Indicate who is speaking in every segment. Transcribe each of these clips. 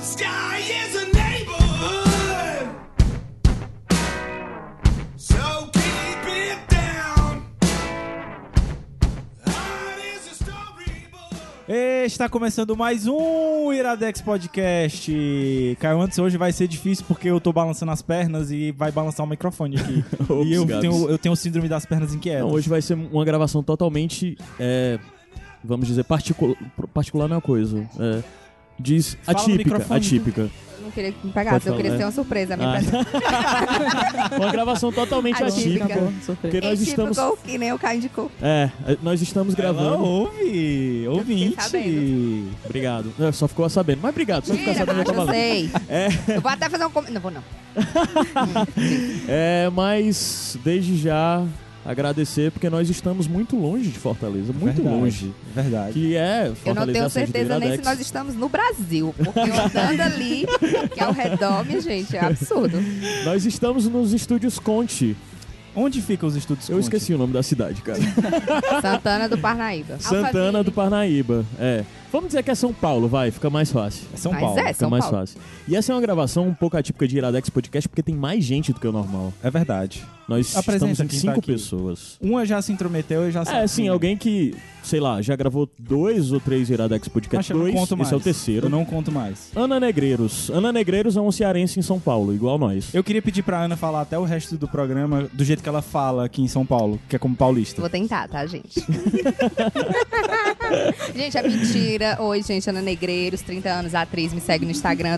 Speaker 1: Sky is a neighborhood. So keep it down. Art is a storybook.
Speaker 2: Está começando mais um Iradex Podcast. Caio, antes hoje vai ser difícil porque eu tô balançando as pernas e vai balançar o microfone aqui.
Speaker 3: Ops,
Speaker 2: e eu
Speaker 3: Gabs.
Speaker 2: tenho, eu tenho síndrome das pernas
Speaker 3: Não,
Speaker 2: inquietas.
Speaker 3: é, hoje vai ser uma gravação totalmente, é, vamos dizer, particular, particular não é uma coisa, é, diz
Speaker 2: Fala no
Speaker 3: atípica,
Speaker 2: microfone.
Speaker 3: atípica.
Speaker 4: Não queria que me pagasse,
Speaker 3: Pode
Speaker 4: eu queria
Speaker 3: falar.
Speaker 4: ser uma surpresa. Minha
Speaker 3: Ah.
Speaker 4: presente.
Speaker 3: Uma gravação totalmente
Speaker 4: Atípica.
Speaker 3: atípica, porque
Speaker 4: Quem
Speaker 3: nós
Speaker 4: te
Speaker 3: estamos,
Speaker 4: indicou, que nem o Caio indicou.
Speaker 3: é, nós estamos
Speaker 2: Ela
Speaker 3: gravando.
Speaker 2: ouve, ouvinte.
Speaker 4: sabendo.
Speaker 3: Obrigado. É, só ficou sabendo, mas obrigado. Só ficar
Speaker 4: Mentira,
Speaker 3: sabendo eu
Speaker 4: macho,
Speaker 3: tava lá.
Speaker 4: eu sei. Eu vou até fazer um comentário. Não vou, não.
Speaker 3: É, mas desde já agradecer porque nós estamos muito longe de Fortaleza, muito
Speaker 2: Verdade,
Speaker 3: longe.
Speaker 2: Verdade.
Speaker 3: Que é Fortaleza
Speaker 4: Eu não
Speaker 3: é a
Speaker 4: tenho
Speaker 3: sede do
Speaker 4: certeza nem se
Speaker 3: Iradex.
Speaker 4: nós estamos no Brasil. Porque eu andando ali, que ao redor, minha gente, é absurdo.
Speaker 3: Nós estamos nos estúdios Conte.
Speaker 2: Onde ficam os estudos
Speaker 3: Eu esqueci o nome da cidade, cara.
Speaker 4: Santana do Parnaíba.
Speaker 3: Santana do Parnaíba, é. Vamos dizer que é São Paulo, vai, fica mais fácil.
Speaker 2: É São
Speaker 4: Mas
Speaker 2: Paulo.
Speaker 4: é,
Speaker 3: Fica
Speaker 4: São
Speaker 3: mais
Speaker 4: Paulo.
Speaker 3: fácil. E essa é uma gravação um pouco atípica de Iradex Podcast, porque tem mais gente do que o normal.
Speaker 2: É verdade.
Speaker 3: Nós
Speaker 2: Apresenta
Speaker 3: estamos
Speaker 2: quem
Speaker 3: em
Speaker 2: tá
Speaker 3: cinco
Speaker 2: aqui.
Speaker 3: pessoas.
Speaker 2: Uma já se intrometeu e já
Speaker 3: É, sim, alguém que, sei lá, já gravou dois ou três Iradex
Speaker 2: Mas
Speaker 3: Podcast.
Speaker 2: eu não
Speaker 3: dois,
Speaker 2: Tá conto mais.
Speaker 3: esse é o terceiro.
Speaker 2: Eu não conto mais.
Speaker 3: Ana Negreiros. Ana Negreiros é um cearense em São Paulo, igual nós.
Speaker 2: Eu queria pedir pra Ana falar até o resto do programa do jeito que ela fala aqui em São Paulo, que é como paulista.
Speaker 4: Vou tentar, tá, gente? gente, é mentira. Oi, gente, Ana Negreiros, 30 anos, atriz, me segue no Instagram.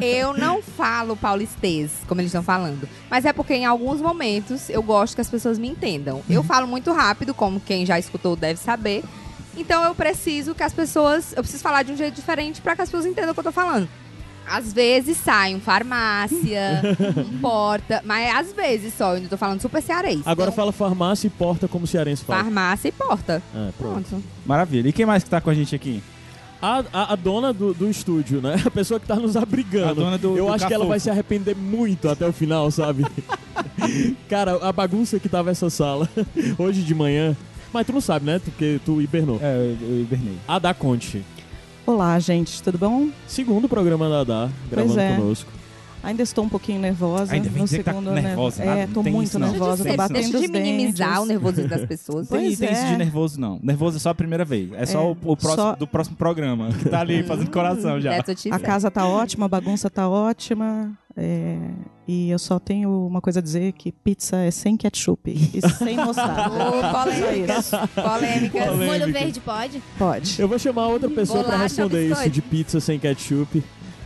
Speaker 4: É, eu não falo paulistês, como eles estão falando. Mas é porque em alguns momentos eu gosto que as pessoas me entendam. Eu falo muito rápido, como quem já escutou deve saber. Então eu preciso que as pessoas. Eu preciso falar de um jeito diferente pra que as pessoas entendam o que eu tô falando. Às vezes sai um farmácia, um porta, mas às vezes só, eu ainda tô falando super cearense.
Speaker 3: Agora
Speaker 4: Então,
Speaker 3: fala farmácia e porta como cearense fala.
Speaker 4: farmácia e porta.
Speaker 3: É, pronto.
Speaker 4: Pronto.
Speaker 2: Maravilha. E quem mais que tá com a gente aqui?
Speaker 3: A, a- a dona do, do estúdio, né? A pessoa que tá nos abrigando.
Speaker 2: A dona do-
Speaker 3: Eu
Speaker 2: do
Speaker 3: acho que ela
Speaker 2: Cafofo.
Speaker 3: vai se arrepender muito até o final, sabe? Cara, a bagunça que tava essa sala hoje de manhã. Mas tu não sabe, né? Porque tu hibernou.
Speaker 2: É, eu, eu hibernei.
Speaker 3: A da Conte.
Speaker 5: Olá, gente, tudo bom?
Speaker 3: Segundo programa da Adá, gravando
Speaker 5: é.
Speaker 3: conosco.
Speaker 5: Ainda estou um pouquinho nervosa.
Speaker 2: Ainda bem
Speaker 5: no
Speaker 2: dizer que tá
Speaker 5: segundo,
Speaker 2: nervosa,
Speaker 5: né?
Speaker 2: nada,
Speaker 5: É,
Speaker 2: não
Speaker 5: tô
Speaker 2: tem
Speaker 5: muito
Speaker 2: isso né? não. Deixa
Speaker 5: nervosa, tô
Speaker 2: eu dizer,
Speaker 5: batendo
Speaker 4: Deixa
Speaker 5: os
Speaker 4: de minimizar o
Speaker 5: dentes.
Speaker 4: nervosismo das pessoas.
Speaker 2: Tem,
Speaker 5: Pois
Speaker 2: tem isso de
Speaker 5: é.
Speaker 2: nervoso, não. Nervoso é só a primeira vez. É, só o, o próximo,
Speaker 5: só-
Speaker 2: do próximo programa, que tá ali fazendo coração já.
Speaker 3: É.
Speaker 4: That's what she
Speaker 5: A
Speaker 4: said.
Speaker 5: casa tá ótima, a bagunça tá ótima. é, E eu só tenho uma coisa a dizer, que pizza é sem ketchup e sem mostarda.
Speaker 4: Ô, polêmicas, polêmicas.
Speaker 6: Molho verde pode?
Speaker 5: Pode.
Speaker 3: Eu vou chamar outra pessoa pra
Speaker 4: Bolacha,
Speaker 3: responder isso
Speaker 4: biscoito.
Speaker 3: de pizza sem ketchup.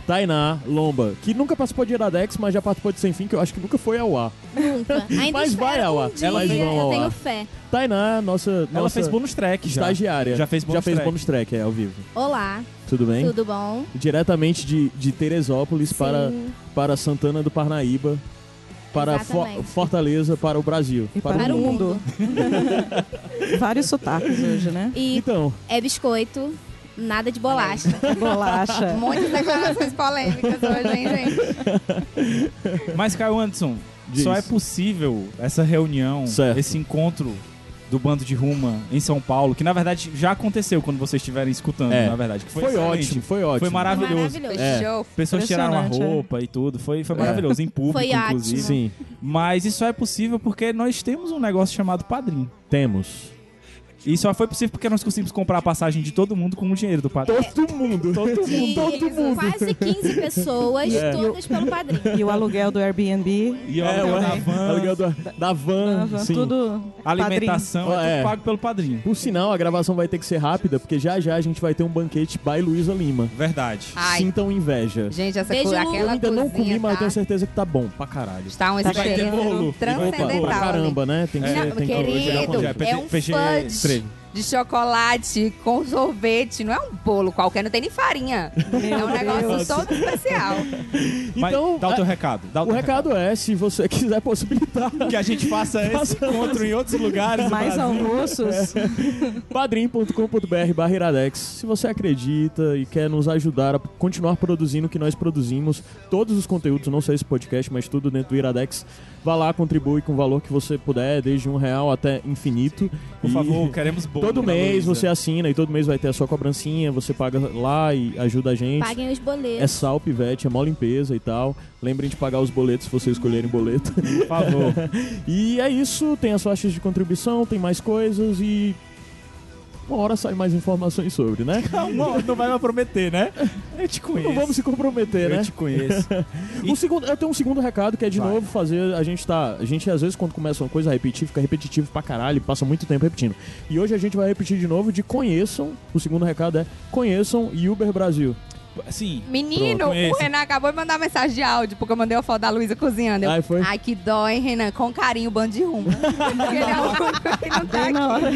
Speaker 3: Tainá Lomba, que nunca participou de Iradex, mas já participou de Sem Fim, que eu acho que nunca foi ao ar.
Speaker 6: Nunca. Ainda
Speaker 3: Mas
Speaker 6: espero
Speaker 3: vai, Aua.
Speaker 6: um dia,
Speaker 3: Elas vão,
Speaker 6: Eu
Speaker 3: Aua.
Speaker 6: tenho fé.
Speaker 3: Tainá, nossa,
Speaker 2: Ela
Speaker 3: nossa
Speaker 2: fez bônus track já.
Speaker 3: estagiária.
Speaker 2: Já fez
Speaker 3: já
Speaker 2: bônus
Speaker 3: fez
Speaker 2: track.
Speaker 3: bônus track, é, ao vivo.
Speaker 6: Olá,
Speaker 3: Tudo bem?
Speaker 6: tudo bom?
Speaker 3: diretamente de, de Teresópolis para,
Speaker 6: Sim.
Speaker 3: para Santana do Parnaíba, para Fo-
Speaker 6: Exatamente.
Speaker 3: Fortaleza, para o Brasil.
Speaker 5: E
Speaker 6: Para o mundo.
Speaker 5: Vários sotaques hoje, né?
Speaker 6: E
Speaker 3: Então,
Speaker 6: é biscoito, nada de bolacha.
Speaker 5: Bolacha.
Speaker 4: Muitas declarações polêmicas hoje, hein, gente?
Speaker 2: Mas, Caio Anderson,
Speaker 3: Diz.
Speaker 2: só é possível essa reunião,
Speaker 3: Certo.
Speaker 2: esse encontro do bando de Ruma em São Paulo, que na verdade já aconteceu quando vocês estiverem escutando,
Speaker 3: É.
Speaker 2: na verdade. que
Speaker 3: foi,
Speaker 2: Foi, excelente.
Speaker 3: ótimo, foi ótimo.
Speaker 2: Foi maravilhoso.
Speaker 6: Maravilhoso.
Speaker 3: É.
Speaker 4: Show.
Speaker 2: Pessoas tiraram a
Speaker 5: Impressionante, é.
Speaker 2: roupa e tudo. Foi, foi
Speaker 3: É.
Speaker 2: maravilhoso, em público,
Speaker 6: Foi ótimo.
Speaker 2: inclusive.
Speaker 3: Sim,
Speaker 2: Mas isso só é possível porque nós temos um negócio chamado padrinho.
Speaker 3: temos.
Speaker 2: E só foi possível porque nós conseguimos comprar a passagem de todo mundo com o dinheiro do padrinho.
Speaker 3: Todo mundo. Todo
Speaker 6: De
Speaker 3: Todo mundo.
Speaker 6: quase 15 pessoas,
Speaker 3: É.
Speaker 6: todas pelo padrinho.
Speaker 5: E o aluguel do Airbnb,
Speaker 2: E
Speaker 3: É,
Speaker 2: aluguel
Speaker 3: ué,
Speaker 2: da van,
Speaker 3: aluguel da, da van,
Speaker 5: a van,
Speaker 3: sim.
Speaker 5: tudo
Speaker 2: alimentação,
Speaker 3: padrinho.
Speaker 2: é
Speaker 3: É.
Speaker 2: tudo pago pelo padrinho.
Speaker 3: Por sinal, a gravação vai ter que ser rápida, porque já já a gente vai ter um banquete by Luísa Lima.
Speaker 2: Verdade.
Speaker 4: Ai,
Speaker 3: Sintam inveja.
Speaker 4: gente, essa
Speaker 6: Beijo,
Speaker 4: coisa,
Speaker 6: Lu.
Speaker 3: Eu
Speaker 4: aquela
Speaker 3: ainda
Speaker 4: cozinha,
Speaker 3: não comi, mas eu
Speaker 4: tá?
Speaker 3: tenho certeza que tá bom, pra caralho.
Speaker 4: Está um
Speaker 5: Tá cheio.
Speaker 4: experimento
Speaker 2: Vai ter bolo.
Speaker 3: Opa, pra
Speaker 4: transcendental. ali.
Speaker 3: caramba, né? Tem que
Speaker 4: Não,
Speaker 3: ser, tem que-
Speaker 4: querido,
Speaker 3: tem que-
Speaker 2: é
Speaker 4: é um
Speaker 2: PG
Speaker 4: fudge. de chocolate com sorvete. Não é um bolo qualquer, não tem nem farinha. é um negócio
Speaker 3: Deus.
Speaker 4: todo especial.
Speaker 2: Mas
Speaker 3: Então,
Speaker 2: dá o teu
Speaker 3: a-
Speaker 2: recado. Dá o,
Speaker 3: o recado é, se você quiser possibilitar,
Speaker 2: recado. Que a gente faça um esse
Speaker 3: Faça-
Speaker 2: encontro em outros lugares.
Speaker 5: Mais
Speaker 2: Brasil.
Speaker 5: almoços?
Speaker 2: Tá
Speaker 3: padrim.com.br barra Iradex. Se você acredita e quer nos ajudar a continuar produzindo o que nós produzimos, todos os conteúdos, não só esse podcast, mas tudo dentro do Iradex, vá lá, contribui com o valor que você puder, desde um real até infinito.
Speaker 2: Por
Speaker 3: E
Speaker 2: favor, queremos bolo.
Speaker 3: Todo
Speaker 2: Ana
Speaker 3: mês
Speaker 2: Luísa.
Speaker 3: você assina e todo mês vai ter a sua cobrancinha, você paga lá e ajuda a gente.
Speaker 6: Paguem os
Speaker 3: É
Speaker 6: boletos.
Speaker 3: sal, pivete, é mó limpeza e tal. Lembrem de pagar os boletos se vocês escolherem boleto.
Speaker 2: Por favor.
Speaker 3: E é isso, tem as faixas de contribuição, tem mais coisas e. Uma hora sai mais informações sobre, né?
Speaker 2: não, não vai me prometer, né? Eu te conheço.
Speaker 3: Não vamos se comprometer,
Speaker 2: Eu
Speaker 3: né?
Speaker 2: te conheço.
Speaker 3: Um segundo, eu tenho um segundo recado que é de
Speaker 2: Vai.
Speaker 3: novo fazer. A gente tá. A gente às vezes quando começa uma coisa a repetir, fica repetitivo pra caralho, passa muito tempo repetindo. E hoje a gente vai repetir de novo de conheçam. O segundo recado é conheçam Uber Brasil.
Speaker 2: Sim.
Speaker 4: Menino,
Speaker 2: Pronto,
Speaker 4: o
Speaker 2: esse.
Speaker 4: Renan acabou de mandar mensagem de áudio, porque eu mandei a foto da Luísa cozinhando. Eu,
Speaker 3: Ai, foi?
Speaker 4: Ai, que dó, hein, Renan? Com carinho, bando de rumo. Porque ele é o único que não tá
Speaker 5: Bem na hora.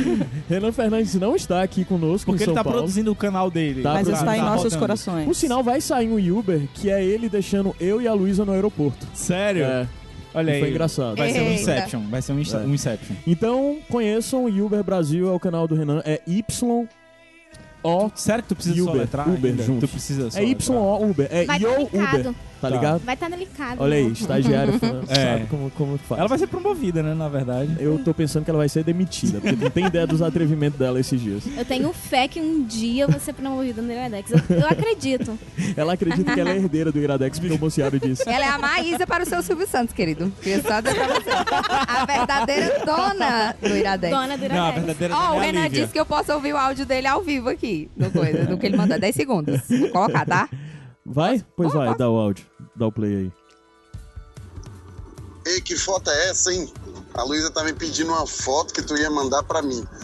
Speaker 3: Renan Fernandes não está aqui conosco
Speaker 2: Porque
Speaker 3: em São
Speaker 2: ele tá
Speaker 3: Paulo.
Speaker 2: produzindo o canal dele.
Speaker 3: Tá
Speaker 2: Tá
Speaker 5: Mas
Speaker 3: pra-
Speaker 5: está em
Speaker 3: tá
Speaker 5: nossos
Speaker 2: rodando.
Speaker 5: corações.
Speaker 3: Por sinal, vai sair um Uber que é ele deixando eu e a Luísa no aeroporto.
Speaker 2: Sério?
Speaker 3: É,
Speaker 2: Olha aí.
Speaker 3: foi engraçado.
Speaker 2: Vai ser um
Speaker 4: Eita.
Speaker 2: Inception. Vai ser um, insta-
Speaker 3: É.
Speaker 2: um Inception.
Speaker 3: Então, conheçam o Uber Brasil, é o canal do Renan, é Y O
Speaker 2: Sério que tu precisa
Speaker 3: Uber,
Speaker 2: soletrar
Speaker 3: Uber
Speaker 2: ainda?
Speaker 3: junto.
Speaker 2: Tu precisa
Speaker 3: é
Speaker 2: soletrar.
Speaker 3: Y O Uber, é
Speaker 6: Vai
Speaker 3: Yo
Speaker 6: estar
Speaker 3: Uber,
Speaker 6: linkado.
Speaker 3: tá
Speaker 2: Tá.
Speaker 3: ligado?
Speaker 6: Vai estar linkado.
Speaker 3: Olha aí, estagiário falando,
Speaker 2: É.
Speaker 3: sabe como como faz.
Speaker 2: Ela vai ser promovida, né, na verdade.
Speaker 3: Eu tô pensando que ela vai ser demitida, porque não tem ideia dos atrevimentos dela esses dias.
Speaker 6: Eu tenho fé que um dia eu vou ser promovida no Iradex. Eu, eu acredito.
Speaker 3: Ela acredita que ela é herdeira do Iradex, porque o Bolsonaro disse.
Speaker 4: Ela é a Maísa para o seu Silvio Santos, querido. Queria só dizer pra você. A verdadeira dona do Iradex.
Speaker 6: Dona do
Speaker 2: Não, a
Speaker 6: Iradex.
Speaker 2: verdadeira
Speaker 4: Ó,
Speaker 2: dona
Speaker 4: o
Speaker 2: é a
Speaker 4: Renan
Speaker 2: Lívia.
Speaker 4: disse que eu posso ouvir o áudio dele ao vivo aqui, do, coisa, do que ele mandou. 10 segundos. Vou colocar, tá?
Speaker 3: Vai? Pois vai, dá o áudio, dá o play aí.
Speaker 7: Ei, que foto é essa, hein? A Luísa tá me pedindo uma foto que tu ia mandar pra mim.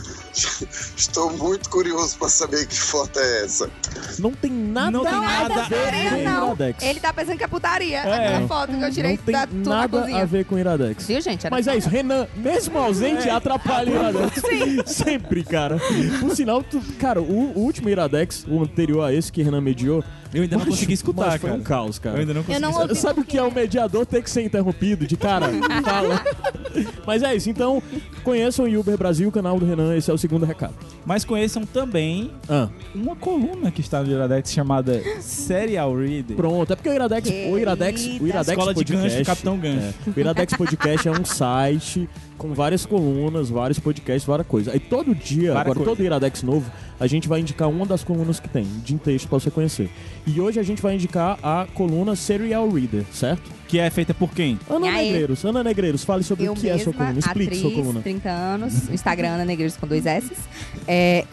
Speaker 7: Estou muito curioso pra saber que foto é essa.
Speaker 3: Não tem nada,
Speaker 2: Não tem nada
Speaker 3: a ver
Speaker 4: Putaria
Speaker 3: com o
Speaker 4: não.
Speaker 3: Iradex.
Speaker 4: Ele tá pensando que é putaria.
Speaker 2: É.
Speaker 4: Aquela foto que eu tirei
Speaker 3: não tem
Speaker 4: da tua na
Speaker 3: nada a
Speaker 4: cozinha.
Speaker 3: ver com o Iradex.
Speaker 4: Viu, gente? Era
Speaker 3: Mas é isso, Renan, mesmo
Speaker 2: É.
Speaker 3: ausente, atrapalha o Iradex. Sempre, cara. Por sinal, tu- cara, o, o último Iradex, o anterior a esse que Renan mediou,
Speaker 2: Eu ainda não
Speaker 3: mas-
Speaker 2: consegui escutar,
Speaker 3: mas foi
Speaker 2: cara.
Speaker 3: um caos,
Speaker 2: Eu
Speaker 3: cara.
Speaker 2: ainda não consegui
Speaker 6: não
Speaker 2: escutar.
Speaker 6: ouvi.
Speaker 3: Sabe o que é o mediador ter que ser interrompido de cara? Fala. Mas é isso, então conheçam o Uber Brasil, o canal do Renan, esse é o segundo recado.
Speaker 2: Mas conheçam também
Speaker 3: Ah,
Speaker 2: uma coluna que está no Iradex chamada Serial Reader.
Speaker 3: pronto, é porque o Iradex, o Iradex, o Iradex
Speaker 2: Escola de
Speaker 3: Podcast,
Speaker 2: Gancho, Capitão Gancho.
Speaker 3: O Iradex Podcast é um site com várias colunas, vários podcasts, várias coisas. Aí todo dia,
Speaker 2: Várias
Speaker 3: agora
Speaker 2: coisas.
Speaker 3: todo Iradex novo, a gente vai indicar uma das colunas que tem, de texto pra você conhecer. E hoje a gente vai indicar a coluna Serial Reader, certo?
Speaker 2: Que é feita por quem?
Speaker 3: Ana
Speaker 4: E aí?
Speaker 3: Negreiros, Ana Negreiros, fale sobre
Speaker 4: Eu
Speaker 3: o que
Speaker 4: mesma,
Speaker 3: é sua coluna, explique
Speaker 4: atriz,
Speaker 3: sua coluna.
Speaker 4: 30 anos, Instagram Ana Negreiros com dois S.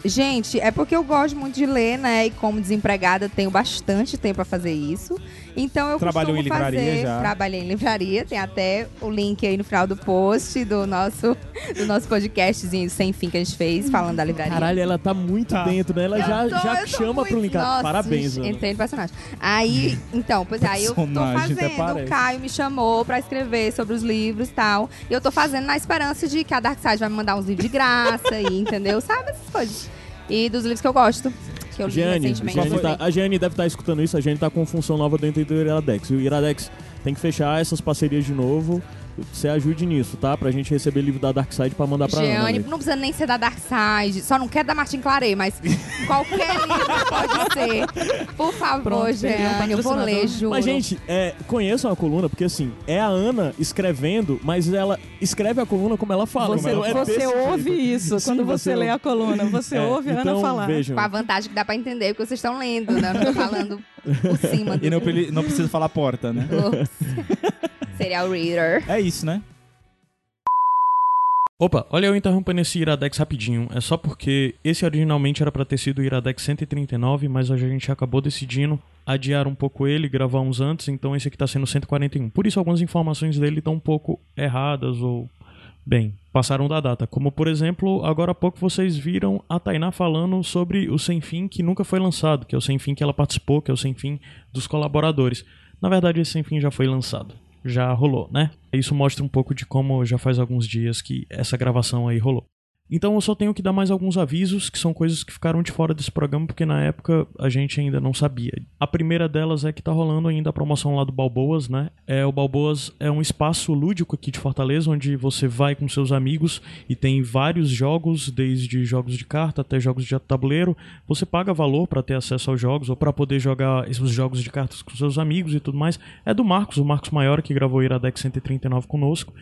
Speaker 4: gente, é porque eu gosto muito de ler, né? E como desempregada, tenho bastante tempo pra fazer isso. Então eu
Speaker 2: Trabalhou
Speaker 4: costumo
Speaker 2: em livraria
Speaker 4: fazer,
Speaker 2: já.
Speaker 4: trabalhei em livraria, tem até o link aí no final do post do nosso do nosso podcastzinho sem fim que a gente fez falando da livraria.
Speaker 3: Caralho, ela tá muito
Speaker 2: Tá.
Speaker 3: dentro, né? Ela
Speaker 4: Eu
Speaker 3: já,
Speaker 4: tô-
Speaker 3: já
Speaker 4: eu tô
Speaker 3: chama
Speaker 4: muito-
Speaker 3: pro linkar.
Speaker 4: Nossa,
Speaker 3: Parabéns,
Speaker 4: gente,
Speaker 3: Ana.
Speaker 4: Entrei no personagem. Aí, então, pois é, aí eu tô
Speaker 2: Personagem, até
Speaker 4: fazendo.
Speaker 2: parece.
Speaker 4: O Caio me chamou pra escrever sobre os livros e tal. E eu tô fazendo na esperança de que a Dark Side vai me mandar uns livros de graça, e, entendeu? Sabe essas coisas. E dos livros que eu gosto. Que eu li
Speaker 3: Jane,
Speaker 4: recentemente.
Speaker 3: Jane tá- a Jane deve estar escutando isso, a Jane tá com função nova dentro do Iradex. E O Iradex tem que fechar essas parcerias de novo. Você ajude nisso, tá? Pra gente receber livro da Dark Side pra mandar pra Ana.
Speaker 4: Jeane,
Speaker 3: velho.
Speaker 4: não precisa nem ser da Dark Side, só não quero da Martin Claret, mas qualquer livro pode ser. Por favor,
Speaker 5: Pronto, peguei um
Speaker 4: Jeane, eu vou ler,
Speaker 5: patrocinador.
Speaker 4: juro.
Speaker 3: Mas, gente, é, conheçam a coluna, porque assim, é a Ana escrevendo, mas ela escreve a coluna como ela fala.
Speaker 5: Você,
Speaker 3: então é
Speaker 5: você
Speaker 3: desse
Speaker 5: ouve
Speaker 3: jeito.
Speaker 5: isso
Speaker 3: Sim,
Speaker 5: quando você,
Speaker 3: você
Speaker 5: lê
Speaker 3: ouve.
Speaker 5: a coluna. Você
Speaker 3: É,
Speaker 5: ouve a
Speaker 3: então,
Speaker 5: Ana falar.
Speaker 3: Vejam.
Speaker 4: Com a vantagem que dá pra entender, porque vocês estão lendo, né? Eu não tô falando por cima do
Speaker 2: E não, pre- não precisa falar porta, né?
Speaker 4: Ups. Serial Reader.
Speaker 2: É isso, né?
Speaker 8: Opa, olha eu interrompendo esse Iradex rapidinho. É só porque esse originalmente era pra ter sido o Iradex 139, mas a gente acabou decidindo adiar um pouco ele, gravar uns antes, então esse aqui tá sendo 141. Por isso algumas informações dele estão um pouco erradas ou bem, passaram da data. Como por exemplo, agora há pouco vocês viram a Tainá falando sobre o Sem Fim que nunca foi lançado, que é o Sem Fim que ela participou, que é o Sem Fim dos colaboradores. Na verdade, esse Sem Fim já foi lançado já rolou, né? Isso mostra um pouco de como já faz alguns dias que essa gravação aí rolou.
Speaker 3: Então eu só tenho que dar mais alguns avisos, que são coisas que ficaram de fora desse programa, porque na época a gente ainda não sabia. A primeira delas é que tá rolando ainda a promoção lá do Balboas, né? É, o Balboas é um espaço lúdico aqui de Fortaleza, onde você vai com seus amigos e tem vários jogos, desde jogos de carta até jogos de tabuleiro. Você paga valor para ter acesso aos jogos ou para poder jogar esses jogos de cartas com seus amigos e tudo mais. É do Marcos, o Marcos Maior, que gravou o Iradex 139 conosco.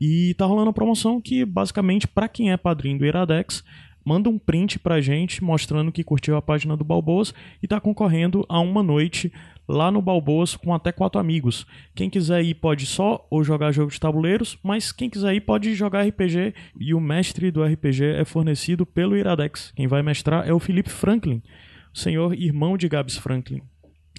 Speaker 3: E tá rolando uma promoção que, basicamente, pra quem é padrinho do Iradex, manda um print pra gente mostrando que curtiu a página do Balboas e tá concorrendo a uma noite lá no Balboas com até quatro amigos. Quem quiser ir pode só ou jogar jogo de tabuleiros, mas quem quiser ir pode jogar RPG e o mestre do RPG é fornecido pelo Iradex. Quem vai mestrar é o Felipe Franklin, o senhor irmão de Gabs Franklin.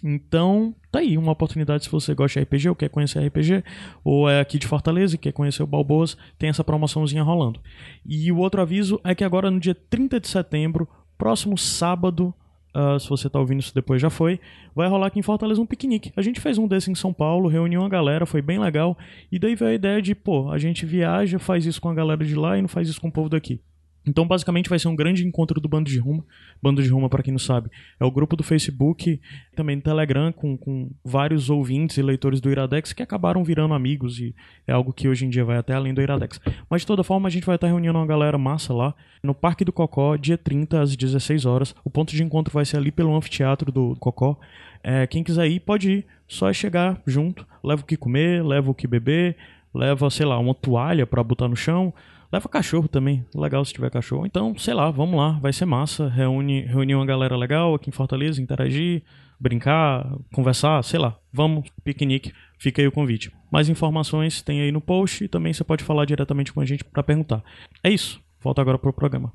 Speaker 3: Então, tá aí uma oportunidade se você gosta de RPG ou quer conhecer RPG, ou é aqui de Fortaleza e quer conhecer o Balboas, tem essa promoçãozinha rolando. E o outro aviso é que agora no dia 30 de setembro, próximo sábado, ah, se você tá ouvindo isso depois já foi, vai rolar aqui em Fortaleza um piquenique. A gente fez um desse em São Paulo, reuniu uma galera, foi bem legal, e daí veio a ideia de, pô, a gente viaja, faz isso com a galera de lá e não faz isso com o povo daqui. Então, basicamente, vai ser um grande encontro do Bando de Ruma. Bando de Ruma, para quem não sabe, é o grupo do Facebook, também do Telegram, com, com vários ouvintes e leitores do Iradex que acabaram virando amigos e é algo que hoje em dia vai até além do Iradex. Mas, de toda forma, a gente vai estar reunindo uma galera massa lá no Parque do Cocó, dia 30, às 16 horas. O ponto de encontro vai ser ali pelo anfiteatro do Cocó. É, quem quiser ir, pode ir. Só é chegar junto. Leva o que comer, leva o que beber, leva, sei lá, uma toalha para botar no chão. Leva cachorro também, legal se tiver cachorro. Então, sei lá, vamos lá, vai ser massa. Reúne, reunir uma galera legal aqui em Fortaleza, interagir, brincar, conversar, sei lá. Vamos, piquenique, fica aí o convite. Mais informações tem aí no post e também você pode falar diretamente com a gente para perguntar. É isso, volta agora pro programa.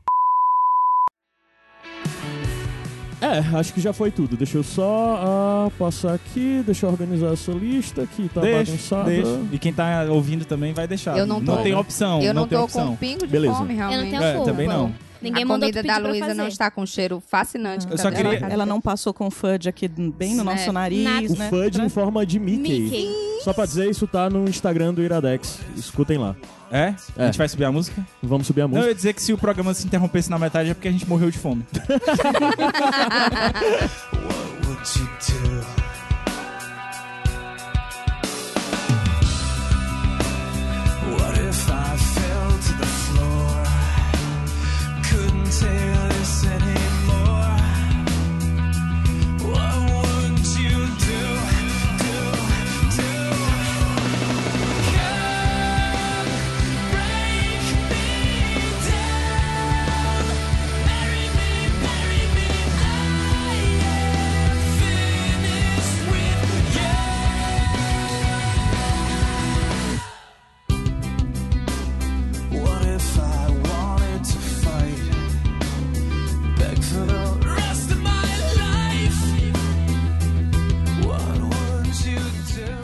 Speaker 9: É, acho que já foi tudo. Deixa eu só ah, passar aqui, deixa eu organizar essa lista que tá
Speaker 2: Deixa,
Speaker 9: bagunçada.
Speaker 2: deixa. E quem tá ouvindo também vai deixar.
Speaker 4: Eu não tô-
Speaker 2: tem opção,
Speaker 4: Eu não,
Speaker 2: tem
Speaker 4: tô com um
Speaker 2: opção.
Speaker 4: pingo de
Speaker 9: Beleza.
Speaker 4: fome,
Speaker 6: Eu não
Speaker 4: realmente.
Speaker 6: tenho
Speaker 2: É,
Speaker 6: culpa.
Speaker 2: também não.
Speaker 6: Ninguém
Speaker 4: a
Speaker 6: mandou
Speaker 4: comida
Speaker 6: tu
Speaker 4: da
Speaker 6: pedir pra
Speaker 4: Luísa não
Speaker 6: fazer.
Speaker 4: está com um cheiro fascinante. que
Speaker 2: Eu
Speaker 4: tá
Speaker 2: só
Speaker 4: dando
Speaker 2: queria-
Speaker 4: errado.
Speaker 5: Ela não passou com o fudge aqui bem no nosso
Speaker 4: É.
Speaker 5: nariz,
Speaker 6: Nada.
Speaker 9: O
Speaker 5: né?
Speaker 9: FUD em forma de Mickey.
Speaker 6: Mickey.
Speaker 9: Só pra dizer, isso tá no Instagram do Iradex. Escutem lá.
Speaker 2: É? A
Speaker 9: É.
Speaker 2: gente vai subir a música?
Speaker 9: Vamos subir a
Speaker 2: Não, eu
Speaker 9: música.
Speaker 2: ia dizer que se o programa se interrompesse na metade é porque a gente morreu de fome.
Speaker 1: What you do? What if I fell to the floor? Couldn't take this anymore. What would you do? Do, do? Come, break me down. Bury me, bury me. I am finished with you. What if I wanted to fight? Beg for the rest of my life. What would you do?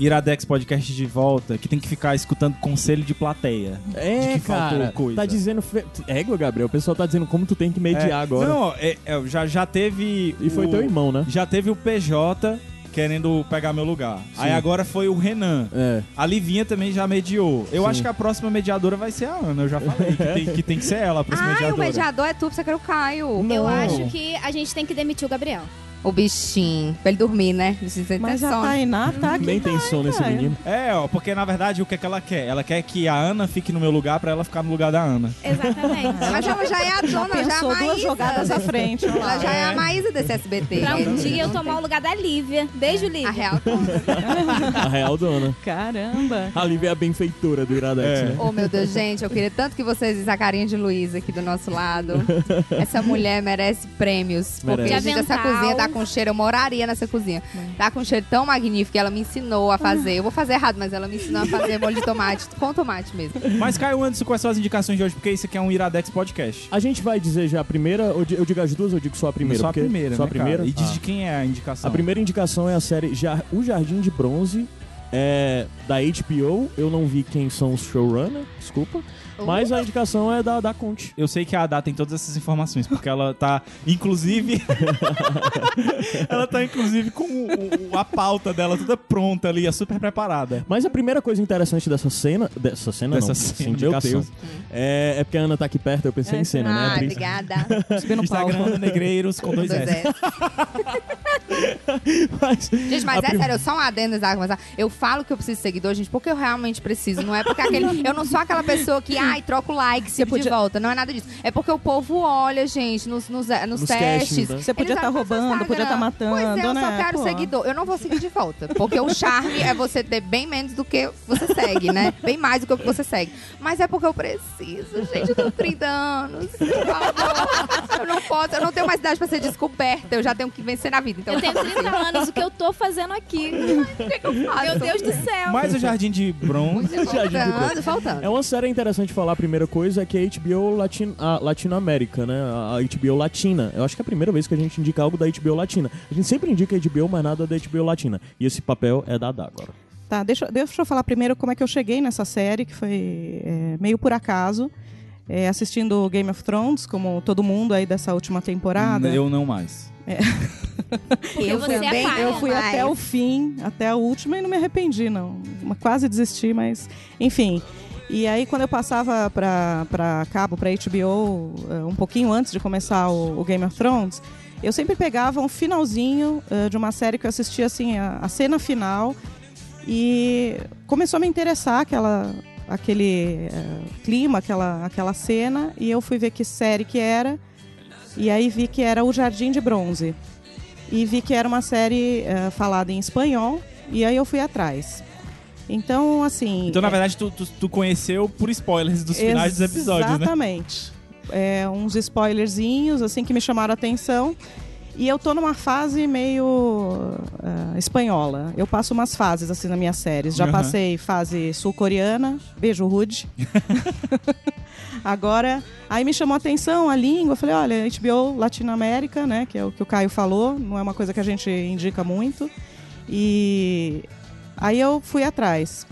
Speaker 2: Iradex Podcast de volta, que tem que ficar escutando conselho de plateia.
Speaker 9: É,
Speaker 2: de que faltou coisa.
Speaker 9: Tá dizendo. fe- Égua, Gabriel. O pessoal tá dizendo como tu tem que mediar
Speaker 2: É,
Speaker 9: agora.
Speaker 2: Não, é, é, já, já teve.
Speaker 9: E foi
Speaker 2: o-
Speaker 9: teu irmão, né?
Speaker 2: Já teve o PJ querendo pegar meu lugar. Aí agora foi o Renan.
Speaker 9: É.
Speaker 2: A Livinha também já mediou. Eu
Speaker 9: Sim.
Speaker 2: acho que a próxima mediadora vai ser a Ana, eu já falei. Que tem que, tem que ser ela a próxima
Speaker 4: Ai,
Speaker 2: mediadora.
Speaker 4: o mediador é tu, você quer o Caio.
Speaker 6: Eu
Speaker 2: Não.
Speaker 6: acho que a gente tem que demitir o Gabriel.
Speaker 4: O bichinho. Pra ele dormir, né? Precisa ter
Speaker 5: Mas a
Speaker 4: sono.
Speaker 5: Tainá tá aqui.
Speaker 9: Nem tem som nesse
Speaker 5: cara.
Speaker 9: menino.
Speaker 2: É, ó, porque na verdade o que, é que ela quer? Ela quer que a Ana fique no meu lugar pra ela ficar no lugar da Ana.
Speaker 6: Exatamente.
Speaker 4: Mas ela já é a dona, já é a
Speaker 5: Pensou duas
Speaker 4: Maísa.
Speaker 5: jogadas à frente. olha
Speaker 4: Ela
Speaker 5: lá.
Speaker 4: já é a Maísa desse SBT.
Speaker 6: assim. pra um
Speaker 4: né?
Speaker 6: dia eu
Speaker 4: Não
Speaker 6: tomar
Speaker 4: tem. É,
Speaker 6: o lugar da Lívia. Beijo, Lívia.
Speaker 4: A real.
Speaker 9: A real dona.
Speaker 3: É.
Speaker 5: Caramba.
Speaker 9: A Lívia é a benfeitora do Iradex,
Speaker 2: É.
Speaker 9: né?
Speaker 4: Oh, meu Deus, gente, eu queria tanto que vocês vissem a carinha de Luísa aqui do nosso lado. Essa mulher merece prêmios. Porque,
Speaker 9: Merece.
Speaker 4: gente, essa
Speaker 6: Avental.
Speaker 4: cozinha tá com cheiro. Eu moraria nessa cozinha. Tá com um cheiro tão magnífico que ela me ensinou a fazer. Eu vou fazer errado, mas ela me ensinou a fazer molho de tomate. Com tomate mesmo.
Speaker 2: Mas Caio Anderson, quais são as indicações de hoje? Porque isso aqui é um Iradex Podcast.
Speaker 9: A gente vai dizer já a primeira, ou di- eu digo as duas ou digo só a primeira?
Speaker 2: só a
Speaker 9: Porque-
Speaker 2: primeira,
Speaker 9: Só a
Speaker 2: né, cara?
Speaker 9: primeira?
Speaker 2: E diz
Speaker 9: Ah.
Speaker 2: de quem é a indicação.
Speaker 9: A primeira indicação é a série Ja- O Jardim de Bronze,
Speaker 3: é da HBO. Eu não vi quem são os showrunner, desculpa. Mas a indicação é da, da Conte.
Speaker 2: Eu sei que a Adá tem todas essas informações, porque ela tá, inclusive. ela tá, inclusive, com o- o- a pauta dela toda pronta ali, é super preparada.
Speaker 3: Mas a primeira coisa interessante dessa cena. Dessa cena,
Speaker 2: Dessa
Speaker 3: não,
Speaker 2: cena,
Speaker 3: dessa
Speaker 2: meu
Speaker 3: indicação.
Speaker 2: Deus.
Speaker 3: É, é porque a Ana tá aqui perto, eu pensei em cena, né?
Speaker 4: Ah,
Speaker 3: atriz?
Speaker 4: obrigada.
Speaker 5: Subindo o pau.
Speaker 2: Instagram Ana Negreiros com dois
Speaker 4: Dois
Speaker 2: S.
Speaker 4: S.
Speaker 3: Mas-
Speaker 4: Gente, mas
Speaker 3: A
Speaker 4: é
Speaker 3: prim-
Speaker 4: sério, só um adendo, Zaga, mas ah, eu falo que eu preciso de seguidor, gente, porque eu realmente preciso. Não é porque aquele. Eu não sou aquela pessoa que, ai, troco like, se de volta. Não é nada disso. É porque o povo olha, gente, nos, nos, eh, nos,
Speaker 3: Nos
Speaker 4: testes.
Speaker 3: castings, né?
Speaker 5: Você podia
Speaker 4: Eles
Speaker 5: estar
Speaker 4: olham pro seu
Speaker 5: roubando, podia estar
Speaker 4: Instagram.
Speaker 5: matando,
Speaker 4: Pois é, eu
Speaker 5: né?
Speaker 4: só quero
Speaker 5: Pô.
Speaker 4: seguidor. Eu não vou seguir de volta. Porque o charme é você ter bem menos do que você segue, né? Bem mais do que o que você segue. Mas é porque eu preciso, gente. Eu tenho 30 anos. Por favor. Eu não posso, eu não tenho mais idade pra ser descoberta. Eu já tenho que vencer na vida. Então,
Speaker 6: Eu tenho 30 anos, o que eu tô fazendo aqui? Meu Deus do céu.
Speaker 2: Mas o Jardim de Bronze.
Speaker 4: Faltando, faltando.
Speaker 3: É uma série interessante falar. A primeira coisa é que a HBO Latin, a Latinoamérica, né? A a HBO Latina. Eu acho que é a primeira vez que a gente indica algo da HBO Latina. A gente sempre indica a HBO, mas nada da HBO Latina. E esse papel é da Dá agora.
Speaker 5: Tá, deixa, deixa eu falar primeiro como é que eu cheguei nessa série, que foi é, meio por acaso, é, assistindo Game of Thrones, como todo mundo aí dessa última
Speaker 3: Hum,
Speaker 5: temporada.
Speaker 2: Eu não mais.
Speaker 6: Porque
Speaker 4: eu
Speaker 6: você é
Speaker 4: também-
Speaker 6: pai.
Speaker 5: Eu fui
Speaker 4: Mas-
Speaker 5: até o fim, até a última, e não me arrependi, não. Uma- Quase desisti, mas. Enfim. E aí, quando eu passava pra, pra cabo, pra HBO, eh, um pouquinho antes de começar o, o Game of Thrones, eu sempre pegava um finalzinho eh, de uma série que eu assistia, assim, a, a cena final. E começou a me interessar aquela, aquele eh, clima, aquela, aquela cena, e eu fui ver que série que era. E aí vi que era O Jardim de Bronze e vi que era uma série eh, falada em espanhol e aí eu fui atrás. Então, assim.
Speaker 2: Então, na
Speaker 5: é-
Speaker 2: verdade, tu, tu, tu conheceu por spoilers dos finais dos episódios, né?
Speaker 5: Exatamente. É, uns spoilerzinhos, assim, que me chamaram a atenção. E eu tô numa fase meio ah, espanhola. Eu passo umas fases, assim, nas minhas séries. Já
Speaker 2: Aham.
Speaker 5: passei fase sul-coreana. Beijo, Rude. Agora, aí me chamou a atenção a língua. Eu falei, olha, HBO Latinoamérica, né? Que é o que o Caio falou. Não é uma coisa que a gente indica muito. E aí eu fui atrás.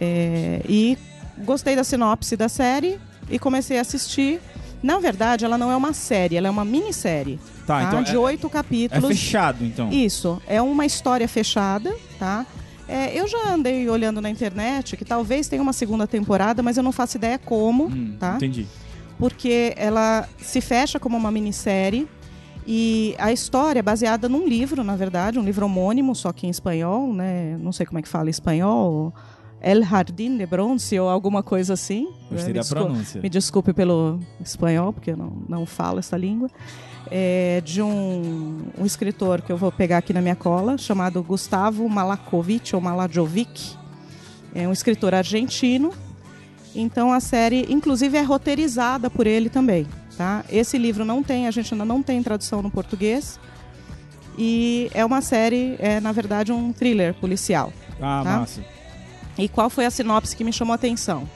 Speaker 5: É, e gostei da sinopse da série e comecei a assistir. Na verdade, ela não é uma série, ela é uma minissérie.
Speaker 2: Tá,
Speaker 5: tá?
Speaker 2: então
Speaker 5: de
Speaker 2: é-
Speaker 5: oito
Speaker 2: é
Speaker 5: capítulos.
Speaker 2: fechado, então.
Speaker 5: Isso, é uma história fechada, tá? É, eu já andei olhando na internet que talvez tenha uma segunda temporada, mas eu não faço ideia como,
Speaker 2: Hum,
Speaker 5: tá?
Speaker 2: Entendi.
Speaker 5: porque ela se fecha como uma minissérie e a história é baseada num livro, na verdade, um livro homônimo, só que em espanhol, né? Não sei como é que fala em espanhol. El Jardín de Bronce ou alguma coisa assim.
Speaker 2: Gostei
Speaker 5: né? Me
Speaker 2: da
Speaker 5: desculpa-
Speaker 2: pronúncia.
Speaker 5: me desculpe pelo espanhol, porque eu não, não falo essa língua. É, de um, um escritor que eu vou pegar aqui na minha cola, chamado Gustavo Malakovic, ou Malajovic. É um escritor argentino. Então a série, inclusive, é roteirizada por ele também. Tá? Esse livro não tem, a gente ainda não tem tradução no português. E é uma série, é na verdade um thriller policial.
Speaker 2: Ah,
Speaker 5: Tá?
Speaker 2: massa.
Speaker 5: E qual foi a sinopse que me chamou a atenção?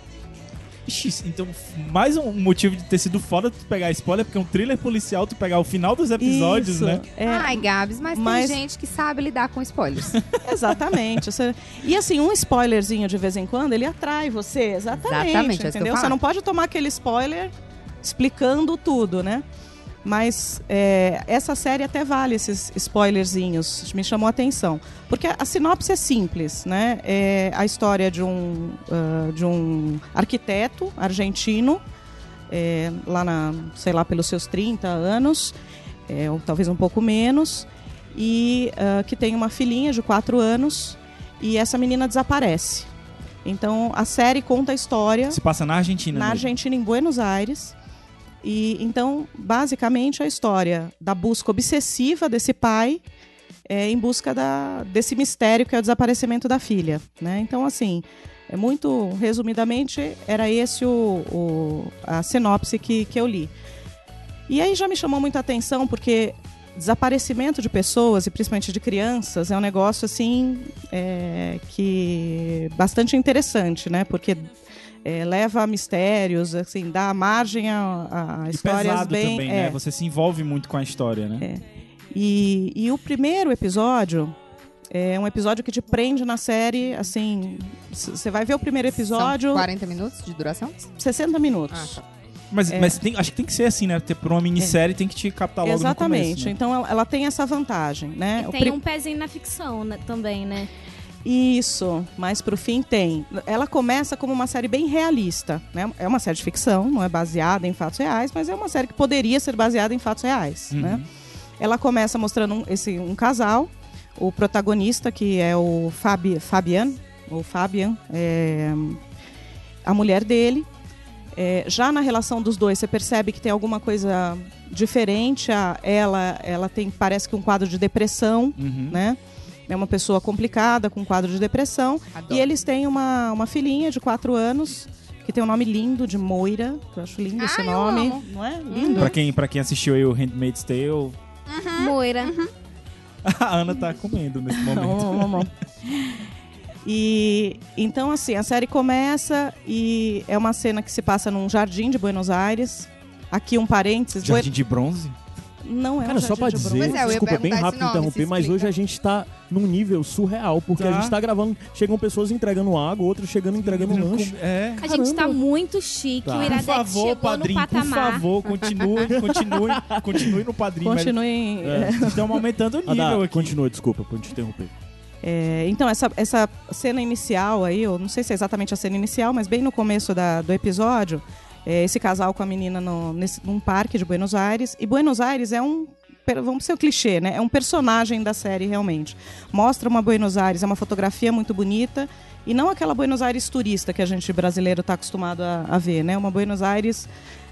Speaker 2: Ixi, então, f- mais um motivo de ter sido foda tu pegar spoiler, porque é um thriller policial, tu pegar o final dos episódios,
Speaker 5: Isso,
Speaker 2: né?
Speaker 5: é-
Speaker 4: Ai, Gabs, mas,
Speaker 5: Mas-
Speaker 4: tem gente que sabe lidar com spoilers.
Speaker 5: Exatamente. Você- E assim, um spoilerzinho de vez em quando, ele atrai você. Exatamente.
Speaker 4: Exatamente, é isso que eu
Speaker 5: entendeu?
Speaker 4: falo.
Speaker 5: Você não pode tomar aquele spoiler explicando tudo, né? Mas é, essa série até vale esses spoilerzinhos. Me chamou a atenção. Porque a sinopse é simples, né? É a história de um, ah, de um arquiteto argentino, é, lá na, sei lá, pelos seus 30 anos, é, ou talvez um pouco menos, e ah, que tem uma filhinha de 4 anos, e essa menina desaparece. Então a série conta a história
Speaker 2: Se passa na Argentina.
Speaker 5: na
Speaker 2: mesmo.
Speaker 5: Argentina, em Buenos Aires. E então, basicamente, a história da busca obsessiva desse pai é, em busca da, desse mistério que é o desaparecimento da filha. Né? Então, assim, é muito resumidamente, era esse o, o- a sinopse que, que eu li. E aí já me chamou muita atenção, porque desaparecimento de pessoas, e principalmente de crianças, é um negócio assim é, que bastante interessante, né? Porque é, leva a mistérios, assim, dá margem a, a
Speaker 2: E
Speaker 5: histórias
Speaker 2: pesado
Speaker 5: bem.
Speaker 2: também,
Speaker 5: é,
Speaker 2: né? Você se envolve muito com a história, né?
Speaker 5: E, e o primeiro episódio É um episódio que te prende na série, assim. c- Você vai ver o primeiro episódio,
Speaker 4: São 40 minutos de duração?
Speaker 5: 60
Speaker 6: Ah, tá.
Speaker 5: minutos.
Speaker 2: Tá Mas,
Speaker 5: é.
Speaker 2: mas tem- acho que tem que ser assim, né? Porque Pra uma minissérie tem que te captar logo
Speaker 5: Exatamente.
Speaker 2: no começo. né?
Speaker 5: Então ela, ela tem essa vantagem, né?
Speaker 6: E
Speaker 5: O
Speaker 6: tem
Speaker 5: pri-
Speaker 6: um pezinho na ficção né, também, né?
Speaker 5: Isso, mas pro fim tem. Ela começa como uma série bem realista, né? É uma série de ficção, não é baseada em fatos reais, mas é uma série que poderia ser baseada em fatos reais,
Speaker 2: Uhum,
Speaker 5: né? Ela começa mostrando um, esse, um casal, o protagonista, que é o Fabi, Fabian, ou Fabian, é, a mulher dele. É, já na relação dos dois, você percebe que tem alguma coisa diferente. A, ela, ela tem, parece que um quadro de depressão,
Speaker 2: uhum.
Speaker 5: né? É uma pessoa complicada, com quadro de depressão.
Speaker 4: Adoro.
Speaker 5: E eles têm uma, uma filhinha de quatro anos, que tem um nome lindo, de Moira. Que eu acho lindo esse
Speaker 4: Ah, eu
Speaker 5: nome.
Speaker 4: amo.
Speaker 5: Não é? Lindo.
Speaker 2: Pra quem, pra quem assistiu aí o Handmaid's Tale,
Speaker 6: Moira.
Speaker 4: Uhum.
Speaker 2: a Ana tá comendo nesse momento.
Speaker 5: Não, não, não. E então assim, a série começa e é uma cena que se passa num jardim de Buenos Aires. Aqui um parênteses, Bue-
Speaker 2: Jardim de bronze?
Speaker 5: não é um
Speaker 3: Cara, só
Speaker 5: jardim
Speaker 3: pra
Speaker 5: de
Speaker 3: dizer,
Speaker 5: bronze.
Speaker 4: Pois é, eu ia
Speaker 3: desculpa, bem
Speaker 4: perguntar esse
Speaker 3: rápido
Speaker 4: nome, se
Speaker 3: interromper, mas
Speaker 4: explica.
Speaker 3: hoje a gente tá num nível surreal, porque
Speaker 2: Tá.
Speaker 3: a gente tá gravando, chegam pessoas entregando água, outras chegando entregando lanche.
Speaker 2: É.
Speaker 6: A gente tá muito chique.
Speaker 3: Tá.
Speaker 6: O
Speaker 2: Por
Speaker 6: Iradex
Speaker 2: favor,
Speaker 6: chegou
Speaker 2: padrinho,
Speaker 6: no
Speaker 2: por
Speaker 6: patamar.
Speaker 2: favor, continue, continue, continue no padrinho. mas-
Speaker 5: Continuem.
Speaker 2: É, estamos aumentando o nível
Speaker 3: Ah, dá,
Speaker 2: aqui.
Speaker 3: continua, desculpa por te interromper.
Speaker 5: É, então, essa, essa cena inicial aí, eu não sei se é exatamente a cena inicial, mas bem no começo da- do episódio, é, esse casal com a menina no, nesse, num parque de Buenos Aires. E Buenos Aires é um. per- Vamos ser o clichê, né? É um personagem da série, realmente. Mostra uma Buenos Aires, é uma fotografia muito bonita. E não aquela Buenos Aires turista que a gente brasileiro está acostumado a, a ver, né? Uma Buenos Aires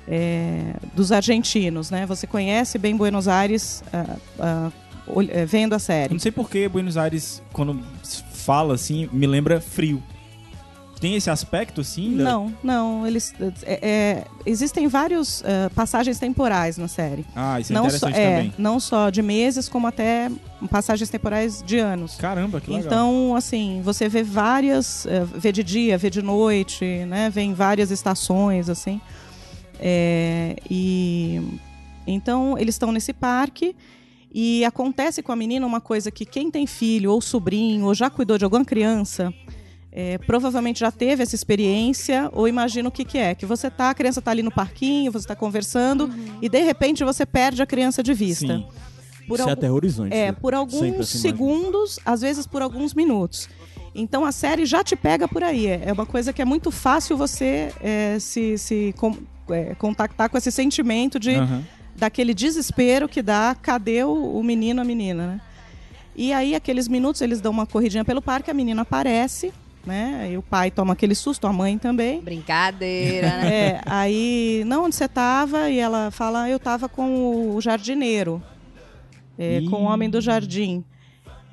Speaker 5: é, dos argentinos, né? Você conhece bem Buenos Aires ah, ah, olh- eh, vendo a
Speaker 2: Eu
Speaker 5: série.
Speaker 2: não sei porque Buenos Aires, quando se fala assim, me lembra frio. Tem esse aspecto, assim? da-
Speaker 5: Não, não. Eles é, é, existem vários ah, passagens temporais na série.
Speaker 2: Ah, isso é
Speaker 5: não só
Speaker 2: interessante também.
Speaker 5: não só de meses como até passagens temporais de anos.
Speaker 2: Caramba, que legal.
Speaker 5: Então, assim, você vê várias, eh, vê de dia, vê de noite, né? Vê em várias estações, assim. É, e então eles estão nesse parque e acontece com a menina uma coisa que quem tem filho ou sobrinho ou já cuidou de alguma criança eh, provavelmente já teve essa experiência ou imagina o que, que é que você tá a criança tá ali no parquinho você está conversando
Speaker 2: Uhum.
Speaker 5: e de repente você perde a criança de vista
Speaker 2: Sim.
Speaker 5: Por
Speaker 3: Isso é
Speaker 5: algum-
Speaker 3: aterrorizante.
Speaker 5: é,
Speaker 3: né?
Speaker 5: por
Speaker 3: Sempre
Speaker 5: alguns
Speaker 3: essa imagem.
Speaker 5: segundos, às vezes por alguns minutos. Então a série já te pega por aí. É é uma coisa que é muito fácil você é, se, se com- é, contactar com esse sentimento de
Speaker 3: Ah.
Speaker 2: Aham.
Speaker 5: daquele desespero que dá, cadê o, o menino, a menina, né? E aí, aqueles minutos, eles dão uma corridinha pelo parque, a menina aparece, né? E o pai toma aquele susto, a mãe também.
Speaker 4: Brincadeira, né?
Speaker 5: É, aí, não, onde você tava? E ela fala, eu tava com o jardineiro, é,
Speaker 2: Ih.
Speaker 5: com o homem do jardim.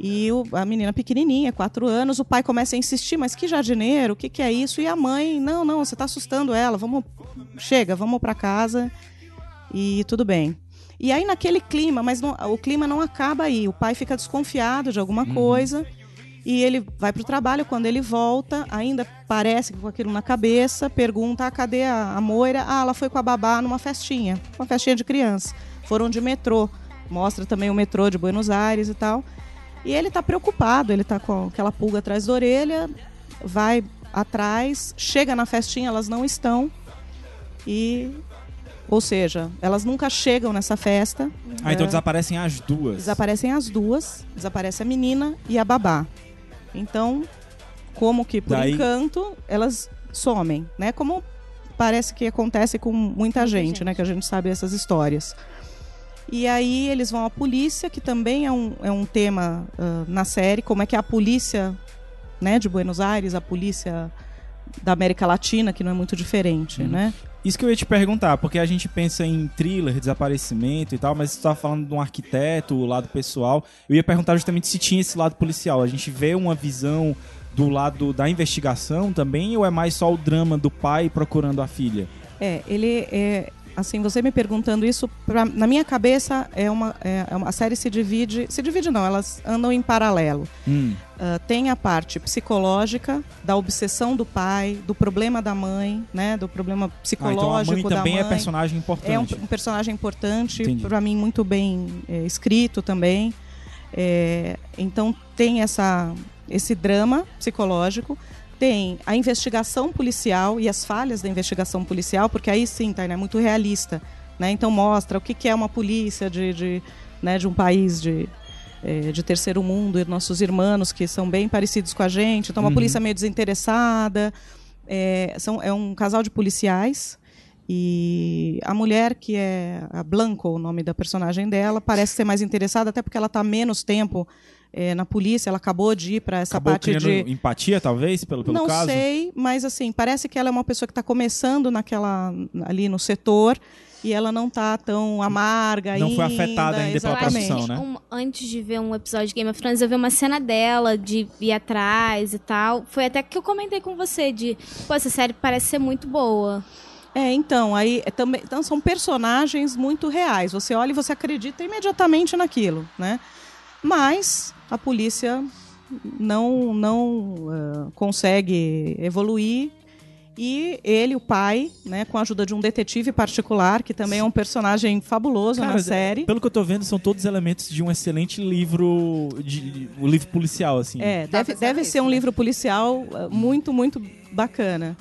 Speaker 5: E o- a menina pequenininha, quatro anos, o pai começa a insistir, mas que jardineiro? O que, que é isso? E a mãe, não, não, você tá assustando ela, vamos, chega, vamos pra casa e tudo bem. E aí naquele clima, mas não- o clima não acaba aí, o pai fica desconfiado de alguma coisa e ele vai pro trabalho, quando ele volta, ainda parece que com aquilo na cabeça, pergunta, ah, cadê a, a Moira? Ah, ela foi com a babá numa festinha, uma festinha de criança. Foram de metrô, mostra também o metrô de Buenos Aires e tal. E ele tá preocupado, ele tá com aquela pulga atrás da orelha, vai atrás, chega na festinha, elas não estão. E. Ou seja, elas nunca chegam nessa festa.
Speaker 2: Ah, então desaparecem as duas.
Speaker 5: É. Desaparecem as duas, desaparece a menina e a babá. Então, como que por
Speaker 2: Daí-
Speaker 5: encanto elas somem, né? Como parece que acontece com muita gente,
Speaker 6: gente.
Speaker 5: né? Que a gente sabe essas histórias. E aí eles vão à polícia, que também é um, é um tema ah, na série, como é que a polícia né, de Buenos Aires, a polícia da América Latina, que não é muito diferente, né?
Speaker 2: Isso que eu ia te perguntar, porque a gente pensa em thriller, desaparecimento e tal, mas você tava falando de um arquiteto, o lado pessoal. Eu ia perguntar justamente se tinha esse lado policial. A gente vê uma visão do lado da investigação também, ou é mais só o drama do pai procurando a filha?
Speaker 5: É, ele é. Assim, você me perguntando isso, pra- na minha cabeça, é uma, é- é uma- a série se divide. Se divide, não, elas andam em paralelo.
Speaker 2: Hum,
Speaker 5: Ah, tem a parte psicológica, da obsessão do pai, do problema da mãe, né? Do problema
Speaker 2: Ah, então a
Speaker 5: psicológico
Speaker 2: mãe
Speaker 5: da
Speaker 2: também é
Speaker 5: mãe.
Speaker 2: personagem
Speaker 5: É um,
Speaker 2: importante.
Speaker 5: um personagem importante,
Speaker 2: Entendi.
Speaker 5: pra mim muito bem é, escrito também. É, então tem essa, esse drama psicológico, tem a investigação policial e as falhas da investigação policial, porque aí sim, Tainá, é muito realista. Né? Então mostra o que, que é uma polícia de, de, né, de um país de, eh, de terceiro mundo, e nossos irmãos que são bem parecidos com a gente. Então uma polícia meio desinteressada. É, são, é um casal de policiais e a mulher, que é a Blanco, o nome da personagem dela, parece ser mais interessada, até porque ela está menos tempo eh, na polícia, ela acabou de ir para essa
Speaker 2: Acabou
Speaker 5: parte
Speaker 2: criando
Speaker 5: de.
Speaker 2: empatia, talvez, pelo, pelo
Speaker 5: Não
Speaker 2: caso?
Speaker 5: sei, mas assim, parece que ela é uma pessoa que está começando naquela ali no setor e ela não tá tão amarga
Speaker 2: Não
Speaker 5: ainda.
Speaker 2: foi afetada ainda pela
Speaker 5: exatamente.
Speaker 2: profissão, né?
Speaker 6: Um- antes de ver um episódio de Game of Thrones, eu vi uma cena dela de ir atrás e tal. Foi até que eu comentei com você de, pô, essa série parece ser muito boa.
Speaker 5: É, então, aí é também, então são personagens muito reais. Você olha e você acredita imediatamente naquilo, né? Mas a polícia não não ah, consegue evoluir e ele, o pai, né, com a ajuda de um detetive particular, que também é um personagem fabuloso
Speaker 2: Cara,
Speaker 5: na série.
Speaker 2: Pelo que eu tô vendo, são todos elementos de um excelente livro, de, de- um livro policial, assim.
Speaker 5: É,
Speaker 4: Tá
Speaker 5: deve,
Speaker 4: pensando
Speaker 5: deve
Speaker 4: nisso,
Speaker 5: ser um
Speaker 4: né?
Speaker 5: livro policial eh, muito, muito bacana.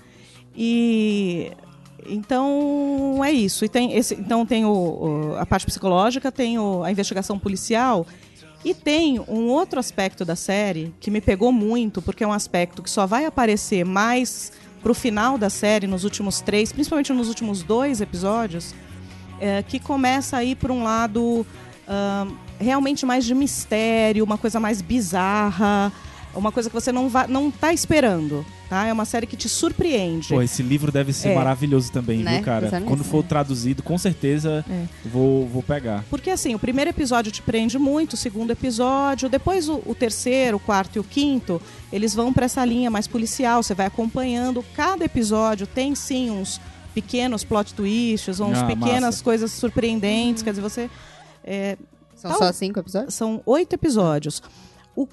Speaker 5: E então é isso. E tem esse, então tem o, o- a parte psicológica, tem o- a investigação policial e tem um outro aspecto da série que me pegou muito, porque é um aspecto que só vai aparecer mais pro final da série, nos últimos três, principalmente nos últimos dois episódios, eh, que começa aí por um lado ah, realmente mais de mistério, uma coisa mais bizarra, uma coisa que você não, va- não tá esperando, tá? É uma série que te surpreende.
Speaker 2: Pô, esse livro deve ser
Speaker 5: É.
Speaker 2: maravilhoso também,
Speaker 4: Né?
Speaker 2: viu, cara?
Speaker 4: Pensando
Speaker 2: Quando
Speaker 4: nisso,
Speaker 2: for
Speaker 4: né?
Speaker 2: traduzido, com certeza
Speaker 5: É.
Speaker 2: vou, vou pegar.
Speaker 5: Porque assim, o primeiro episódio te prende muito, o segundo episódio, depois o, o terceiro, o quarto e o quinto, eles vão para essa linha mais policial, você vai acompanhando. Cada episódio tem sim uns pequenos plot twists, uns
Speaker 2: Ah,
Speaker 5: pequenas
Speaker 2: massa.
Speaker 5: coisas surpreendentes, quer dizer, você é,
Speaker 4: São
Speaker 5: Então-
Speaker 4: só cinco episódios?
Speaker 5: são oito episódios. O,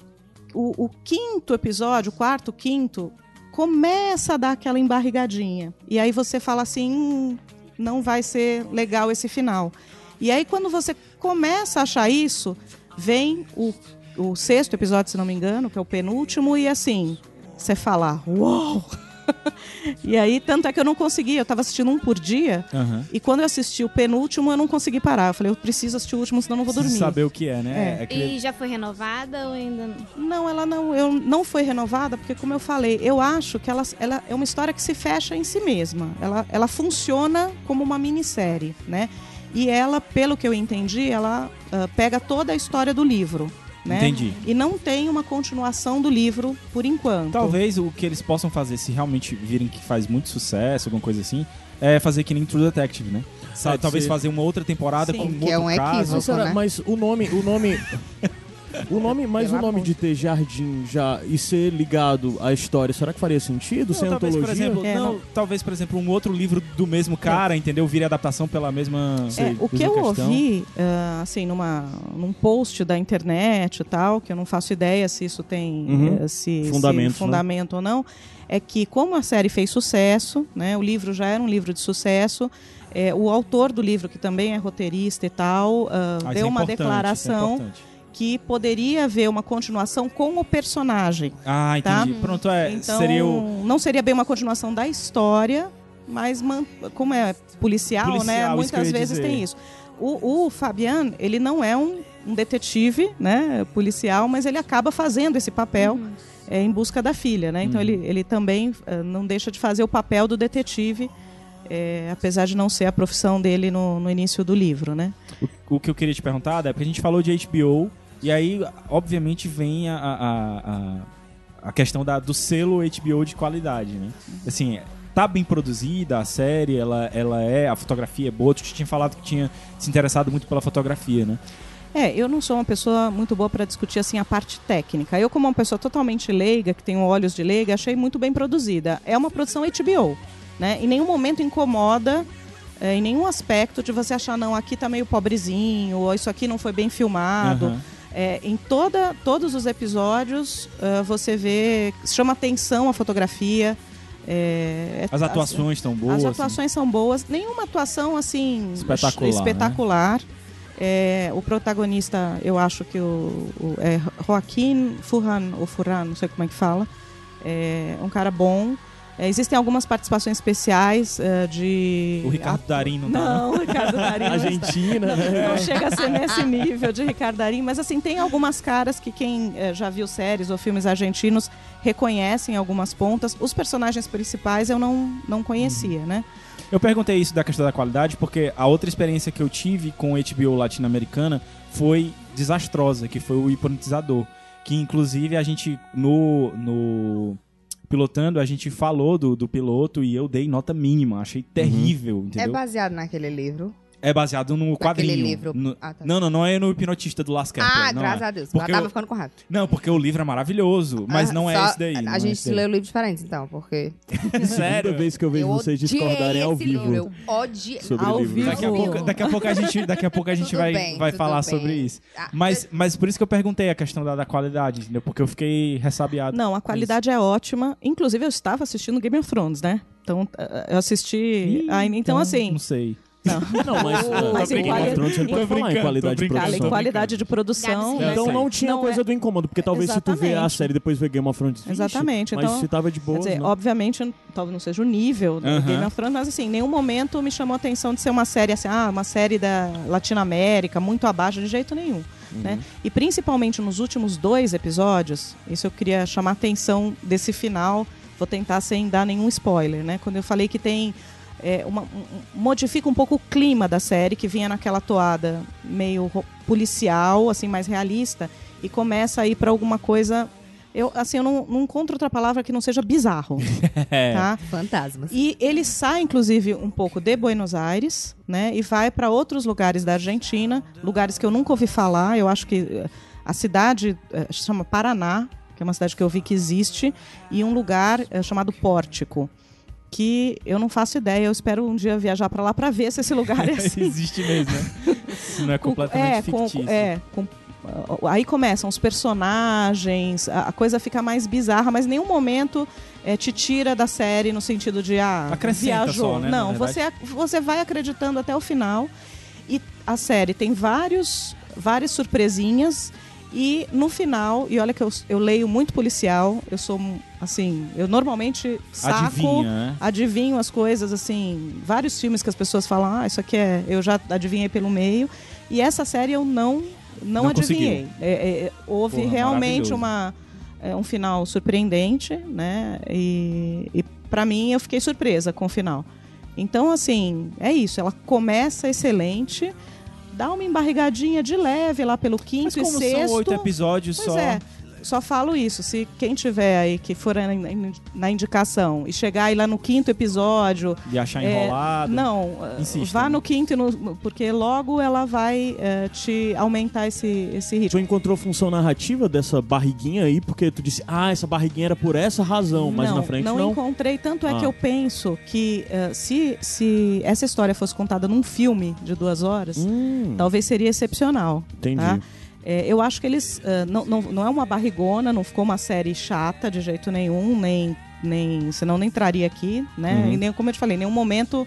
Speaker 5: o, o quinto episódio, o quarto, quinto, começa a dar aquela embarrigadinha. E aí você fala assim: "Hum, não vai ser legal esse final. E aí, quando você começa a achar isso, vem o, o sexto episódio, se não me engano, que é o penúltimo, e assim, você fala: Uou! e aí, tanto é que eu não consegui, eu tava assistindo um por dia.
Speaker 2: Aham.
Speaker 5: E quando eu assisti o penúltimo, eu não consegui parar. Eu falei, eu preciso assistir o último, senão eu não vou
Speaker 2: Preciso
Speaker 5: dormir.
Speaker 2: saber o que é, né? É. aquele-
Speaker 6: E já foi renovada ou ainda não?
Speaker 5: Não, ela não, eu, não foi renovada, porque como eu falei, eu acho que ela, ela é uma história que se fecha em si mesma. Ela, ela funciona como uma minissérie, né? E ela, pelo que eu entendi, ela ah, pega toda a história do livro, né?
Speaker 2: Entendi.
Speaker 5: E não tem uma continuação do livro por enquanto.
Speaker 2: Talvez o que eles possam fazer, se realmente virem que faz muito sucesso, alguma coisa assim, é fazer que nem True Detective, né? Sa-
Speaker 3: Pode
Speaker 2: talvez
Speaker 3: ser.
Speaker 2: fazer uma outra temporada
Speaker 5: Sim,
Speaker 2: com um
Speaker 4: que é
Speaker 2: outro
Speaker 4: um
Speaker 2: caso.
Speaker 4: equívoco.
Speaker 3: Mas, será-
Speaker 4: né?
Speaker 3: mas o nome, o nome. O nome, mas
Speaker 4: Pelo
Speaker 3: o nome
Speaker 4: amor.
Speaker 3: de ter jardim já e ser ligado à história, será que faria sentido?
Speaker 2: Não,
Speaker 3: Sem
Speaker 2: talvez, por
Speaker 3: antologia?
Speaker 2: exemplo,
Speaker 5: É,
Speaker 2: não, talvez, por exemplo, um outro livro do mesmo cara, entendeu? Vire adaptação pela mesma.
Speaker 5: É, o que
Speaker 2: mesma
Speaker 5: eu
Speaker 2: questão.
Speaker 5: ouvi, ah, assim, numa, num post da internet e tal, que eu não faço ideia se isso tem
Speaker 3: Uhum.
Speaker 5: eh, se, se
Speaker 3: Fundamento, né?
Speaker 5: fundamento ou não, é que como a série fez sucesso, né, o livro já era um livro de sucesso, eh, o autor do livro, que também é roteirista e tal,
Speaker 2: Ah,
Speaker 5: ah,
Speaker 2: isso é
Speaker 5: deu uma
Speaker 2: importante, isso é
Speaker 5: declaração
Speaker 2: importante.
Speaker 5: que poderia haver uma continuação com o personagem.
Speaker 2: Ah,
Speaker 5: Tá?
Speaker 2: entendi. Pronto, é,
Speaker 5: Então,
Speaker 2: seria o
Speaker 5: não seria bem uma continuação da história, mas man- como é policial,
Speaker 2: Policial,
Speaker 5: né?
Speaker 2: isso que eu
Speaker 5: Muitas
Speaker 2: ia
Speaker 5: vezes
Speaker 2: dizer.
Speaker 5: tem isso. O, o Fabian, ele não é um, um detetive, né, policial, mas ele acaba fazendo esse papel é, em busca da filha, né? Então
Speaker 2: Uhum.
Speaker 5: ele, ele também eh, não deixa de fazer o papel do detetive, eh, apesar de não ser a profissão dele no, no início do livro, né?
Speaker 2: o que eu queria te perguntar é porque a gente falou de HBO e aí obviamente vem a, a, a, a questão da, do selo HBO de qualidade, né? Assim, tá bem produzida a série, ela, ela é, a fotografia é boa. Tu tinha falado que tinha se interessado muito pela fotografia, né?
Speaker 5: É, eu não sou uma pessoa muito boa para discutir assim a parte técnica. Eu, como uma pessoa totalmente leiga, que tenho olhos de leiga, achei muito bem produzida. É uma produção HBO, né? Em nenhum momento incomoda, eh, em nenhum aspecto de você achar, não, aqui tá meio pobrezinho, ou isso aqui não foi bem filmado.
Speaker 2: Aham.
Speaker 5: É, em toda, todos os episódios ah, você vê, chama atenção a fotografia. é, é-
Speaker 2: As atuações estão boas.
Speaker 5: as atuações são boas, nenhuma atuação assim
Speaker 2: Espetacular, né?
Speaker 5: espetacular. É, o protagonista, eu acho que o, o- é Joaquim Furran, ou Furran, não sei como é que fala. É um cara bom. É, existem algumas participações especiais é, de.
Speaker 2: O Ricardo Darim não tá.
Speaker 5: Não, o Ricardo Darim. não tá. está.
Speaker 3: Argentina, né?
Speaker 5: Não chega a ser nesse nível de Ricardo Darim, mas assim, tem algumas caras que quem eh, já viu séries ou filmes argentinos reconhecem algumas pontas. Os personagens principais eu não, não conhecia, né?
Speaker 2: Eu perguntei isso da questão da qualidade porque a outra experiência que eu tive com HBO latino-americana foi desastrosa, que foi o hipnotizador. Que inclusive a gente no, no pilotando, a gente falou do, do piloto e eu dei nota mínima, achei terrível,
Speaker 4: É
Speaker 2: entendeu?
Speaker 4: baseado naquele livro.
Speaker 2: É baseado no quadrinho.
Speaker 4: Naquele livro.
Speaker 2: No-
Speaker 4: Ah, tá.
Speaker 2: Não, não, não é no hipnotista do Las Kepler,
Speaker 4: ah,
Speaker 2: não
Speaker 4: graças
Speaker 2: é.
Speaker 4: a Deus.
Speaker 2: Porque
Speaker 4: Ela tava
Speaker 2: eu-
Speaker 4: ficando com raiva.
Speaker 2: Não, porque o livro é maravilhoso, mas
Speaker 4: Ah,
Speaker 2: não é
Speaker 4: só-
Speaker 2: esse daí. não
Speaker 4: A
Speaker 2: é
Speaker 4: gente
Speaker 2: esse daí.
Speaker 4: leu livros diferentes, então, porque.
Speaker 3: Segunda
Speaker 2: Sério?
Speaker 3: vez que eu vejo vocês
Speaker 4: odiei
Speaker 3: discordarem ao
Speaker 4: esse
Speaker 3: vivo.
Speaker 4: livro, Eu odiei.
Speaker 3: sobre
Speaker 5: Ao
Speaker 3: livros.
Speaker 5: vivo.
Speaker 2: Daqui a, pouco, daqui a pouco a gente, daqui a pouco a gente
Speaker 4: Tudo
Speaker 2: vai,
Speaker 4: bem,
Speaker 2: vai
Speaker 4: tudo
Speaker 2: falar
Speaker 4: bem.
Speaker 2: sobre isso.
Speaker 4: Ah,
Speaker 2: Mas, mas por isso que eu perguntei a questão da, da qualidade, entendeu? Porque eu fiquei ressabiado.
Speaker 5: Não, a qualidade é ótima. Inclusive, eu estava assistindo Game of Thrones, né? Então, eh, eu assisti.
Speaker 2: Ih,
Speaker 5: Ah, então, assim.
Speaker 2: Não sei.
Speaker 3: Não, mas, ah, tá
Speaker 5: Mas
Speaker 3: mas
Speaker 5: em
Speaker 3: Game of
Speaker 5: quali-
Speaker 3: Thrones você não pode
Speaker 2: Tô
Speaker 3: falar em
Speaker 2: brincando, tô
Speaker 3: qualidade de
Speaker 4: Tá,
Speaker 2: brincando.
Speaker 5: Cara, em
Speaker 3: produção.
Speaker 5: qualidade de produção,
Speaker 4: Deve
Speaker 5: né?
Speaker 4: ser.
Speaker 3: Então não tinha
Speaker 5: Não
Speaker 4: é-
Speaker 3: coisa do incômodo, porque talvez se tu vê a
Speaker 5: Exatamente.
Speaker 3: série e depois vê Game of Thrones. vixe,
Speaker 5: Exatamente,
Speaker 3: Mas
Speaker 5: então-
Speaker 3: se tava de boa.
Speaker 5: Quer dizer,
Speaker 3: né?
Speaker 5: obviamente, talvez não seja o nível do
Speaker 2: Aham.
Speaker 5: Game of Thrones, mas assim, em nenhum momento me chamou a atenção de ser uma série assim, ah, uma série da Latinoamérica, muito abaixo, de jeito nenhum.
Speaker 3: Uhum.
Speaker 5: Né? E principalmente nos últimos dois episódios, isso eu queria chamar a atenção desse final, vou tentar sem dar nenhum spoiler, né? Quando eu falei que tem. é, uma- um- um- modifica um pouco o clima da série, que vinha naquela toada meio ro- policial, assim, mais realista, e começa a ir para alguma coisa. Eu, assim, eu não, não encontro outra palavra que não seja bizarro,
Speaker 2: É.
Speaker 5: tá?
Speaker 4: é Fantasmas.
Speaker 5: E ele sai, inclusive, um pouco de Buenos Aires, né? E vai para outros lugares da Argentina, lugares que eu nunca ouvi falar. Eu acho que eh, a cidade eh, chama Paraná, que é uma cidade que eu vi que existe, e um lugar eh, chamado Pórtico, que eu não faço ideia. Eu espero um dia viajar para lá para ver se esse lugar é assim.
Speaker 2: Existe mesmo, né? Isso não é
Speaker 5: Com-
Speaker 2: completamente
Speaker 5: é, com-
Speaker 2: fictício.
Speaker 5: é, com- aí começam os personagens, a, a coisa fica mais bizarra, mas em nenhum momento eh, te tira da série no sentido de ah,
Speaker 2: Acrescenta
Speaker 5: viajou.
Speaker 2: só, né, na
Speaker 5: Não, você, ac- você vai acreditando até o final. E a série tem vários, várias surpresinhas. E no final, e olha que eu, eu leio muito policial, eu sou assim, eu normalmente saco
Speaker 2: Adivinha, né?
Speaker 5: adivinho as coisas, assim, vários filmes que as pessoas falam, ah, isso aqui é, eu já adivinhei pelo meio. E essa série eu não, não,
Speaker 2: Não
Speaker 5: adivinhei. É, é, houve
Speaker 2: Porra, maravilhoso.
Speaker 5: realmente uma, é, um final surpreendente, né? E, e para mim eu fiquei surpresa com o final. Então, assim, é isso. Ela começa excelente, dá uma embarrigadinha de leve lá pelo
Speaker 2: Mas
Speaker 5: quinto e
Speaker 2: como
Speaker 5: sexto.
Speaker 2: são oito episódios
Speaker 5: Pois
Speaker 2: só.
Speaker 5: é. Só falo isso. Se quem tiver aí que for na- na- na indicação e chegar aí lá no quinto episódio.
Speaker 2: De achar
Speaker 5: é,
Speaker 3: Ah, tá.
Speaker 2: enrolado.
Speaker 5: não, eh,
Speaker 2: Insista. né?
Speaker 3: né?
Speaker 5: vá no quinto, e no- porque logo ela vai eh, te aumentar esse, esse
Speaker 3: Tu
Speaker 5: ritmo.
Speaker 3: encontrou função narrativa dessa barriguinha aí, porque tu disse, ah, essa barriguinha era por essa razão, mas na frente não.
Speaker 5: encontrei. Tanto é
Speaker 3: Ah.
Speaker 5: que eu penso que eh, se, se essa história fosse contada num filme de duas horas,
Speaker 3: Hum,
Speaker 5: talvez seria excepcional.
Speaker 3: entendi.
Speaker 5: tá? É, eu acho que eles. ah, não, não, não é uma barrigona, não ficou uma série chata de jeito nenhum, nem. nem senão nem traria aqui, né?
Speaker 3: Uhum.
Speaker 5: E nem, como eu te falei, em nenhum momento